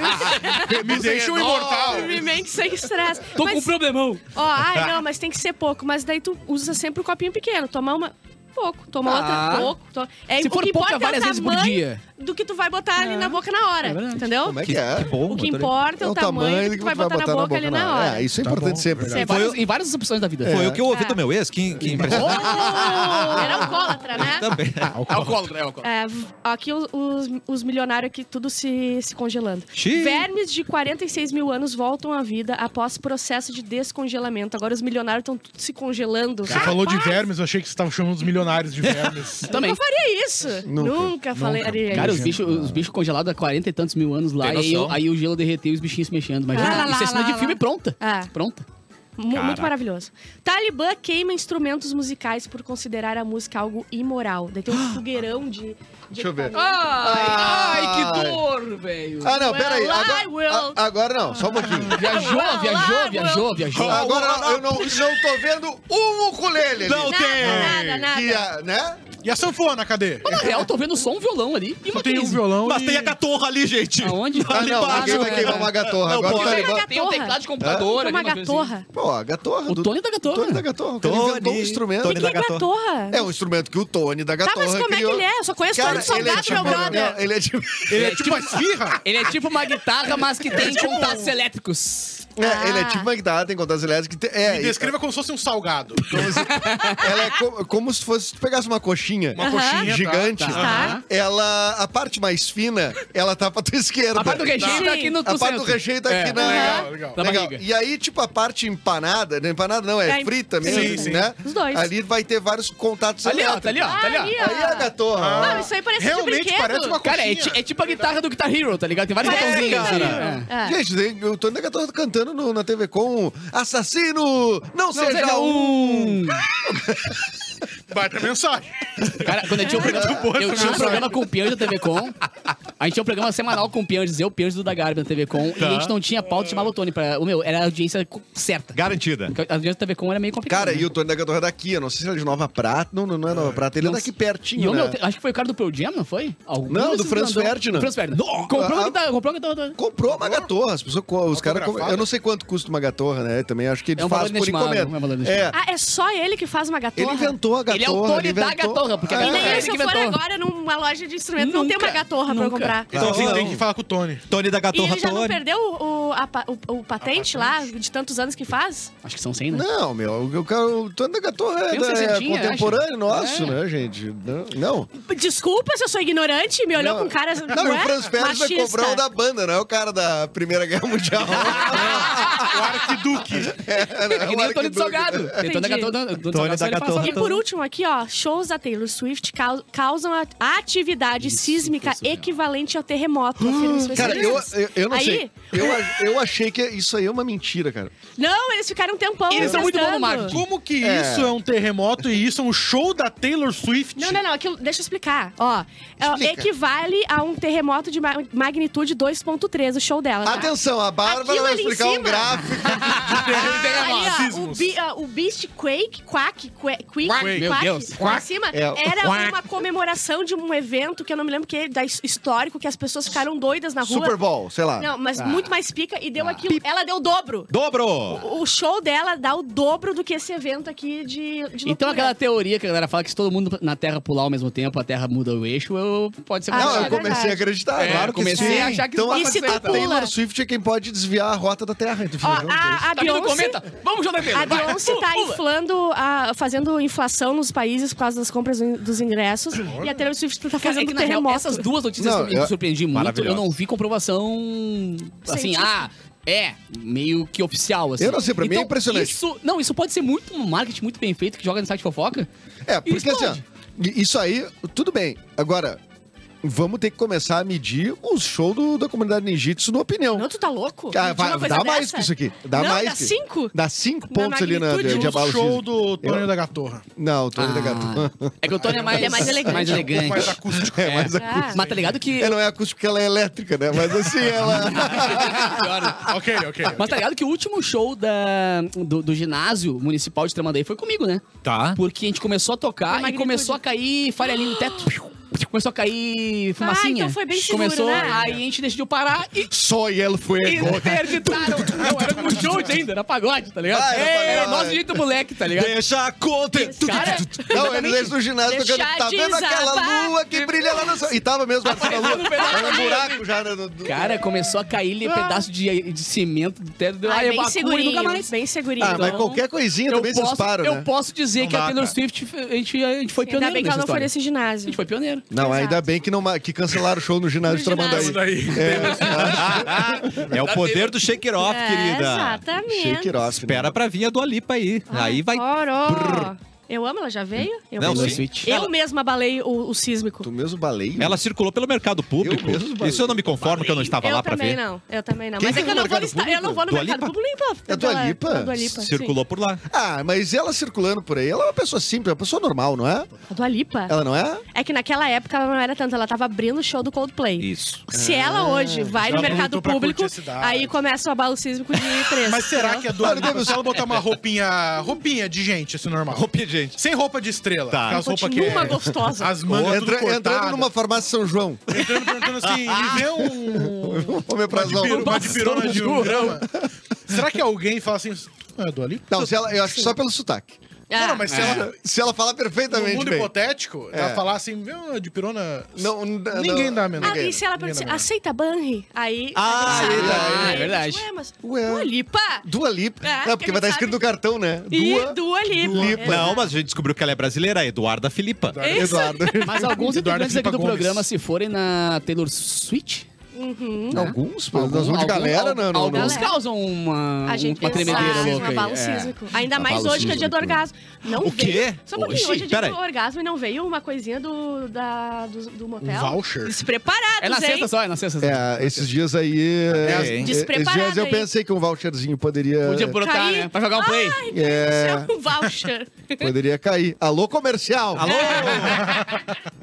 [SPEAKER 5] é
[SPEAKER 6] me deixam imortal.
[SPEAKER 3] Me mente sem estresse.
[SPEAKER 8] Tô com um
[SPEAKER 3] mas, É,
[SPEAKER 8] problemão.
[SPEAKER 3] ó, ai, não, mas tem que ser pouco. Mas daí tu usa sempre o copinho pequeno. Tomar uma, pouco. Tomar
[SPEAKER 4] Ah.
[SPEAKER 3] outra, pouco. To- É,
[SPEAKER 4] Se
[SPEAKER 3] o
[SPEAKER 4] for
[SPEAKER 3] que
[SPEAKER 4] pouca,
[SPEAKER 3] importa é o
[SPEAKER 4] várias vezes por
[SPEAKER 3] tamanho
[SPEAKER 4] dia.
[SPEAKER 3] do que tu vai botar ali na boca na hora, entendeu?
[SPEAKER 5] Como é que é?
[SPEAKER 1] bom,
[SPEAKER 3] O que
[SPEAKER 1] doutor.
[SPEAKER 3] importa é o tamanho do que tu vai botar na boca ali na hora.
[SPEAKER 5] É, isso é
[SPEAKER 6] Tá
[SPEAKER 5] importante
[SPEAKER 6] bom,
[SPEAKER 5] sempre.
[SPEAKER 6] verdade.
[SPEAKER 4] Em várias, em várias opções da vida.
[SPEAKER 1] Foi o que eu
[SPEAKER 3] é
[SPEAKER 1] ouvi do meu ex, que, que impressionou
[SPEAKER 3] Oh, Era alcoólatra, né? [laughs]
[SPEAKER 1] também.
[SPEAKER 4] É alcoólatra, é alcoólatra.
[SPEAKER 3] É, v- aqui os, os, os milionários aqui, tudo se, se congelando.
[SPEAKER 1] Xiii.
[SPEAKER 3] Vermes de 46 mil anos voltam à vida após processo de descongelamento. Agora os milionários estão tudo se congelando.
[SPEAKER 6] Você falou de vermes, eu achei que você estava chamando os milionários
[SPEAKER 5] [laughs]
[SPEAKER 6] de vermes.
[SPEAKER 4] Também.
[SPEAKER 3] Nunca faria isso.
[SPEAKER 5] Nunca.
[SPEAKER 3] Nunca, falaria
[SPEAKER 4] Cara, os
[SPEAKER 3] isso.
[SPEAKER 4] bichos os bichos congelados há 40 e tantos mil anos lá,
[SPEAKER 2] Tem
[SPEAKER 4] aí,
[SPEAKER 2] noção.
[SPEAKER 4] aí o gelo derreteu e os bichinhos se mexendo. Imagina,
[SPEAKER 3] Lá, lá,
[SPEAKER 4] isso é
[SPEAKER 3] lá,
[SPEAKER 4] cena de
[SPEAKER 3] lá,
[SPEAKER 4] filme
[SPEAKER 3] lá.
[SPEAKER 4] pronta.
[SPEAKER 3] Ah.
[SPEAKER 4] Pronta.
[SPEAKER 3] Mu- Muito
[SPEAKER 1] Caraca.
[SPEAKER 3] maravilhoso. Talibã queima instrumentos musicais por considerar a música algo imoral. Daí tem um fogueirão de. de
[SPEAKER 5] Deixa eu ver.
[SPEAKER 3] equipamento.
[SPEAKER 5] Ai, que
[SPEAKER 4] dor, velho.
[SPEAKER 5] Ah, não, peraí.
[SPEAKER 3] Well, I
[SPEAKER 5] Agora,
[SPEAKER 3] will.
[SPEAKER 5] a- agora não, só um pouquinho.
[SPEAKER 4] Viajou, viajou, viajou, viajou.
[SPEAKER 5] Agora eu não, não tô vendo um ukulele ali.
[SPEAKER 1] Não
[SPEAKER 3] Nada, nada, nada.
[SPEAKER 5] Que a- né?
[SPEAKER 6] E a sanfona, cadê?
[SPEAKER 4] Na real, tô vendo só um violão ali e
[SPEAKER 6] Só
[SPEAKER 4] uma
[SPEAKER 6] tem um
[SPEAKER 4] crise.
[SPEAKER 6] violão
[SPEAKER 1] Mas
[SPEAKER 6] e...
[SPEAKER 1] tem a catorra ali, gente.
[SPEAKER 4] Aonde?
[SPEAKER 5] Ah,
[SPEAKER 1] Ali
[SPEAKER 5] não,
[SPEAKER 1] embaixo.
[SPEAKER 5] ninguém vai queimar uma gatorra.
[SPEAKER 1] Tá Não
[SPEAKER 5] Agora
[SPEAKER 1] pode.
[SPEAKER 5] o Talibã...
[SPEAKER 3] Gatorra.
[SPEAKER 4] Tem um teclado de computador.
[SPEAKER 3] Tem uma
[SPEAKER 4] alguma coisa assim.
[SPEAKER 3] gatorra.
[SPEAKER 5] Pô, a gatorra.
[SPEAKER 4] O
[SPEAKER 5] do-
[SPEAKER 4] Tony é tá da Gatorra.
[SPEAKER 5] Tony é da gatorra. que
[SPEAKER 1] Tony.
[SPEAKER 5] Ele inventou um instrumento.
[SPEAKER 1] Tony
[SPEAKER 3] Que
[SPEAKER 1] da
[SPEAKER 3] é
[SPEAKER 1] gatorra.
[SPEAKER 3] gatorra?
[SPEAKER 5] É um instrumento que o Tony da
[SPEAKER 3] Tá,
[SPEAKER 5] gatorra
[SPEAKER 3] mas como é que
[SPEAKER 5] criou.
[SPEAKER 3] ele é? Eu só conheço
[SPEAKER 5] Cara,
[SPEAKER 3] Tony Salgado,
[SPEAKER 5] ele é tipo,
[SPEAKER 3] meu brother.
[SPEAKER 5] não, ele é tipo,
[SPEAKER 6] Ele é tipo uma esfirra.
[SPEAKER 4] Ele é tipo uma guitarra, mas que tem
[SPEAKER 5] Tipo um
[SPEAKER 4] contatos elétricos.
[SPEAKER 5] [laughs] é, ele é
[SPEAKER 3] Ah.
[SPEAKER 5] tipo uma guitarra, tem contatos elétricas. que tem- É,
[SPEAKER 6] Me descreva como se fosse um salgado.
[SPEAKER 5] Como se, ela é co- como se fosse, tu pegasse uma coxinha.
[SPEAKER 6] Uma coxinha, tá?
[SPEAKER 5] Gigante.
[SPEAKER 3] Tá.
[SPEAKER 5] Ela, a parte mais fina, ela tá pra tua esquerda.
[SPEAKER 4] A parte do recheio
[SPEAKER 3] Sim.
[SPEAKER 4] tá aqui no, no
[SPEAKER 5] A parte do
[SPEAKER 4] centro.
[SPEAKER 5] recheio tá
[SPEAKER 4] É.
[SPEAKER 5] aqui na...
[SPEAKER 6] Legal, legal.
[SPEAKER 4] Na
[SPEAKER 5] Legal.
[SPEAKER 4] barriga.
[SPEAKER 5] E aí, tipo, a parte empanada, não é empanada não, é,
[SPEAKER 3] É,
[SPEAKER 5] frita
[SPEAKER 3] sim,
[SPEAKER 5] mesmo,
[SPEAKER 6] sim.
[SPEAKER 5] né?
[SPEAKER 3] Os dois.
[SPEAKER 5] Ali vai ter vários contatos
[SPEAKER 4] Ali, ó,
[SPEAKER 5] elétricos.
[SPEAKER 4] tá ali, ó, tá ali, ó.
[SPEAKER 3] Ali, ó.
[SPEAKER 5] Aí é a gatorra.
[SPEAKER 3] Não, isso aí parece de
[SPEAKER 6] Realmente
[SPEAKER 3] brinquedo.
[SPEAKER 6] parece
[SPEAKER 5] um
[SPEAKER 6] uma
[SPEAKER 4] Cara, é,
[SPEAKER 6] coxinha.
[SPEAKER 4] ti- é tipo a guitarra do Guitar Hero, tá ligado? Tem vários botãozinhos. assim.
[SPEAKER 3] É.
[SPEAKER 5] Gente, tem- o Tony da Gatorra tá cantando no- na TV com Assassino, não, seja,
[SPEAKER 4] seja
[SPEAKER 5] um...
[SPEAKER 6] Baita mensagem.
[SPEAKER 4] Cara, quando eu tinha um programa, eu tinha um programa com o Pianjo da TV Com, a gente tinha um programa semanal com o Pianjo, eu, o Pianjo do da Garbi na TV Com,
[SPEAKER 5] Tá.
[SPEAKER 4] e a gente não tinha pauta, chamava o Tony pra... O meu, era a audiência co- certa.
[SPEAKER 1] Garantida.
[SPEAKER 4] Porque A audiência da TV Com era meio complicada.
[SPEAKER 5] Cara,
[SPEAKER 4] né?
[SPEAKER 5] e o Tony da Gatorra é daqui, eu não sei se ele é de Nova Prata, não, não não é Nova Prata, ele é
[SPEAKER 4] Não
[SPEAKER 5] daqui
[SPEAKER 4] sei. E
[SPEAKER 5] pertinho,
[SPEAKER 4] o meu,
[SPEAKER 5] né?
[SPEAKER 4] te- acho que foi o cara do Pearl Jam, não foi? Algum
[SPEAKER 5] Não, do
[SPEAKER 4] desses
[SPEAKER 5] Franz
[SPEAKER 4] grandão.
[SPEAKER 5] Ferdinand.
[SPEAKER 4] Franz Ferdinand. Comprou
[SPEAKER 5] Ah,
[SPEAKER 4] uma guitarra, comprou tá, uma guitarra.
[SPEAKER 5] Comprou uma gatorra, as pessoas, co- os caras,
[SPEAKER 6] Autografada?
[SPEAKER 5] eu não sei quanto custa uma gatorra, né? Também acho que ele
[SPEAKER 4] É um
[SPEAKER 5] faz
[SPEAKER 4] valor
[SPEAKER 5] por
[SPEAKER 4] inestimável,
[SPEAKER 5] encomenda.
[SPEAKER 4] é um valor inestimável.
[SPEAKER 5] é,
[SPEAKER 3] Ah, é só ele que faz uma gatorra?
[SPEAKER 5] ele inventou a gatorra.
[SPEAKER 4] Ele é o Tony
[SPEAKER 5] ele
[SPEAKER 4] da
[SPEAKER 5] inventou-
[SPEAKER 4] gatorra, porque a
[SPEAKER 5] É.
[SPEAKER 3] E nem
[SPEAKER 4] É,
[SPEAKER 3] eu,
[SPEAKER 4] ele
[SPEAKER 3] se eu
[SPEAKER 4] que
[SPEAKER 3] for
[SPEAKER 4] inventou.
[SPEAKER 3] agora numa loja de instrumento, não tem
[SPEAKER 4] Nunca,
[SPEAKER 3] uma gatorra pra eu
[SPEAKER 4] nunca.
[SPEAKER 3] comprar.
[SPEAKER 6] Então
[SPEAKER 1] Não,
[SPEAKER 6] vocês
[SPEAKER 1] não.
[SPEAKER 6] têm que falar com o Tony.
[SPEAKER 1] Tony da
[SPEAKER 3] E
[SPEAKER 1] gatorra,
[SPEAKER 3] ele já não
[SPEAKER 1] Tony.
[SPEAKER 3] perdeu o, o- a pa- o- o patente lá, de tantos anos que faz?
[SPEAKER 4] Acho que são 100, né?
[SPEAKER 5] Não, meu, o, o, cara- o Tony da Gatorra é,
[SPEAKER 4] Tem
[SPEAKER 5] da-
[SPEAKER 4] um
[SPEAKER 5] é
[SPEAKER 4] 60,
[SPEAKER 5] contemporâneo
[SPEAKER 4] acho.
[SPEAKER 5] nosso,
[SPEAKER 4] É.
[SPEAKER 5] né, gente? Não. Não,
[SPEAKER 3] Desculpa se eu sou ignorante, me olhou
[SPEAKER 5] Não.
[SPEAKER 3] com cara. Não,
[SPEAKER 5] não e o
[SPEAKER 3] é?
[SPEAKER 5] Franz Pérez vai
[SPEAKER 3] Machista.
[SPEAKER 5] comprar o da banda, não é o cara da Primeira Guerra
[SPEAKER 4] [laughs]
[SPEAKER 5] Mundial. né,
[SPEAKER 6] O Arquiduque.
[SPEAKER 4] É que nem o Tony do Salgado. Tem Tony da
[SPEAKER 5] tá
[SPEAKER 3] Entendi.
[SPEAKER 4] Gatorra. Tony assim, do
[SPEAKER 1] Tony da
[SPEAKER 4] Salgado, ele faz
[SPEAKER 1] Gatorra.
[SPEAKER 3] E por último aqui, ó, shows da Taylor Swift cau- causam a a atividade sísmica equivalente ao terremoto, afirma
[SPEAKER 5] Cara, eu,
[SPEAKER 3] especialistas.
[SPEAKER 5] eu, eu não
[SPEAKER 3] Aí,
[SPEAKER 5] sei. Eu, a- eu achei que isso aí é uma mentira, cara.
[SPEAKER 3] Não, eles ficaram um tempão
[SPEAKER 4] Eles são muito bons no
[SPEAKER 3] testando.
[SPEAKER 4] marketing.
[SPEAKER 6] Como que
[SPEAKER 5] É.
[SPEAKER 6] isso é um terremoto e isso é um show da Taylor Swift?
[SPEAKER 3] Não, é não, não. Aquilo, deixa eu explicar. Ó, é,
[SPEAKER 5] Explica.
[SPEAKER 3] equivale a um terremoto de ma- magnitude 2.3, o show dela. tá?
[SPEAKER 5] Atenção, a Bárbara
[SPEAKER 3] Aquilo
[SPEAKER 5] vai
[SPEAKER 3] ali em
[SPEAKER 5] explicar um
[SPEAKER 3] cima.
[SPEAKER 4] é
[SPEAKER 5] gráfico.
[SPEAKER 3] Ali, ó, o o, bi, ah, o Beast Quake, Quack, Quack, Quack,
[SPEAKER 4] Meu Deus.
[SPEAKER 3] Quack, pra cima,
[SPEAKER 5] É, o
[SPEAKER 3] era uma comemoração de um evento que eu não me lembro que, da his- histórico, que as pessoas ficaram doidas na rua.
[SPEAKER 5] Super Bowl, sei lá.
[SPEAKER 3] Não,
[SPEAKER 4] Ah.
[SPEAKER 3] mas muito mais pica e deu aquilo. Ela deu o dobro.
[SPEAKER 1] Dobro!
[SPEAKER 3] O show dela dá o dobro do que esse evento aqui de, de
[SPEAKER 4] Então
[SPEAKER 3] loucura.
[SPEAKER 4] aquela teoria que a galera fala que se todo mundo na Terra pular ao mesmo tempo, a Terra muda o eixo, eu- pode ser
[SPEAKER 3] Ah,
[SPEAKER 5] Não,
[SPEAKER 3] é
[SPEAKER 5] eu
[SPEAKER 4] verdade.
[SPEAKER 5] comecei a acreditar,
[SPEAKER 4] É,
[SPEAKER 5] claro que
[SPEAKER 4] comecei
[SPEAKER 5] sim.
[SPEAKER 4] a achar que
[SPEAKER 5] então,
[SPEAKER 4] isso
[SPEAKER 5] a-
[SPEAKER 3] E se tu
[SPEAKER 5] a Taylor
[SPEAKER 3] pula?
[SPEAKER 5] Swift é quem pode desviar a rota da Terra. entendeu?
[SPEAKER 3] Ó, ah, a, a
[SPEAKER 4] Tá vindo,
[SPEAKER 3] Beyoncé-
[SPEAKER 4] comenta! Vamos, Jonathan!
[SPEAKER 3] A
[SPEAKER 4] vai.
[SPEAKER 3] Beyoncé tá
[SPEAKER 4] Pula, pula.
[SPEAKER 3] inflando, a- fazendo inflação nos países por causa das compras do- dos ingressos. E a Taylor Swift tá
[SPEAKER 4] Cara, é
[SPEAKER 3] fazendo
[SPEAKER 4] que, na real,
[SPEAKER 3] terremoto.
[SPEAKER 4] essas duas notícias
[SPEAKER 5] Não,
[SPEAKER 4] me
[SPEAKER 5] eu-
[SPEAKER 4] surpreendi muito. Eu
[SPEAKER 1] Maravilhosa.
[SPEAKER 4] não vi comprovação, assim,
[SPEAKER 3] Científica.
[SPEAKER 4] ah, é, meio que oficial, assim.
[SPEAKER 5] Eu não sei, pra mim é impressionante.
[SPEAKER 4] Isso, não, isso pode ser muito um marketing muito bem feito que joga no site fofoca.
[SPEAKER 5] É, porque assim,
[SPEAKER 4] explode.
[SPEAKER 5] ó, i- isso aí, tudo bem. Agora, vamos ter que começar a medir o show do- da comunidade ninjitsu na opinião.
[SPEAKER 3] Não, tu tá louco?
[SPEAKER 5] Ah, vai-
[SPEAKER 3] Não tinha uma coisa
[SPEAKER 5] dá mais
[SPEAKER 3] dessa?
[SPEAKER 5] que isso aqui. Dá
[SPEAKER 3] Não,
[SPEAKER 5] mais.
[SPEAKER 3] dá
[SPEAKER 5] que-
[SPEAKER 3] cinco?
[SPEAKER 5] Dá cinco
[SPEAKER 3] Na
[SPEAKER 5] pontos ali na
[SPEAKER 3] magnitude. um
[SPEAKER 5] de
[SPEAKER 6] O
[SPEAKER 5] abalo
[SPEAKER 6] Um show
[SPEAKER 5] X.
[SPEAKER 6] do Tônio
[SPEAKER 5] Eu-
[SPEAKER 6] da Gatorra.
[SPEAKER 5] Não, tô ah. gato.
[SPEAKER 4] É que o Tony é mais,
[SPEAKER 3] Ele é mais elegante.
[SPEAKER 4] mais elegante.
[SPEAKER 6] Mais acústico.
[SPEAKER 5] É, mas, a-
[SPEAKER 3] Ah,
[SPEAKER 4] Mas tá ligado que...
[SPEAKER 5] é, não é acústica, porque ela é elétrica, né? Mas assim,
[SPEAKER 3] [laughs]
[SPEAKER 5] ela.
[SPEAKER 6] ok, ok.
[SPEAKER 4] Mas tá ligado que o último show da, do, do ginásio municipal de Tramandaí foi comigo, né?
[SPEAKER 1] Tá.
[SPEAKER 4] Porque a gente começou a
[SPEAKER 3] Foi
[SPEAKER 4] tocar e
[SPEAKER 3] magnitude.
[SPEAKER 4] começou a cair falha ali no teto. Começou a cair fumacinha.
[SPEAKER 3] então foi bem seguro,
[SPEAKER 4] começou,
[SPEAKER 3] né?
[SPEAKER 4] Aí a gente decidiu parar e
[SPEAKER 5] Só e ela foi.
[SPEAKER 4] interditaram. Não, era com show ainda, era pagode, tá ligado?
[SPEAKER 5] Ah, era
[SPEAKER 4] é,
[SPEAKER 5] pagode.
[SPEAKER 4] era nosso jeito moleque,
[SPEAKER 3] É.
[SPEAKER 4] tá ligado?
[SPEAKER 1] Deixa acontecer!
[SPEAKER 4] Cara,
[SPEAKER 5] Não, eles no ginásio
[SPEAKER 3] Deixar
[SPEAKER 5] tocando. Tá vendo
[SPEAKER 3] desabar-
[SPEAKER 5] aquela lua que brilha lá na sua. E tava mesmo na lua.
[SPEAKER 4] um pedaço
[SPEAKER 5] Era um buraco já. né, do- do-
[SPEAKER 4] cara, começou a cair ali pedaço de, de cimento do teto. Deu
[SPEAKER 3] Ah. Ai, é
[SPEAKER 4] aí
[SPEAKER 3] bem
[SPEAKER 4] evacua e nunca
[SPEAKER 3] segurinho,
[SPEAKER 4] mais.
[SPEAKER 3] bem segurinho.
[SPEAKER 5] Ah, mas
[SPEAKER 4] Então,
[SPEAKER 5] qualquer coisinha também vocês param,
[SPEAKER 4] eu
[SPEAKER 5] né?
[SPEAKER 4] posso dizer que
[SPEAKER 1] dá,
[SPEAKER 4] a Taylor
[SPEAKER 1] cara.
[SPEAKER 4] Swift, a gente, a gente foi
[SPEAKER 3] Ainda
[SPEAKER 4] pioneiro
[SPEAKER 3] tá bem que
[SPEAKER 4] nessa
[SPEAKER 3] ela não foi
[SPEAKER 4] história.
[SPEAKER 3] nesse
[SPEAKER 4] A
[SPEAKER 3] ginásio.
[SPEAKER 4] gente foi pioneiro.
[SPEAKER 5] Não, ainda
[SPEAKER 3] Exato.
[SPEAKER 5] bem que, não, ma- que cancelaram o show no ginásio de
[SPEAKER 3] No
[SPEAKER 5] Tramandaí.
[SPEAKER 3] ginásio.
[SPEAKER 6] Daí.
[SPEAKER 3] Ah,
[SPEAKER 1] É o poder do shake it off,
[SPEAKER 3] Tá É,
[SPEAKER 1] querida.
[SPEAKER 3] Exatamente. Ah,
[SPEAKER 5] Shake it off. né?
[SPEAKER 1] Espera pra vir a Dua Lipa aí. Aí vai.
[SPEAKER 3] Oró. Eu amo, ela já veio? Eu,
[SPEAKER 1] Não,
[SPEAKER 3] mesma-
[SPEAKER 1] sim.
[SPEAKER 4] Switch.
[SPEAKER 3] eu mesma abalei o, o sísmico.
[SPEAKER 5] Tu mesmo baleio?
[SPEAKER 1] Ela circulou pelo mercado público.
[SPEAKER 5] Eu mesmo,
[SPEAKER 1] Isso eu não me conformo que eu não estava
[SPEAKER 3] Eu
[SPEAKER 1] lá pra
[SPEAKER 3] também
[SPEAKER 1] ver.
[SPEAKER 3] não, eu também não.
[SPEAKER 5] Quem
[SPEAKER 3] mas é
[SPEAKER 5] tá
[SPEAKER 3] que eu
[SPEAKER 5] no
[SPEAKER 3] não vou,
[SPEAKER 5] mercado
[SPEAKER 3] listar- eu não vou no
[SPEAKER 1] Dua
[SPEAKER 3] mercado
[SPEAKER 1] Lipa?
[SPEAKER 3] público nem pra...
[SPEAKER 5] É Dua
[SPEAKER 3] pela-
[SPEAKER 5] Lipa?
[SPEAKER 3] pela Dua Lipa, sim.
[SPEAKER 1] Circulou por lá.
[SPEAKER 5] Ah, mas ela circulando por aí, ela é uma pessoa simples, é uma pessoa normal, não é?
[SPEAKER 3] A Dua Lipa?
[SPEAKER 5] Ela não é?
[SPEAKER 3] É que naquela época ela não era tanto, ela tava abrindo o show do Coldplay.
[SPEAKER 1] Isso.
[SPEAKER 3] Se ela hoje vai no
[SPEAKER 6] Ela
[SPEAKER 3] mercado
[SPEAKER 6] aproveitou Ah, pra
[SPEAKER 3] público,
[SPEAKER 6] curtir a cidade.
[SPEAKER 3] aí começa o abalo sísmico de preço.
[SPEAKER 6] Mas será que é a Dua
[SPEAKER 5] Olha,
[SPEAKER 6] Lipa,
[SPEAKER 5] Deus.
[SPEAKER 6] se ela botar uma roupinha, roupinha de gente, assim, normal.
[SPEAKER 1] Roupinha, gente.
[SPEAKER 6] Sem roupa de estrela.
[SPEAKER 1] Tá.
[SPEAKER 6] Aquelas roupas que
[SPEAKER 3] Continua uma gostosa.
[SPEAKER 6] As mangas tudo
[SPEAKER 5] Entra- entrando
[SPEAKER 6] cortadas.
[SPEAKER 5] numa farmácia São João.
[SPEAKER 6] Entrando, perguntando assim, me vê um...
[SPEAKER 5] Omeprazol.
[SPEAKER 6] Uma de pirona de um grama. Será que alguém fala assim... "Ah, É a Dua Lipa?
[SPEAKER 5] Não, se ela, eu acho que só pelo sotaque.
[SPEAKER 3] Ah,
[SPEAKER 6] Não, não, mas
[SPEAKER 5] É.
[SPEAKER 6] se ela...
[SPEAKER 5] [laughs] Se ela falar
[SPEAKER 6] É. No
[SPEAKER 5] perfeitamente
[SPEAKER 6] mundo
[SPEAKER 5] bem.
[SPEAKER 6] hipotético, ela falar assim, "Vê uma de pirona...
[SPEAKER 5] Não, n-
[SPEAKER 6] Ninguém
[SPEAKER 5] não-
[SPEAKER 6] dá a menor.
[SPEAKER 3] Ah, e se ela
[SPEAKER 6] Ninguém
[SPEAKER 3] pergunta assim,
[SPEAKER 6] dá a menor.
[SPEAKER 3] aceita Banri? Aí.
[SPEAKER 1] Ah,
[SPEAKER 3] aí,
[SPEAKER 1] é
[SPEAKER 4] verdade,
[SPEAKER 3] aí,
[SPEAKER 4] é verdade.
[SPEAKER 3] Ué, mas.
[SPEAKER 5] Ué.
[SPEAKER 3] Dua Lipa!
[SPEAKER 5] Dua Lipa.
[SPEAKER 3] Ah,
[SPEAKER 5] não, porque
[SPEAKER 3] quem
[SPEAKER 5] vai estar
[SPEAKER 3] sabe?
[SPEAKER 5] escrito no cartão, né?
[SPEAKER 3] E
[SPEAKER 5] Dua,
[SPEAKER 3] Dua Lipa.
[SPEAKER 5] Lipa.
[SPEAKER 3] Exato.
[SPEAKER 1] Não, mas a gente descobriu que ela é brasileira, Eduarda Filipa.
[SPEAKER 3] É Isso. [laughs]
[SPEAKER 5] Eduardo.
[SPEAKER 4] Mas alguns
[SPEAKER 6] Eduardo
[SPEAKER 4] integrantes aqui do
[SPEAKER 6] Filipa Gomes.
[SPEAKER 4] programa, se forem na Taylor Swift,
[SPEAKER 5] Alguns, pô, nós vamos de
[SPEAKER 4] algum-
[SPEAKER 5] galera, não, não, não.
[SPEAKER 4] alguns causam uma,
[SPEAKER 3] A gente
[SPEAKER 4] uma tremedeira
[SPEAKER 3] pensar num
[SPEAKER 4] louca aí.
[SPEAKER 3] abalo
[SPEAKER 4] É.
[SPEAKER 3] sísmico. Ainda mais
[SPEAKER 5] Abalo
[SPEAKER 3] hoje que é dia do
[SPEAKER 5] sísmico.
[SPEAKER 3] orgasmo. Não
[SPEAKER 1] O quê?
[SPEAKER 3] Veio. Só um pouquinho,
[SPEAKER 1] Hoje?
[SPEAKER 3] hoje é dia
[SPEAKER 1] Pera
[SPEAKER 3] do
[SPEAKER 1] aí.
[SPEAKER 3] orgasmo e não veio uma coisinha do, da, do, do motel.
[SPEAKER 6] Um voucher?
[SPEAKER 3] Despreparados,
[SPEAKER 4] É na
[SPEAKER 3] hein?
[SPEAKER 4] sexta só, é na sexta só.
[SPEAKER 5] É, esses dias aí.
[SPEAKER 1] É,
[SPEAKER 5] é,
[SPEAKER 1] hein?
[SPEAKER 5] esses dias
[SPEAKER 3] Despreparado
[SPEAKER 5] eu
[SPEAKER 3] aí.
[SPEAKER 5] pensei que um voucherzinho poderia.
[SPEAKER 4] Podia brotar,
[SPEAKER 3] Cair.
[SPEAKER 4] né? Pra jogar um play.
[SPEAKER 3] Ai,
[SPEAKER 5] É.
[SPEAKER 3] isso é
[SPEAKER 4] [laughs]
[SPEAKER 3] um voucher.
[SPEAKER 5] Poderia cair. Alô, comercial!
[SPEAKER 1] Alô?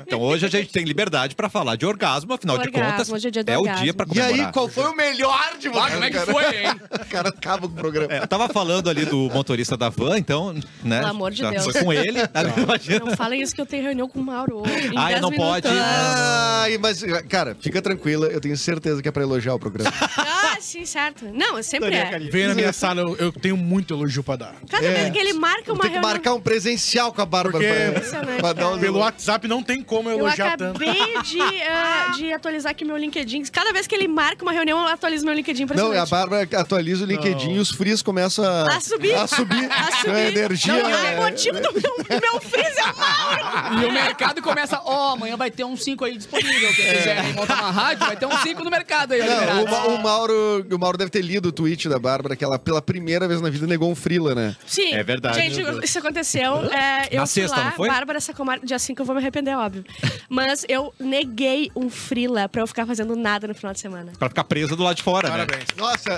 [SPEAKER 1] Então hoje a gente tem liberdade pra falar de orgasmo, afinal de
[SPEAKER 3] Orgasmo,
[SPEAKER 1] contas,
[SPEAKER 3] hoje é dia do
[SPEAKER 1] o
[SPEAKER 3] orgasmo.
[SPEAKER 1] dia pra
[SPEAKER 5] E
[SPEAKER 1] comemorar.
[SPEAKER 5] aí, qual foi o melhor de vocês?
[SPEAKER 4] como é que
[SPEAKER 5] cara?
[SPEAKER 4] foi, hein?
[SPEAKER 5] O cara acaba com o programa.
[SPEAKER 1] É, eu tava falando ali do motorista da van, então, né?
[SPEAKER 3] Pelo amor de
[SPEAKER 1] já
[SPEAKER 3] Deus.
[SPEAKER 1] Foi com ele. né,
[SPEAKER 5] Tá.
[SPEAKER 1] Imagina.
[SPEAKER 3] Não falem isso que eu tenho reunião com o Mauro. em
[SPEAKER 1] Ah,
[SPEAKER 3] 10
[SPEAKER 1] não pode.
[SPEAKER 3] minutos.
[SPEAKER 4] né?
[SPEAKER 5] Ai, mas, cara, fica tranquila, eu tenho certeza que é pra elogiar o programa.
[SPEAKER 3] Ah, sim, certo. Não, sempre é.
[SPEAKER 6] Vem
[SPEAKER 3] [laughs]
[SPEAKER 6] na minha sala, eu, eu tenho muito elogio pra dar.
[SPEAKER 3] Cada
[SPEAKER 4] é.
[SPEAKER 3] vez que ele marca uma
[SPEAKER 5] Tem que
[SPEAKER 3] reunião.
[SPEAKER 5] marcar um presencial com a Bárbara.
[SPEAKER 6] Porque-
[SPEAKER 5] Pra,
[SPEAKER 3] Impressionante,
[SPEAKER 5] pra dar um...
[SPEAKER 6] Pelo WhatsApp não tem como eu
[SPEAKER 3] Eu
[SPEAKER 6] elogiar tanto.
[SPEAKER 3] acabei
[SPEAKER 4] [laughs]
[SPEAKER 3] de, ah, de atualizar aqui meu LinkedIn. Cada vez que ele marca uma reunião, eu atualizo meu LinkedIn pra
[SPEAKER 4] é
[SPEAKER 5] Não, e a Bárbara atualiza o LinkedIn e os frios começam a,
[SPEAKER 3] A subir.
[SPEAKER 5] A subir.
[SPEAKER 3] A subir.
[SPEAKER 5] Então, a energia.
[SPEAKER 3] Não, e o motivo do meu, do meu freeze é o Mauro.
[SPEAKER 4] E o mercado começa, ó, amanhã vai ter um 5 aí disponível. Quem quiser montar uma rádio, vai ter um 5 no mercado
[SPEAKER 3] Tá
[SPEAKER 4] aí, ó,
[SPEAKER 5] É. Não,
[SPEAKER 4] liberado.
[SPEAKER 5] o, Ma- o Mauro, o Mauro deve ter lido o tweet da Bárbara que ela, pela primeira vez na vida, negou um frila, né?
[SPEAKER 3] Sim.
[SPEAKER 1] É verdade.
[SPEAKER 3] Gente, isso aconteceu. é, eu
[SPEAKER 1] Na
[SPEAKER 3] fui
[SPEAKER 1] sexta,
[SPEAKER 3] lá,
[SPEAKER 1] não foi?
[SPEAKER 3] Bárbara Sacomar, dia 5 eu vou me arrepender, óbvio. Mas eu neguei um freela pra eu ficar fazendo nada no final de semana.
[SPEAKER 1] Pra ficar presa do lado de fora, né?
[SPEAKER 6] Parabéns.
[SPEAKER 5] Nossa,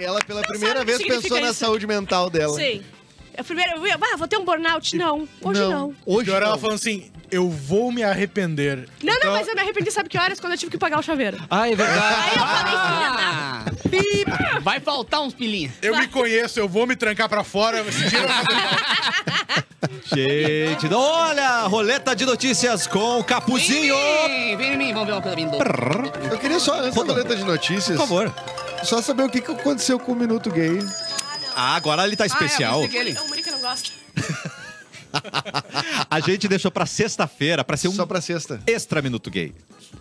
[SPEAKER 5] ela pela
[SPEAKER 3] sabe
[SPEAKER 5] primeira
[SPEAKER 3] o que
[SPEAKER 5] vez
[SPEAKER 3] significa
[SPEAKER 5] pensou na
[SPEAKER 3] isso?
[SPEAKER 5] saúde mental dela.
[SPEAKER 3] Sim. Eu primeiro, eu, ah, vou ter um burnout? Não. Hoje não.
[SPEAKER 5] Hoje
[SPEAKER 6] Pior ela
[SPEAKER 5] não.
[SPEAKER 6] falando assim, eu vou me arrepender.
[SPEAKER 3] Não,
[SPEAKER 6] Então-
[SPEAKER 3] não, mas eu me arrependi, sabe que horas? Quando eu tive que pagar o chaveiro.
[SPEAKER 2] Ah, é verdade.
[SPEAKER 3] Aí eu falei, filha da-
[SPEAKER 4] Ah, vai faltar uns pilinhas.
[SPEAKER 6] Eu me conheço, eu vou me trancar pra fora. Esse dinheiro eu vou-
[SPEAKER 1] Gente, olha, roleta de notícias com Capuzinho.
[SPEAKER 4] Vem, vem em mim, vamos ver uma coisa bem doida.
[SPEAKER 5] [laughs] Eu queria só, antes da paleta de notícias,
[SPEAKER 1] Por favor.
[SPEAKER 5] só saber o que, que aconteceu com o Minuto Gay.
[SPEAKER 1] Ah, agora ele tá especial.
[SPEAKER 4] Ah, é, eu pensei que ele-
[SPEAKER 3] O Murica não gosta.
[SPEAKER 1] A gente deixou pra sexta-feira pra ser um
[SPEAKER 5] Só pra sexta.
[SPEAKER 1] extra minuto gay.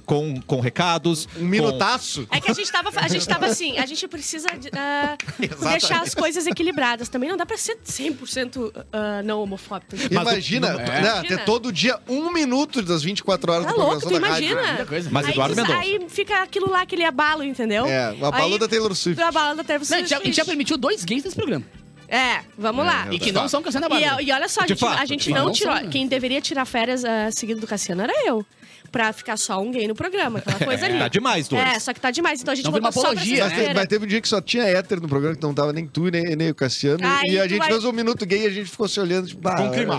[SPEAKER 1] Com, com recados.
[SPEAKER 5] Um minutaço?
[SPEAKER 3] É que a gente tava, a gente tava assim, a gente precisa de, ah, deixar as coisas equilibradas. Também não dá pra ser 100% ah, não homofóbico.
[SPEAKER 5] Imagina,
[SPEAKER 4] não-
[SPEAKER 5] tu-
[SPEAKER 4] é.
[SPEAKER 5] né,
[SPEAKER 3] Imagina.
[SPEAKER 5] ter todo dia um minuto das 24 horas
[SPEAKER 3] Tá
[SPEAKER 5] da
[SPEAKER 3] louco,
[SPEAKER 5] programação
[SPEAKER 3] tu
[SPEAKER 5] da rádio. né?
[SPEAKER 3] imagina?
[SPEAKER 4] coisa.
[SPEAKER 1] Mas
[SPEAKER 3] aí,
[SPEAKER 1] Eduardo
[SPEAKER 3] diz-
[SPEAKER 1] Mendonça.
[SPEAKER 3] Aí fica aquilo lá, aquele abalo, entendeu?
[SPEAKER 5] É, o abalo
[SPEAKER 3] Aí-
[SPEAKER 5] da Taylor Swift.
[SPEAKER 3] O abalo da Taylor
[SPEAKER 4] Não, a gente
[SPEAKER 3] Swift.
[SPEAKER 4] já- a gente já permitiu dois gays nesse programa.
[SPEAKER 3] É, vamos lá.
[SPEAKER 4] E que não
[SPEAKER 5] Tá.
[SPEAKER 4] são Cassiano
[SPEAKER 3] E,
[SPEAKER 4] Bárbara.
[SPEAKER 3] e olha só, a
[SPEAKER 1] De
[SPEAKER 3] gente, a
[SPEAKER 1] fato,
[SPEAKER 3] gente
[SPEAKER 4] de fato.
[SPEAKER 3] não
[SPEAKER 4] Não
[SPEAKER 3] tirou.
[SPEAKER 4] são.
[SPEAKER 3] Quem deveria tirar férias ah, seguido do Cassiano era eu. Pra ficar só um gay no programa, aquela coisa ali.
[SPEAKER 1] Tá demais, dois.
[SPEAKER 3] É, só que tá demais. Então a gente
[SPEAKER 4] Não, foi
[SPEAKER 3] voltou
[SPEAKER 4] uma
[SPEAKER 3] só pra
[SPEAKER 4] apologia,
[SPEAKER 5] Mas, te-
[SPEAKER 3] sexta-feira.
[SPEAKER 5] mas teve um dia que só tinha hétero no programa, que não tava nem tu, nem, nem o Cassiano.
[SPEAKER 3] Ai,
[SPEAKER 5] e a
[SPEAKER 3] tu
[SPEAKER 5] gente
[SPEAKER 3] vai-
[SPEAKER 5] fez um minuto gay e a gente ficou se olhando, tipo, bah,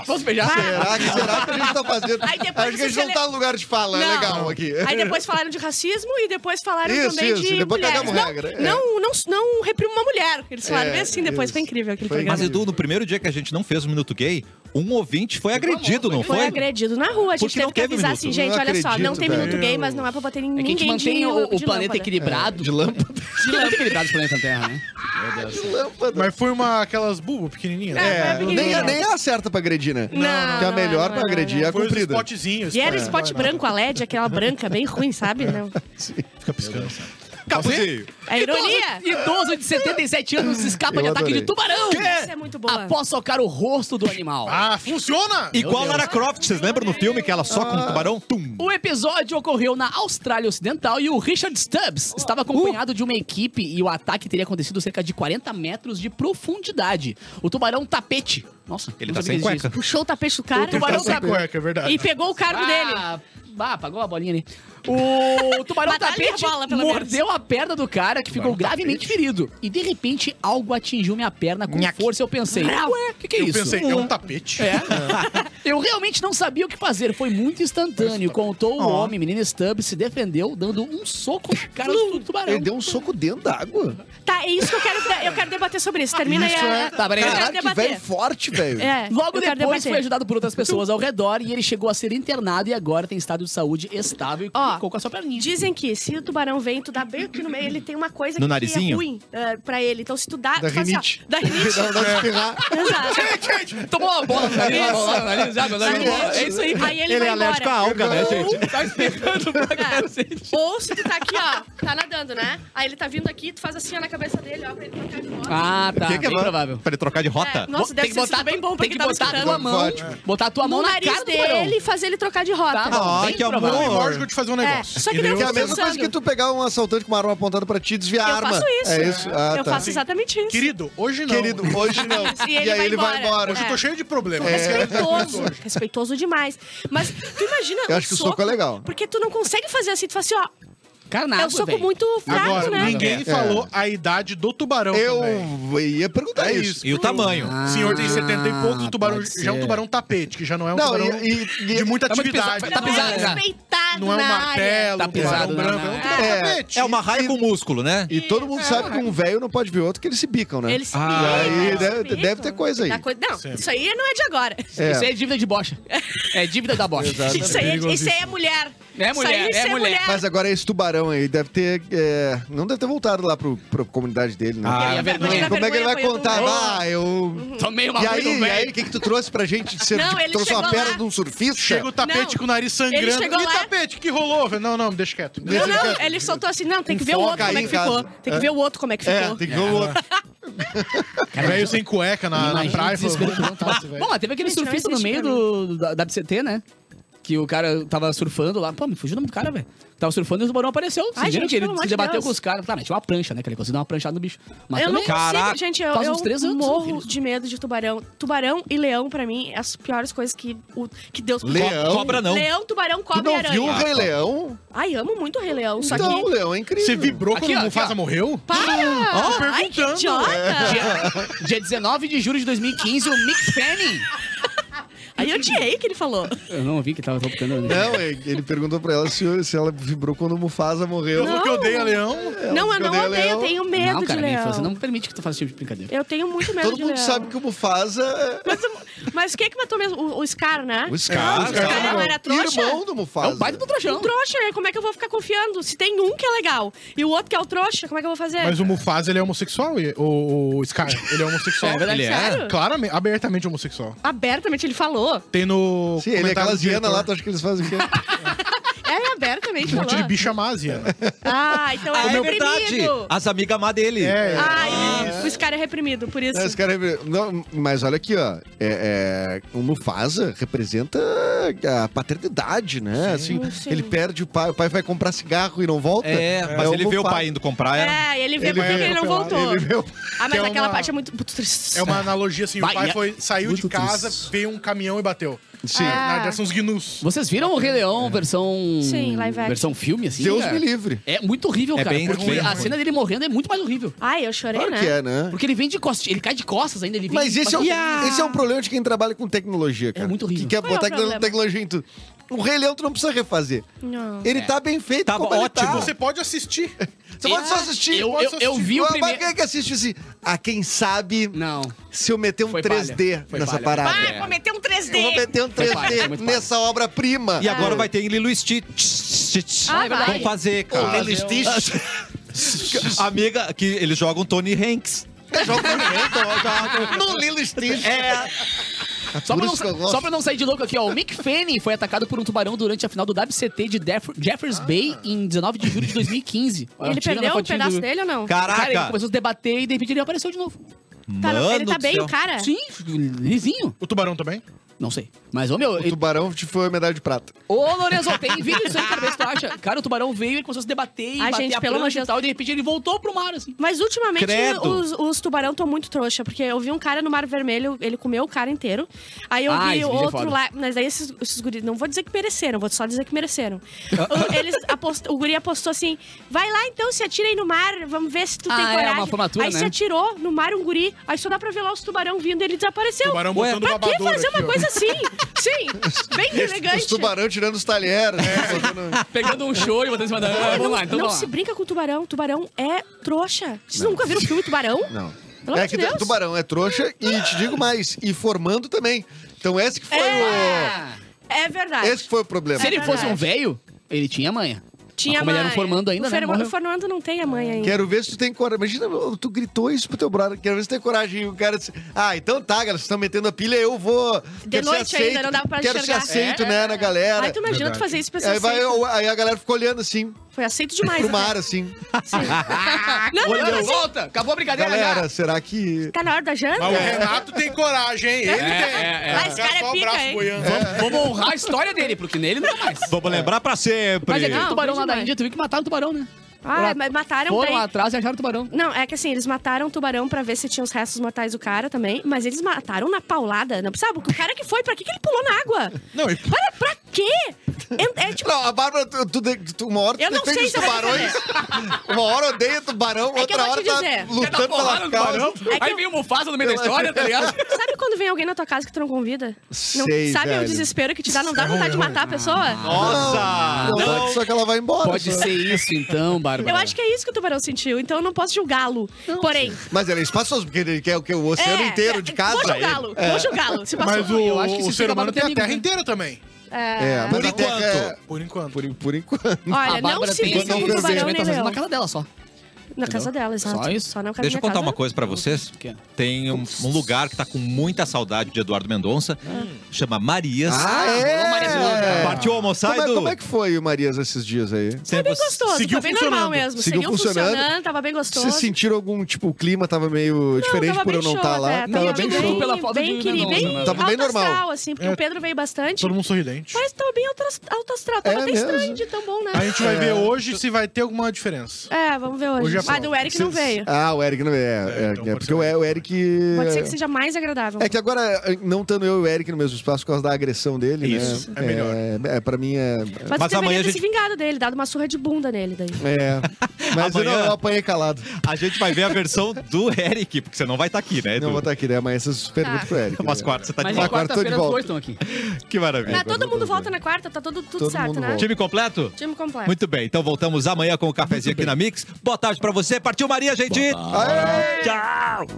[SPEAKER 4] Posso Um beijar? É
[SPEAKER 5] será que, será que a gente tá fazendo?
[SPEAKER 3] Aí depois
[SPEAKER 5] Acho que a gente
[SPEAKER 3] você
[SPEAKER 5] não tá no lugar de fala, é
[SPEAKER 3] Não.
[SPEAKER 5] legal aqui.
[SPEAKER 3] [laughs] Aí depois falaram de racismo e depois falaram
[SPEAKER 5] Isso,
[SPEAKER 3] também
[SPEAKER 5] isso,
[SPEAKER 3] de
[SPEAKER 5] depois
[SPEAKER 3] mulheres.
[SPEAKER 5] cagamos
[SPEAKER 3] não,
[SPEAKER 5] regra, é.
[SPEAKER 3] não, não, não reprima uma mulher. Eles falaram
[SPEAKER 5] É,
[SPEAKER 3] bem assim depois.
[SPEAKER 5] isso.
[SPEAKER 3] Foi incrível aquele
[SPEAKER 5] Foi
[SPEAKER 3] programa.
[SPEAKER 1] Mas, Edu, no primeiro dia que a gente não fez o Minuto Gay, um ouvinte foi agredido, não
[SPEAKER 3] Foi
[SPEAKER 1] foi?
[SPEAKER 3] agredido na rua. A gente
[SPEAKER 1] Porque não
[SPEAKER 3] teve que
[SPEAKER 1] teve
[SPEAKER 3] avisar
[SPEAKER 1] minuto.
[SPEAKER 3] assim, gente,
[SPEAKER 5] Não
[SPEAKER 3] olha só, não
[SPEAKER 5] acredito,
[SPEAKER 3] tem
[SPEAKER 5] velho.
[SPEAKER 3] minuto gay, mas não é pra bater em
[SPEAKER 4] É que a
[SPEAKER 3] ninguém
[SPEAKER 4] gente mantém
[SPEAKER 3] de,
[SPEAKER 4] o, o
[SPEAKER 3] de né?
[SPEAKER 4] planeta
[SPEAKER 3] lâmpada.
[SPEAKER 4] equilibrado.
[SPEAKER 5] É, De lâmpada.
[SPEAKER 4] De lâmpada equilibrado do planeta Terra, né?
[SPEAKER 5] [laughs] lâmpada.
[SPEAKER 6] Mas foi uma aquelas bubo pequenininhas.
[SPEAKER 3] É,
[SPEAKER 6] né?
[SPEAKER 3] foi
[SPEAKER 5] É, nem, é-
[SPEAKER 3] pequenininha.
[SPEAKER 5] nem é a certa pra agredir, né?
[SPEAKER 3] Não,
[SPEAKER 5] Que a
[SPEAKER 3] não,
[SPEAKER 5] melhor
[SPEAKER 3] não,
[SPEAKER 5] pra
[SPEAKER 3] não,
[SPEAKER 5] agredir é a
[SPEAKER 6] Foi os
[SPEAKER 5] comprida.
[SPEAKER 6] spotzinhos.
[SPEAKER 3] E era um
[SPEAKER 6] É.
[SPEAKER 3] spot branco, a LED, aquela branca, bem ruim,
[SPEAKER 4] [laughs]
[SPEAKER 3] sabe? Não.
[SPEAKER 6] Fica piscando.
[SPEAKER 1] Capuzinho.
[SPEAKER 3] É ironia.
[SPEAKER 4] Idoso, idoso de 77 anos escapa
[SPEAKER 5] Eu
[SPEAKER 4] de ataque
[SPEAKER 5] adorei.
[SPEAKER 4] de tubarão.
[SPEAKER 3] Isso é muito boa.
[SPEAKER 4] Após socar o rosto do animal.
[SPEAKER 6] Ah, funciona!
[SPEAKER 1] Igual Lara Croft, vocês lembram no filme que ela só
[SPEAKER 4] Ah.
[SPEAKER 1] com um tubarão? Tum.
[SPEAKER 4] O episódio ocorreu na Austrália Ocidental e o Richard Stubbs estava acompanhado de uma equipe e o ataque teria acontecido cerca de 40 metros de profundidade. O tubarão tapete. Nossa,
[SPEAKER 1] Ele
[SPEAKER 4] não
[SPEAKER 1] tá
[SPEAKER 4] sabia
[SPEAKER 1] sem
[SPEAKER 4] que existia
[SPEAKER 1] cueca.
[SPEAKER 3] Puxou o tapete do cara
[SPEAKER 4] tubarão
[SPEAKER 6] Tá sem cueca, é verdade.
[SPEAKER 3] e pegou o cargo dele.
[SPEAKER 4] Ah, bah, apagou a bolinha ali.
[SPEAKER 3] [laughs]
[SPEAKER 4] O tubarão
[SPEAKER 3] Mas dá-lhe a
[SPEAKER 4] tapete
[SPEAKER 3] bola, pelo
[SPEAKER 4] mordeu a perna do cara que ficou gravemente ferido. E de repente algo atingiu minha perna com força. Eu pensei, ué, o que, que é
[SPEAKER 6] Eu
[SPEAKER 4] isso?
[SPEAKER 6] pensei,
[SPEAKER 3] Hum.
[SPEAKER 6] é um tapete.
[SPEAKER 4] É. Eu realmente não sabia o que fazer. Foi muito instantâneo. Contou o homem, menina Stubbs, se defendeu dando um soco na cara do tubarão.
[SPEAKER 5] Ele deu um soco dentro da água.
[SPEAKER 3] Tá, é isso que eu quero, eu quero debater sobre isso. Termina aí. a-
[SPEAKER 4] é- tá, peraí.
[SPEAKER 3] eu quero
[SPEAKER 5] Caraca, que
[SPEAKER 3] debater.
[SPEAKER 5] velho forte, velho.
[SPEAKER 3] É,
[SPEAKER 4] Logo
[SPEAKER 3] eu quero
[SPEAKER 4] depois foi
[SPEAKER 3] debater.
[SPEAKER 4] ajudado por outras pessoas ao redor e ele chegou a ser internado e agora tem estado de saúde estável e
[SPEAKER 3] Ó,
[SPEAKER 4] ficou com a sua perninha.
[SPEAKER 3] Dizem que se o tubarão vem, tu dá bem aqui no meio, ele tem uma coisa
[SPEAKER 1] No
[SPEAKER 3] que
[SPEAKER 1] narizinho?
[SPEAKER 3] é ruim eh, pra ele. Então se tu dá...
[SPEAKER 5] Da
[SPEAKER 3] tu faz assim, ó,
[SPEAKER 5] rinite. É
[SPEAKER 3] Da
[SPEAKER 5] [laughs]
[SPEAKER 3] rinite.
[SPEAKER 5] Dá
[SPEAKER 6] É.
[SPEAKER 5] vontade de espirrar.
[SPEAKER 3] Exato.
[SPEAKER 4] Tomou uma bola no nariz, uma bola no nariz, já, meu nariz. É isso aí.
[SPEAKER 3] Aí ele,
[SPEAKER 1] Ele
[SPEAKER 3] vai
[SPEAKER 1] é alérgico à
[SPEAKER 3] embora.
[SPEAKER 1] alga, né, gente?
[SPEAKER 4] Tá esperando
[SPEAKER 3] É.
[SPEAKER 4] pra cacete.
[SPEAKER 3] Ou se tu tá aqui, ó, tá nadando, né? Aí ele tá vindo aqui, tu faz assim ó, na cabeça dele, ó, pra ele trocar de volta.
[SPEAKER 4] Ah, tá.
[SPEAKER 1] Que que é
[SPEAKER 4] bem
[SPEAKER 1] pra-
[SPEAKER 4] provável.
[SPEAKER 1] Pra ele trocar de rota?
[SPEAKER 3] É, nossa, deve
[SPEAKER 4] tem que
[SPEAKER 3] ser
[SPEAKER 4] botar,
[SPEAKER 3] bem bom tá pra
[SPEAKER 4] tem
[SPEAKER 3] quem
[SPEAKER 4] que
[SPEAKER 3] tava
[SPEAKER 4] botar a
[SPEAKER 3] escutando.
[SPEAKER 4] tua mão, botar a tua mão
[SPEAKER 3] no
[SPEAKER 4] na
[SPEAKER 3] nariz
[SPEAKER 4] cara do tubarão.
[SPEAKER 3] dele e fazer ele trocar de
[SPEAKER 4] Tá
[SPEAKER 3] rota.
[SPEAKER 4] bom,
[SPEAKER 1] Ah,
[SPEAKER 4] bem
[SPEAKER 1] que amor.
[SPEAKER 6] Foi
[SPEAKER 4] provável.
[SPEAKER 6] lógico de fazer um negócio.
[SPEAKER 3] Então, só que
[SPEAKER 6] E daí
[SPEAKER 3] não
[SPEAKER 5] Que é
[SPEAKER 6] eu
[SPEAKER 5] a mesma coisa
[SPEAKER 3] pensando.
[SPEAKER 5] que tu pegar um assaltante com uma arma apontada pra ti e desviar a
[SPEAKER 3] Eu
[SPEAKER 5] arma.
[SPEAKER 3] faço isso.
[SPEAKER 5] É isso? Ah,
[SPEAKER 3] eu
[SPEAKER 5] tá.
[SPEAKER 3] faço exatamente isso.
[SPEAKER 6] Querido, hoje não.
[SPEAKER 5] Querido, hoje não.
[SPEAKER 3] [laughs] E ele
[SPEAKER 5] e aí
[SPEAKER 3] vai
[SPEAKER 5] ele vai
[SPEAKER 3] embora.
[SPEAKER 5] embora.
[SPEAKER 6] Hoje eu
[SPEAKER 3] É.
[SPEAKER 6] tô cheio de problemas.
[SPEAKER 3] Respeitoso. respeitoso demais. Mas tu imagina.
[SPEAKER 5] Eu
[SPEAKER 3] um
[SPEAKER 5] acho que o soco é legal.
[SPEAKER 3] Porque tu não consegue fazer assim. Tu fala assim, ó.
[SPEAKER 4] Cara, na
[SPEAKER 3] É um
[SPEAKER 4] água,
[SPEAKER 3] soco
[SPEAKER 4] velho.
[SPEAKER 3] muito fraco,
[SPEAKER 6] Agora,
[SPEAKER 3] né?
[SPEAKER 6] ninguém
[SPEAKER 5] É.
[SPEAKER 6] falou a idade do tubarão
[SPEAKER 5] Eu
[SPEAKER 6] também.
[SPEAKER 5] ia perguntar
[SPEAKER 6] É
[SPEAKER 5] isso.
[SPEAKER 6] isso.
[SPEAKER 1] E o tamanho?
[SPEAKER 6] O senhor tem
[SPEAKER 4] Ah,
[SPEAKER 6] 70 e poucos, o tubarão
[SPEAKER 4] pode
[SPEAKER 6] já é um
[SPEAKER 4] ser.
[SPEAKER 6] tubarão tapete, que já não é um
[SPEAKER 5] Não,
[SPEAKER 6] tubarão
[SPEAKER 5] e- e- e- é
[SPEAKER 6] de muita
[SPEAKER 4] Tá muito
[SPEAKER 6] atividade.
[SPEAKER 4] pesado, tá
[SPEAKER 3] não
[SPEAKER 4] pesado.
[SPEAKER 3] é
[SPEAKER 4] já.
[SPEAKER 3] respeitado
[SPEAKER 6] Não é um
[SPEAKER 3] na área.
[SPEAKER 6] martelo,
[SPEAKER 4] Tá
[SPEAKER 6] um tubarão
[SPEAKER 4] pesado,
[SPEAKER 6] branco,
[SPEAKER 4] não,
[SPEAKER 6] é um
[SPEAKER 4] não.
[SPEAKER 6] tubarão
[SPEAKER 5] É.
[SPEAKER 6] tapete.
[SPEAKER 1] É uma raia com músculo, né?
[SPEAKER 4] É
[SPEAKER 5] E todo mundo sabe que um velho não pode ver outro que eles se bicam, né?
[SPEAKER 3] Ele se
[SPEAKER 5] e
[SPEAKER 3] pica,
[SPEAKER 5] aí né?
[SPEAKER 3] ele se
[SPEAKER 5] deve,
[SPEAKER 3] pica.
[SPEAKER 5] deve ter coisa aí.
[SPEAKER 3] Dá coi- Não, isso aí não é de agora.
[SPEAKER 5] É.
[SPEAKER 4] Isso aí é dívida de bocha. É dívida da bocha.
[SPEAKER 3] Isso aí, é- isso aí é mulher.
[SPEAKER 4] É mulher,
[SPEAKER 3] isso aí, isso
[SPEAKER 4] é mulher.
[SPEAKER 5] Mas agora esse tubarão aí deve ter. é, não deve ter voltado lá pro, pra comunidade dele, né?
[SPEAKER 4] Ah, é
[SPEAKER 3] Imagina
[SPEAKER 4] vergonha.
[SPEAKER 3] a
[SPEAKER 5] Como é que ele
[SPEAKER 3] vergonha
[SPEAKER 5] vai
[SPEAKER 3] foi o
[SPEAKER 5] contar?
[SPEAKER 3] tubarão.
[SPEAKER 5] Ah, eu.
[SPEAKER 4] Tomei uma
[SPEAKER 5] E
[SPEAKER 4] ruim
[SPEAKER 5] aí,
[SPEAKER 4] do
[SPEAKER 5] e aí,
[SPEAKER 4] velho.
[SPEAKER 5] o que, que tu trouxe pra gente? Você
[SPEAKER 3] Não, ele
[SPEAKER 5] trouxe uma
[SPEAKER 3] chegou
[SPEAKER 5] perna
[SPEAKER 3] lá.
[SPEAKER 5] de um surfista?
[SPEAKER 6] Chega o tapete
[SPEAKER 3] Não.
[SPEAKER 6] com o nariz
[SPEAKER 3] Ele
[SPEAKER 6] sangrando.
[SPEAKER 3] chegou
[SPEAKER 6] E
[SPEAKER 3] lá-
[SPEAKER 6] tapete, que rolou? Eu falei, Não, não, deixa quieto.
[SPEAKER 3] Não, não, ele soltou assim, não, tem que ver o
[SPEAKER 5] Enfoca
[SPEAKER 3] outro como
[SPEAKER 5] aí
[SPEAKER 3] é que
[SPEAKER 5] em casa.
[SPEAKER 3] ficou. Tem que ver o outro como é que
[SPEAKER 5] É,
[SPEAKER 3] ficou.
[SPEAKER 5] tem que ver o outro.
[SPEAKER 6] Veio sem cueca na, na praia. e falou,
[SPEAKER 4] Bom, mas teve aquele
[SPEAKER 3] Gente, não
[SPEAKER 4] surfista no
[SPEAKER 3] existe
[SPEAKER 4] meio
[SPEAKER 3] pra
[SPEAKER 4] do, da, da BCT, né? Que o cara tava surfando lá. Pô, me fugiu o nome do cara, velho. Tava surfando e o tubarão apareceu. Vocês
[SPEAKER 3] Ai,
[SPEAKER 4] viram
[SPEAKER 3] gente,
[SPEAKER 4] que ele
[SPEAKER 3] pelo amor
[SPEAKER 4] se
[SPEAKER 3] de
[SPEAKER 4] debateu
[SPEAKER 3] Deus.
[SPEAKER 4] com os caras. Claro, tinha uma prancha, né? Que ele conseguiu dar uma pranchada no bicho. Mas
[SPEAKER 3] Eu não
[SPEAKER 4] também...
[SPEAKER 1] Caraca.
[SPEAKER 3] consigo, gente. Eu,
[SPEAKER 4] Faz
[SPEAKER 3] eu
[SPEAKER 4] uns três anos,
[SPEAKER 3] morro
[SPEAKER 4] filho.
[SPEAKER 3] de medo de tubarão. Tubarão e leão, pra mim, é as piores coisas que, o, que Deus
[SPEAKER 5] Leão?
[SPEAKER 1] Cobra não.
[SPEAKER 3] Leão, tubarão,
[SPEAKER 5] Tu
[SPEAKER 3] cobra e
[SPEAKER 5] não viu o
[SPEAKER 3] aranha.
[SPEAKER 4] Ah, tá.
[SPEAKER 5] Rei Leão?
[SPEAKER 3] Ai, amo muito o Rei Leão, só
[SPEAKER 5] Não, o
[SPEAKER 3] que.
[SPEAKER 5] Leão é incrível.
[SPEAKER 6] Você vibrou
[SPEAKER 4] Aqui,
[SPEAKER 6] quando
[SPEAKER 4] ó,
[SPEAKER 6] o Mufasa
[SPEAKER 4] aqui, ó.
[SPEAKER 6] morreu?
[SPEAKER 4] Ah!
[SPEAKER 3] Para!
[SPEAKER 6] tô
[SPEAKER 3] Ai, que
[SPEAKER 6] perguntando.
[SPEAKER 5] É.
[SPEAKER 3] idiota!
[SPEAKER 4] Dia 19 de julho de 2015, o Mick Fanning
[SPEAKER 3] Aí eu odiei que ele falou.
[SPEAKER 4] Eu não ouvi que tava tocando. Né?
[SPEAKER 5] Não, é que ele perguntou pra ela se, se ela vibrou quando o Mufasa morreu.
[SPEAKER 6] Eu que odeio a leão.
[SPEAKER 3] não,
[SPEAKER 5] que
[SPEAKER 3] eu
[SPEAKER 5] eu
[SPEAKER 3] não
[SPEAKER 5] dei
[SPEAKER 3] odeio,
[SPEAKER 5] leão.
[SPEAKER 3] eu tenho medo
[SPEAKER 4] não,
[SPEAKER 3] de
[SPEAKER 4] cara, nem
[SPEAKER 3] leão.
[SPEAKER 4] você não permite que tu faça esse tipo de brincadeira.
[SPEAKER 3] Eu tenho muito medo
[SPEAKER 5] Todo
[SPEAKER 3] de
[SPEAKER 5] mundo
[SPEAKER 3] leão.
[SPEAKER 5] sabe que o Mufasa
[SPEAKER 3] Mas, mas quem é que matou mesmo? O, o Scar, né?
[SPEAKER 5] é... O Scar,
[SPEAKER 3] Scar não era trouxa?
[SPEAKER 5] Irmão do
[SPEAKER 4] É
[SPEAKER 5] Mufasa.
[SPEAKER 4] o pai do
[SPEAKER 3] Um
[SPEAKER 4] trajão.
[SPEAKER 3] trouxa, né? Como é que eu vou ficar confiando? Se tem um que é legal e o outro que é o trouxa, como é que eu vou fazer?
[SPEAKER 6] Mas o Mufasa, ele é homossexual, e- o, o Scar, ele é homossexual.
[SPEAKER 4] É verdade.
[SPEAKER 1] Ele é?
[SPEAKER 3] Sério?
[SPEAKER 6] Claramente, abertamente homossexual.
[SPEAKER 3] Abertamente ele falou.
[SPEAKER 6] Tem no
[SPEAKER 5] Sim, ele é
[SPEAKER 6] comentário do
[SPEAKER 5] aquelas
[SPEAKER 6] diretor,
[SPEAKER 5] hienas lá, tu acha que eles fazem o quê?
[SPEAKER 3] É, abertamente
[SPEAKER 6] Um monte de
[SPEAKER 3] falou.
[SPEAKER 5] [laughs]
[SPEAKER 6] bicha másia.
[SPEAKER 3] Ah, então
[SPEAKER 1] Ah,
[SPEAKER 3] é
[SPEAKER 1] é
[SPEAKER 3] reprimido.
[SPEAKER 1] verdade. As amigas má dele.
[SPEAKER 6] É,
[SPEAKER 3] Ai, esse cara é reprimido, por isso.
[SPEAKER 5] Não, esse cara é- não, mas olha aqui, ó. É, é, o Mufasa representa a paternidade, né? Assim,
[SPEAKER 3] Sim.
[SPEAKER 5] ele perde o pai, o pai vai comprar cigarro e não volta.
[SPEAKER 1] É, mas
[SPEAKER 5] o
[SPEAKER 1] ele vê o
[SPEAKER 5] Mufasa.
[SPEAKER 1] pai indo comprar. era-
[SPEAKER 3] É, ele vê
[SPEAKER 5] Ele
[SPEAKER 3] porque
[SPEAKER 5] veio
[SPEAKER 3] ele não
[SPEAKER 6] atropelado.
[SPEAKER 3] voltou.
[SPEAKER 5] Ele vê o
[SPEAKER 3] Ah,
[SPEAKER 6] Que
[SPEAKER 3] mas
[SPEAKER 6] é
[SPEAKER 3] aquela
[SPEAKER 6] uma-
[SPEAKER 3] parte é muito muito triste.
[SPEAKER 6] é uma analogia assim,
[SPEAKER 4] Vai,
[SPEAKER 6] o pai
[SPEAKER 4] é-
[SPEAKER 6] foi, saiu de
[SPEAKER 4] Muito
[SPEAKER 6] casa,
[SPEAKER 4] triste.
[SPEAKER 6] veio um caminhão e bateu.
[SPEAKER 5] Sim.
[SPEAKER 3] Ah.
[SPEAKER 6] Na são uns gnus.
[SPEAKER 4] Vocês viram o Rei Leão versão.
[SPEAKER 3] Sim, live action.
[SPEAKER 4] Versão filme, assim?
[SPEAKER 5] É. Deus
[SPEAKER 4] cara?
[SPEAKER 5] me livre.
[SPEAKER 4] É muito horrível,
[SPEAKER 1] É
[SPEAKER 4] cara.
[SPEAKER 1] bem
[SPEAKER 4] porque
[SPEAKER 1] ruim,
[SPEAKER 4] a
[SPEAKER 1] ruim.
[SPEAKER 4] cena dele morrendo é muito mais horrível.
[SPEAKER 3] Ai, eu chorei,
[SPEAKER 5] Claro
[SPEAKER 3] né?
[SPEAKER 5] que é, né?
[SPEAKER 4] Porque ele vem de costas, ele cai de costas ainda, ele vem
[SPEAKER 5] Mas
[SPEAKER 4] de
[SPEAKER 5] esse é, um,
[SPEAKER 4] costas.
[SPEAKER 5] esse é um problema de quem trabalha com tecnologia, cara.
[SPEAKER 4] muito horrível.
[SPEAKER 5] Que quer
[SPEAKER 3] Qual é o
[SPEAKER 5] botar
[SPEAKER 3] problema?
[SPEAKER 5] tecnologia em tudo. O Rei Leão tu não precisa refazer.
[SPEAKER 3] Não.
[SPEAKER 5] Ele tá bem feito,
[SPEAKER 1] Tá
[SPEAKER 5] como ele
[SPEAKER 1] ótimo.
[SPEAKER 5] tá.
[SPEAKER 6] Você pode assistir.
[SPEAKER 5] Você pode só assistir.
[SPEAKER 4] Eu,
[SPEAKER 5] pode
[SPEAKER 4] eu,
[SPEAKER 5] só
[SPEAKER 4] eu
[SPEAKER 5] assistir.
[SPEAKER 4] vi o
[SPEAKER 5] Mas
[SPEAKER 4] primeiro.
[SPEAKER 5] quem é que assiste assim? Ah, quem sabe
[SPEAKER 4] Não.
[SPEAKER 5] se eu meter um
[SPEAKER 4] Foi
[SPEAKER 5] 3D
[SPEAKER 4] palha. Foi
[SPEAKER 5] nessa
[SPEAKER 4] palha.
[SPEAKER 5] parada.
[SPEAKER 3] Ah, vou meter um 3D.
[SPEAKER 5] Eu vou meter um
[SPEAKER 4] palha, é
[SPEAKER 5] 3D
[SPEAKER 4] muito palha.
[SPEAKER 5] nessa obra-prima.
[SPEAKER 1] E
[SPEAKER 4] É.
[SPEAKER 1] agora vai ter em Lilo e Stitch.
[SPEAKER 3] Ah, vai.
[SPEAKER 1] Vão fazer,
[SPEAKER 5] Ô,
[SPEAKER 1] cara.
[SPEAKER 5] Lilo Stitch.
[SPEAKER 1] Amiga, que eles jogam Tony Hanks.
[SPEAKER 5] [laughs] No Lilo Stitch.
[SPEAKER 1] É.
[SPEAKER 4] Só pra,
[SPEAKER 5] Por
[SPEAKER 4] não,
[SPEAKER 5] isso que eu
[SPEAKER 4] sa-
[SPEAKER 5] gosto.
[SPEAKER 4] só pra não sair de louco aqui, ó. O Mick Fanning foi atacado por um tubarão durante a final do WCT de Def- Jeffers
[SPEAKER 5] Ah.
[SPEAKER 4] Bay em 19 de julho de 2015. Ó,
[SPEAKER 3] Ele
[SPEAKER 4] tira na
[SPEAKER 3] perdeu um
[SPEAKER 4] fotinho
[SPEAKER 3] pedaço
[SPEAKER 4] do-
[SPEAKER 3] dele ou não?
[SPEAKER 4] Cara, ele
[SPEAKER 1] Caraca.
[SPEAKER 4] começou a se debater e de repente ele apareceu de novo.
[SPEAKER 3] Tá, não, ele
[SPEAKER 1] Mano
[SPEAKER 3] tá
[SPEAKER 1] do
[SPEAKER 3] bem,
[SPEAKER 1] céu.
[SPEAKER 3] o cara?
[SPEAKER 4] Sim, lisinho.
[SPEAKER 6] O tubarão também?
[SPEAKER 4] Não sei. Mas, ô meu,
[SPEAKER 5] O tubarão te foi a medalha de prata.
[SPEAKER 4] Ô, Lorenzo, tem vídeo disso aí, cara, vê se tu acha. tá Cara, o tubarão veio, ele começou a se debater e
[SPEAKER 3] Ai,
[SPEAKER 4] bater
[SPEAKER 3] gente,
[SPEAKER 4] a
[SPEAKER 3] pelo amor de
[SPEAKER 4] prancha e
[SPEAKER 3] Deus.
[SPEAKER 4] tal, e de repente ele voltou pro mar, assim.
[SPEAKER 3] Mas ultimamente
[SPEAKER 1] Credo.
[SPEAKER 3] os, os tubarão estão muito trouxa, porque eu vi um cara no Mar Vermelho, ele comeu o cara inteiro. Aí eu
[SPEAKER 4] Ah, esse
[SPEAKER 3] vi
[SPEAKER 4] vídeo é
[SPEAKER 3] outro
[SPEAKER 4] foda.
[SPEAKER 3] lá. Mas aí esses, esses guris, não vou dizer que mereceram, vou só dizer
[SPEAKER 4] [laughs]
[SPEAKER 3] que mereceram. O- Eles apost- o guri apostou assim: vai lá então, se atira aí no mar, vamos ver se tu
[SPEAKER 4] Ah,
[SPEAKER 3] tem
[SPEAKER 4] é,
[SPEAKER 3] coragem.
[SPEAKER 4] uma formatura,
[SPEAKER 3] aí
[SPEAKER 4] né?
[SPEAKER 3] se atirou no mar um guri, aí só dá pra ver lá os tubarão vindo, ele desapareceu.
[SPEAKER 6] Tubarão
[SPEAKER 1] Ué,
[SPEAKER 6] botando
[SPEAKER 3] Pra que
[SPEAKER 6] babador
[SPEAKER 3] fazer
[SPEAKER 6] aqui,
[SPEAKER 3] uma
[SPEAKER 6] ó.
[SPEAKER 3] coisa assim? Sim, bem
[SPEAKER 5] Os
[SPEAKER 3] elegante.
[SPEAKER 5] tubarão tirando os talheres. né? botando-
[SPEAKER 4] [laughs] Pegando um show e botando em cima da...
[SPEAKER 3] Ah,
[SPEAKER 4] Vamos
[SPEAKER 3] não,
[SPEAKER 4] lá, então
[SPEAKER 3] não
[SPEAKER 4] vamos
[SPEAKER 3] se
[SPEAKER 4] lá.
[SPEAKER 3] brinca com tubarão. Tubarão é trouxa. Vocês nunca viram o filme Tubarão?
[SPEAKER 5] Não.
[SPEAKER 3] Pelo
[SPEAKER 5] é
[SPEAKER 3] amor
[SPEAKER 5] que
[SPEAKER 3] de Deus.
[SPEAKER 5] tubarão é trouxa e te digo mais, e formando também. Então esse que foi o...
[SPEAKER 4] Ah,
[SPEAKER 3] É verdade.
[SPEAKER 5] Esse que foi o problema.
[SPEAKER 4] Se ele
[SPEAKER 3] É
[SPEAKER 4] fosse um
[SPEAKER 3] verdade.
[SPEAKER 4] velho, ele tinha
[SPEAKER 3] [laughs]
[SPEAKER 4] manha.
[SPEAKER 3] Tinha
[SPEAKER 4] Mas como ele era um
[SPEAKER 3] mãe.
[SPEAKER 4] formando ainda, né,
[SPEAKER 3] o Ferma-
[SPEAKER 4] morreu.
[SPEAKER 3] O Fernando não tem a mãe ainda.
[SPEAKER 5] Quero ver se tu tem coragem. Imagina, ô, tu gritou isso pro teu brother. Quero ver se tu tem coragem. E o cara disse, ah, então tá, galera, vocês estão metendo a pilha, eu vou...
[SPEAKER 3] De
[SPEAKER 5] Quero ser
[SPEAKER 3] noite ainda,
[SPEAKER 5] aceito.
[SPEAKER 3] não dava pra
[SPEAKER 5] Quero
[SPEAKER 3] enxergar.
[SPEAKER 5] ser aceito, né, na galera.
[SPEAKER 3] Aí tu imagina tu fazer isso pra ser
[SPEAKER 5] Aí, vai-
[SPEAKER 3] aceito.
[SPEAKER 5] aí a galera ficou olhando assim,
[SPEAKER 3] Foi aceito demais.
[SPEAKER 5] pro
[SPEAKER 3] né?
[SPEAKER 5] mar, assim.
[SPEAKER 3] Não, não, não,
[SPEAKER 4] Olhou,
[SPEAKER 3] assim,
[SPEAKER 4] volta! Acabou a brincadeira
[SPEAKER 5] Galera,
[SPEAKER 4] já!
[SPEAKER 5] será que...
[SPEAKER 3] tá na hora da janta?
[SPEAKER 6] Mas o É, Renato tem coragem, hein? Ele tem.
[SPEAKER 3] Ah, esse cara é
[SPEAKER 5] um
[SPEAKER 6] Só o
[SPEAKER 3] pica,
[SPEAKER 6] braço
[SPEAKER 3] hein?
[SPEAKER 6] boiando.
[SPEAKER 4] Vamos honrar a história dele, porque nele não é mais.
[SPEAKER 1] Vamos lembrar pra sempre.
[SPEAKER 4] Mas é que o
[SPEAKER 3] Não,
[SPEAKER 4] tubarão
[SPEAKER 3] foi
[SPEAKER 4] lá da
[SPEAKER 3] demais.
[SPEAKER 4] Índia, tu viu que mataram o tubarão, né?
[SPEAKER 3] Ah, mas mataram
[SPEAKER 4] Foram
[SPEAKER 3] daí-
[SPEAKER 4] lá atrás e acharam o tubarão.
[SPEAKER 3] Não, é que assim, eles mataram o tubarão pra ver se tinha os restos mortais do cara também, mas eles mataram na paulada. Não sabe? O cara que foi, pra que que ele pulou na água?
[SPEAKER 6] Não, e-
[SPEAKER 3] Para, pra quê? É, é tipo,
[SPEAKER 5] Não, a Bárbara, tu, tu, de- tu- uma hora tu
[SPEAKER 3] Eu não
[SPEAKER 5] defende
[SPEAKER 3] sei
[SPEAKER 5] os
[SPEAKER 3] se eu vou É
[SPEAKER 5] tubarões, [laughs] uma hora odeia tubarão,
[SPEAKER 3] eu
[SPEAKER 5] outra
[SPEAKER 3] vou te
[SPEAKER 5] hora tá
[SPEAKER 3] dizer.
[SPEAKER 5] lutando pela causa.
[SPEAKER 3] É que
[SPEAKER 4] Aí
[SPEAKER 3] eu-
[SPEAKER 4] vem o Mufasa no meio da história, tá ligado?
[SPEAKER 3] sabe quando vem alguém na tua casa que tu não convida? Não-
[SPEAKER 5] Sei,
[SPEAKER 3] sabe
[SPEAKER 5] velho.
[SPEAKER 3] o desespero que te dá? Não dá vontade de matar a pessoa?
[SPEAKER 1] Nossa!
[SPEAKER 5] Não, pode só que ela vai embora.
[SPEAKER 4] Pode
[SPEAKER 5] só.
[SPEAKER 4] ser isso então, Bárbara.
[SPEAKER 3] Eu acho que é isso que o tubarão sentiu, então eu não posso julgá-lo. Porém,
[SPEAKER 5] Mas ela é espaçoso, porque ele quer o que? O oceano
[SPEAKER 3] é,
[SPEAKER 5] inteiro de casa.
[SPEAKER 3] Vou julgá-lo, vou julgá-lo. Se passou.
[SPEAKER 6] Mas o,
[SPEAKER 4] eu acho que
[SPEAKER 6] o
[SPEAKER 4] se
[SPEAKER 6] ser
[SPEAKER 4] fica
[SPEAKER 6] humano
[SPEAKER 4] batendo
[SPEAKER 6] tem
[SPEAKER 4] amigo,
[SPEAKER 6] a terra
[SPEAKER 4] né?
[SPEAKER 6] inteira também.
[SPEAKER 5] É, mas
[SPEAKER 1] Por
[SPEAKER 5] a terra
[SPEAKER 1] enquanto.
[SPEAKER 5] é-
[SPEAKER 6] Por enquanto.
[SPEAKER 5] Por, por enquanto.
[SPEAKER 3] Olha, não se
[SPEAKER 4] tem tá
[SPEAKER 3] vista
[SPEAKER 5] esse
[SPEAKER 3] com
[SPEAKER 5] não
[SPEAKER 3] tubarão né,
[SPEAKER 5] vejo,
[SPEAKER 3] nem
[SPEAKER 4] fazendo
[SPEAKER 3] leão.
[SPEAKER 4] na casa dela só.
[SPEAKER 3] Na casa dela, exato.
[SPEAKER 4] Só isso?
[SPEAKER 3] Só na casa
[SPEAKER 1] Deixa eu
[SPEAKER 3] minha
[SPEAKER 1] contar
[SPEAKER 3] casa.
[SPEAKER 1] uma coisa pra vocês.
[SPEAKER 4] O quê?
[SPEAKER 1] Tem um, um lugar que tá com muita saudade de Eduardo Mendonça. Chama Marias.
[SPEAKER 5] é?
[SPEAKER 4] Maria Zola, cara.
[SPEAKER 1] Partiu almoçar,
[SPEAKER 5] Como é,
[SPEAKER 1] Edu?
[SPEAKER 5] como é que foi o Marias esses dias aí?
[SPEAKER 1] Sem
[SPEAKER 3] Bem
[SPEAKER 1] você-
[SPEAKER 3] gostoso,
[SPEAKER 6] Seguiu
[SPEAKER 3] foi bem normal
[SPEAKER 6] funcionando.
[SPEAKER 3] mesmo.
[SPEAKER 5] Seguiu
[SPEAKER 3] Seguiu,
[SPEAKER 5] funcionando.
[SPEAKER 3] funcionando. tava bem gostoso.
[SPEAKER 5] Vocês sentiram algum, tipo, o clima tava meio diferente
[SPEAKER 3] tava
[SPEAKER 5] por eu
[SPEAKER 3] bem
[SPEAKER 5] não
[SPEAKER 3] show
[SPEAKER 5] estar
[SPEAKER 3] até,
[SPEAKER 5] lá?
[SPEAKER 3] tava
[SPEAKER 5] bem
[SPEAKER 4] show.
[SPEAKER 5] show.
[SPEAKER 4] Pela foto
[SPEAKER 3] bem
[SPEAKER 4] de
[SPEAKER 3] querido,
[SPEAKER 4] Mendonça,
[SPEAKER 3] bem
[SPEAKER 4] né?
[SPEAKER 5] Tava bem
[SPEAKER 3] alto
[SPEAKER 5] normal.
[SPEAKER 3] astral, assim, porque
[SPEAKER 6] É.
[SPEAKER 3] o Pedro veio bastante.
[SPEAKER 6] Todo mundo sorridente.
[SPEAKER 3] Parece que tava bem alto ast- alto astral, tava
[SPEAKER 5] É
[SPEAKER 3] até
[SPEAKER 5] mesmo.
[SPEAKER 3] estranho de tão bom, né?
[SPEAKER 6] A gente vai ver hoje se vai ter alguma diferença.
[SPEAKER 3] É, vamos ver hoje.
[SPEAKER 6] Hoje Japão.
[SPEAKER 3] Mas do Eric não veio.
[SPEAKER 5] Ah, o Eric não é. É,
[SPEAKER 6] então
[SPEAKER 5] é
[SPEAKER 6] pode
[SPEAKER 5] porque
[SPEAKER 6] ser
[SPEAKER 5] o
[SPEAKER 6] o Eric
[SPEAKER 5] o Eric.
[SPEAKER 3] Pode ser que seja mais agradável.
[SPEAKER 5] É que agora, não estando eu e o Eric no mesmo espaço por causa da agressão dele,
[SPEAKER 1] Isso,
[SPEAKER 5] né?
[SPEAKER 6] é melhor.
[SPEAKER 5] É, é, pra mim é.
[SPEAKER 1] Mas
[SPEAKER 3] Mas, você
[SPEAKER 1] amanhã
[SPEAKER 3] deveria
[SPEAKER 1] a
[SPEAKER 3] ter
[SPEAKER 1] gente-
[SPEAKER 3] se vingado dele, dado uma surra de bunda nele daí.
[SPEAKER 5] [laughs] É. Mas eu,
[SPEAKER 1] Amanhã-
[SPEAKER 5] não, eu apanhei calado.
[SPEAKER 1] A gente vai ver a versão do Eric, porque você não vai estar aqui, né? Edu?
[SPEAKER 5] Não vou estar aqui, né? Amanhã vocês perguntam
[SPEAKER 3] Tá.
[SPEAKER 5] pro Eric. né?
[SPEAKER 1] Mas quarta você tá de
[SPEAKER 4] Mas
[SPEAKER 5] Agora
[SPEAKER 4] em
[SPEAKER 1] volta.
[SPEAKER 5] tô
[SPEAKER 4] quarta-feira
[SPEAKER 5] de
[SPEAKER 4] os
[SPEAKER 5] volta.
[SPEAKER 4] dois estão aqui.
[SPEAKER 1] Que
[SPEAKER 5] É,
[SPEAKER 1] maravilha.
[SPEAKER 3] Tá, todo mundo volta na quarta, tá tudo, tudo
[SPEAKER 5] Todo
[SPEAKER 3] certo,
[SPEAKER 5] mundo
[SPEAKER 3] né?
[SPEAKER 5] volta.
[SPEAKER 1] Time completo?
[SPEAKER 3] Time completo.
[SPEAKER 1] Muito bem, então voltamos amanhã com o cafezinho aqui na Mix. Boa tarde pra você. Partiu Maria, gente!
[SPEAKER 5] Aê!
[SPEAKER 1] Tchau!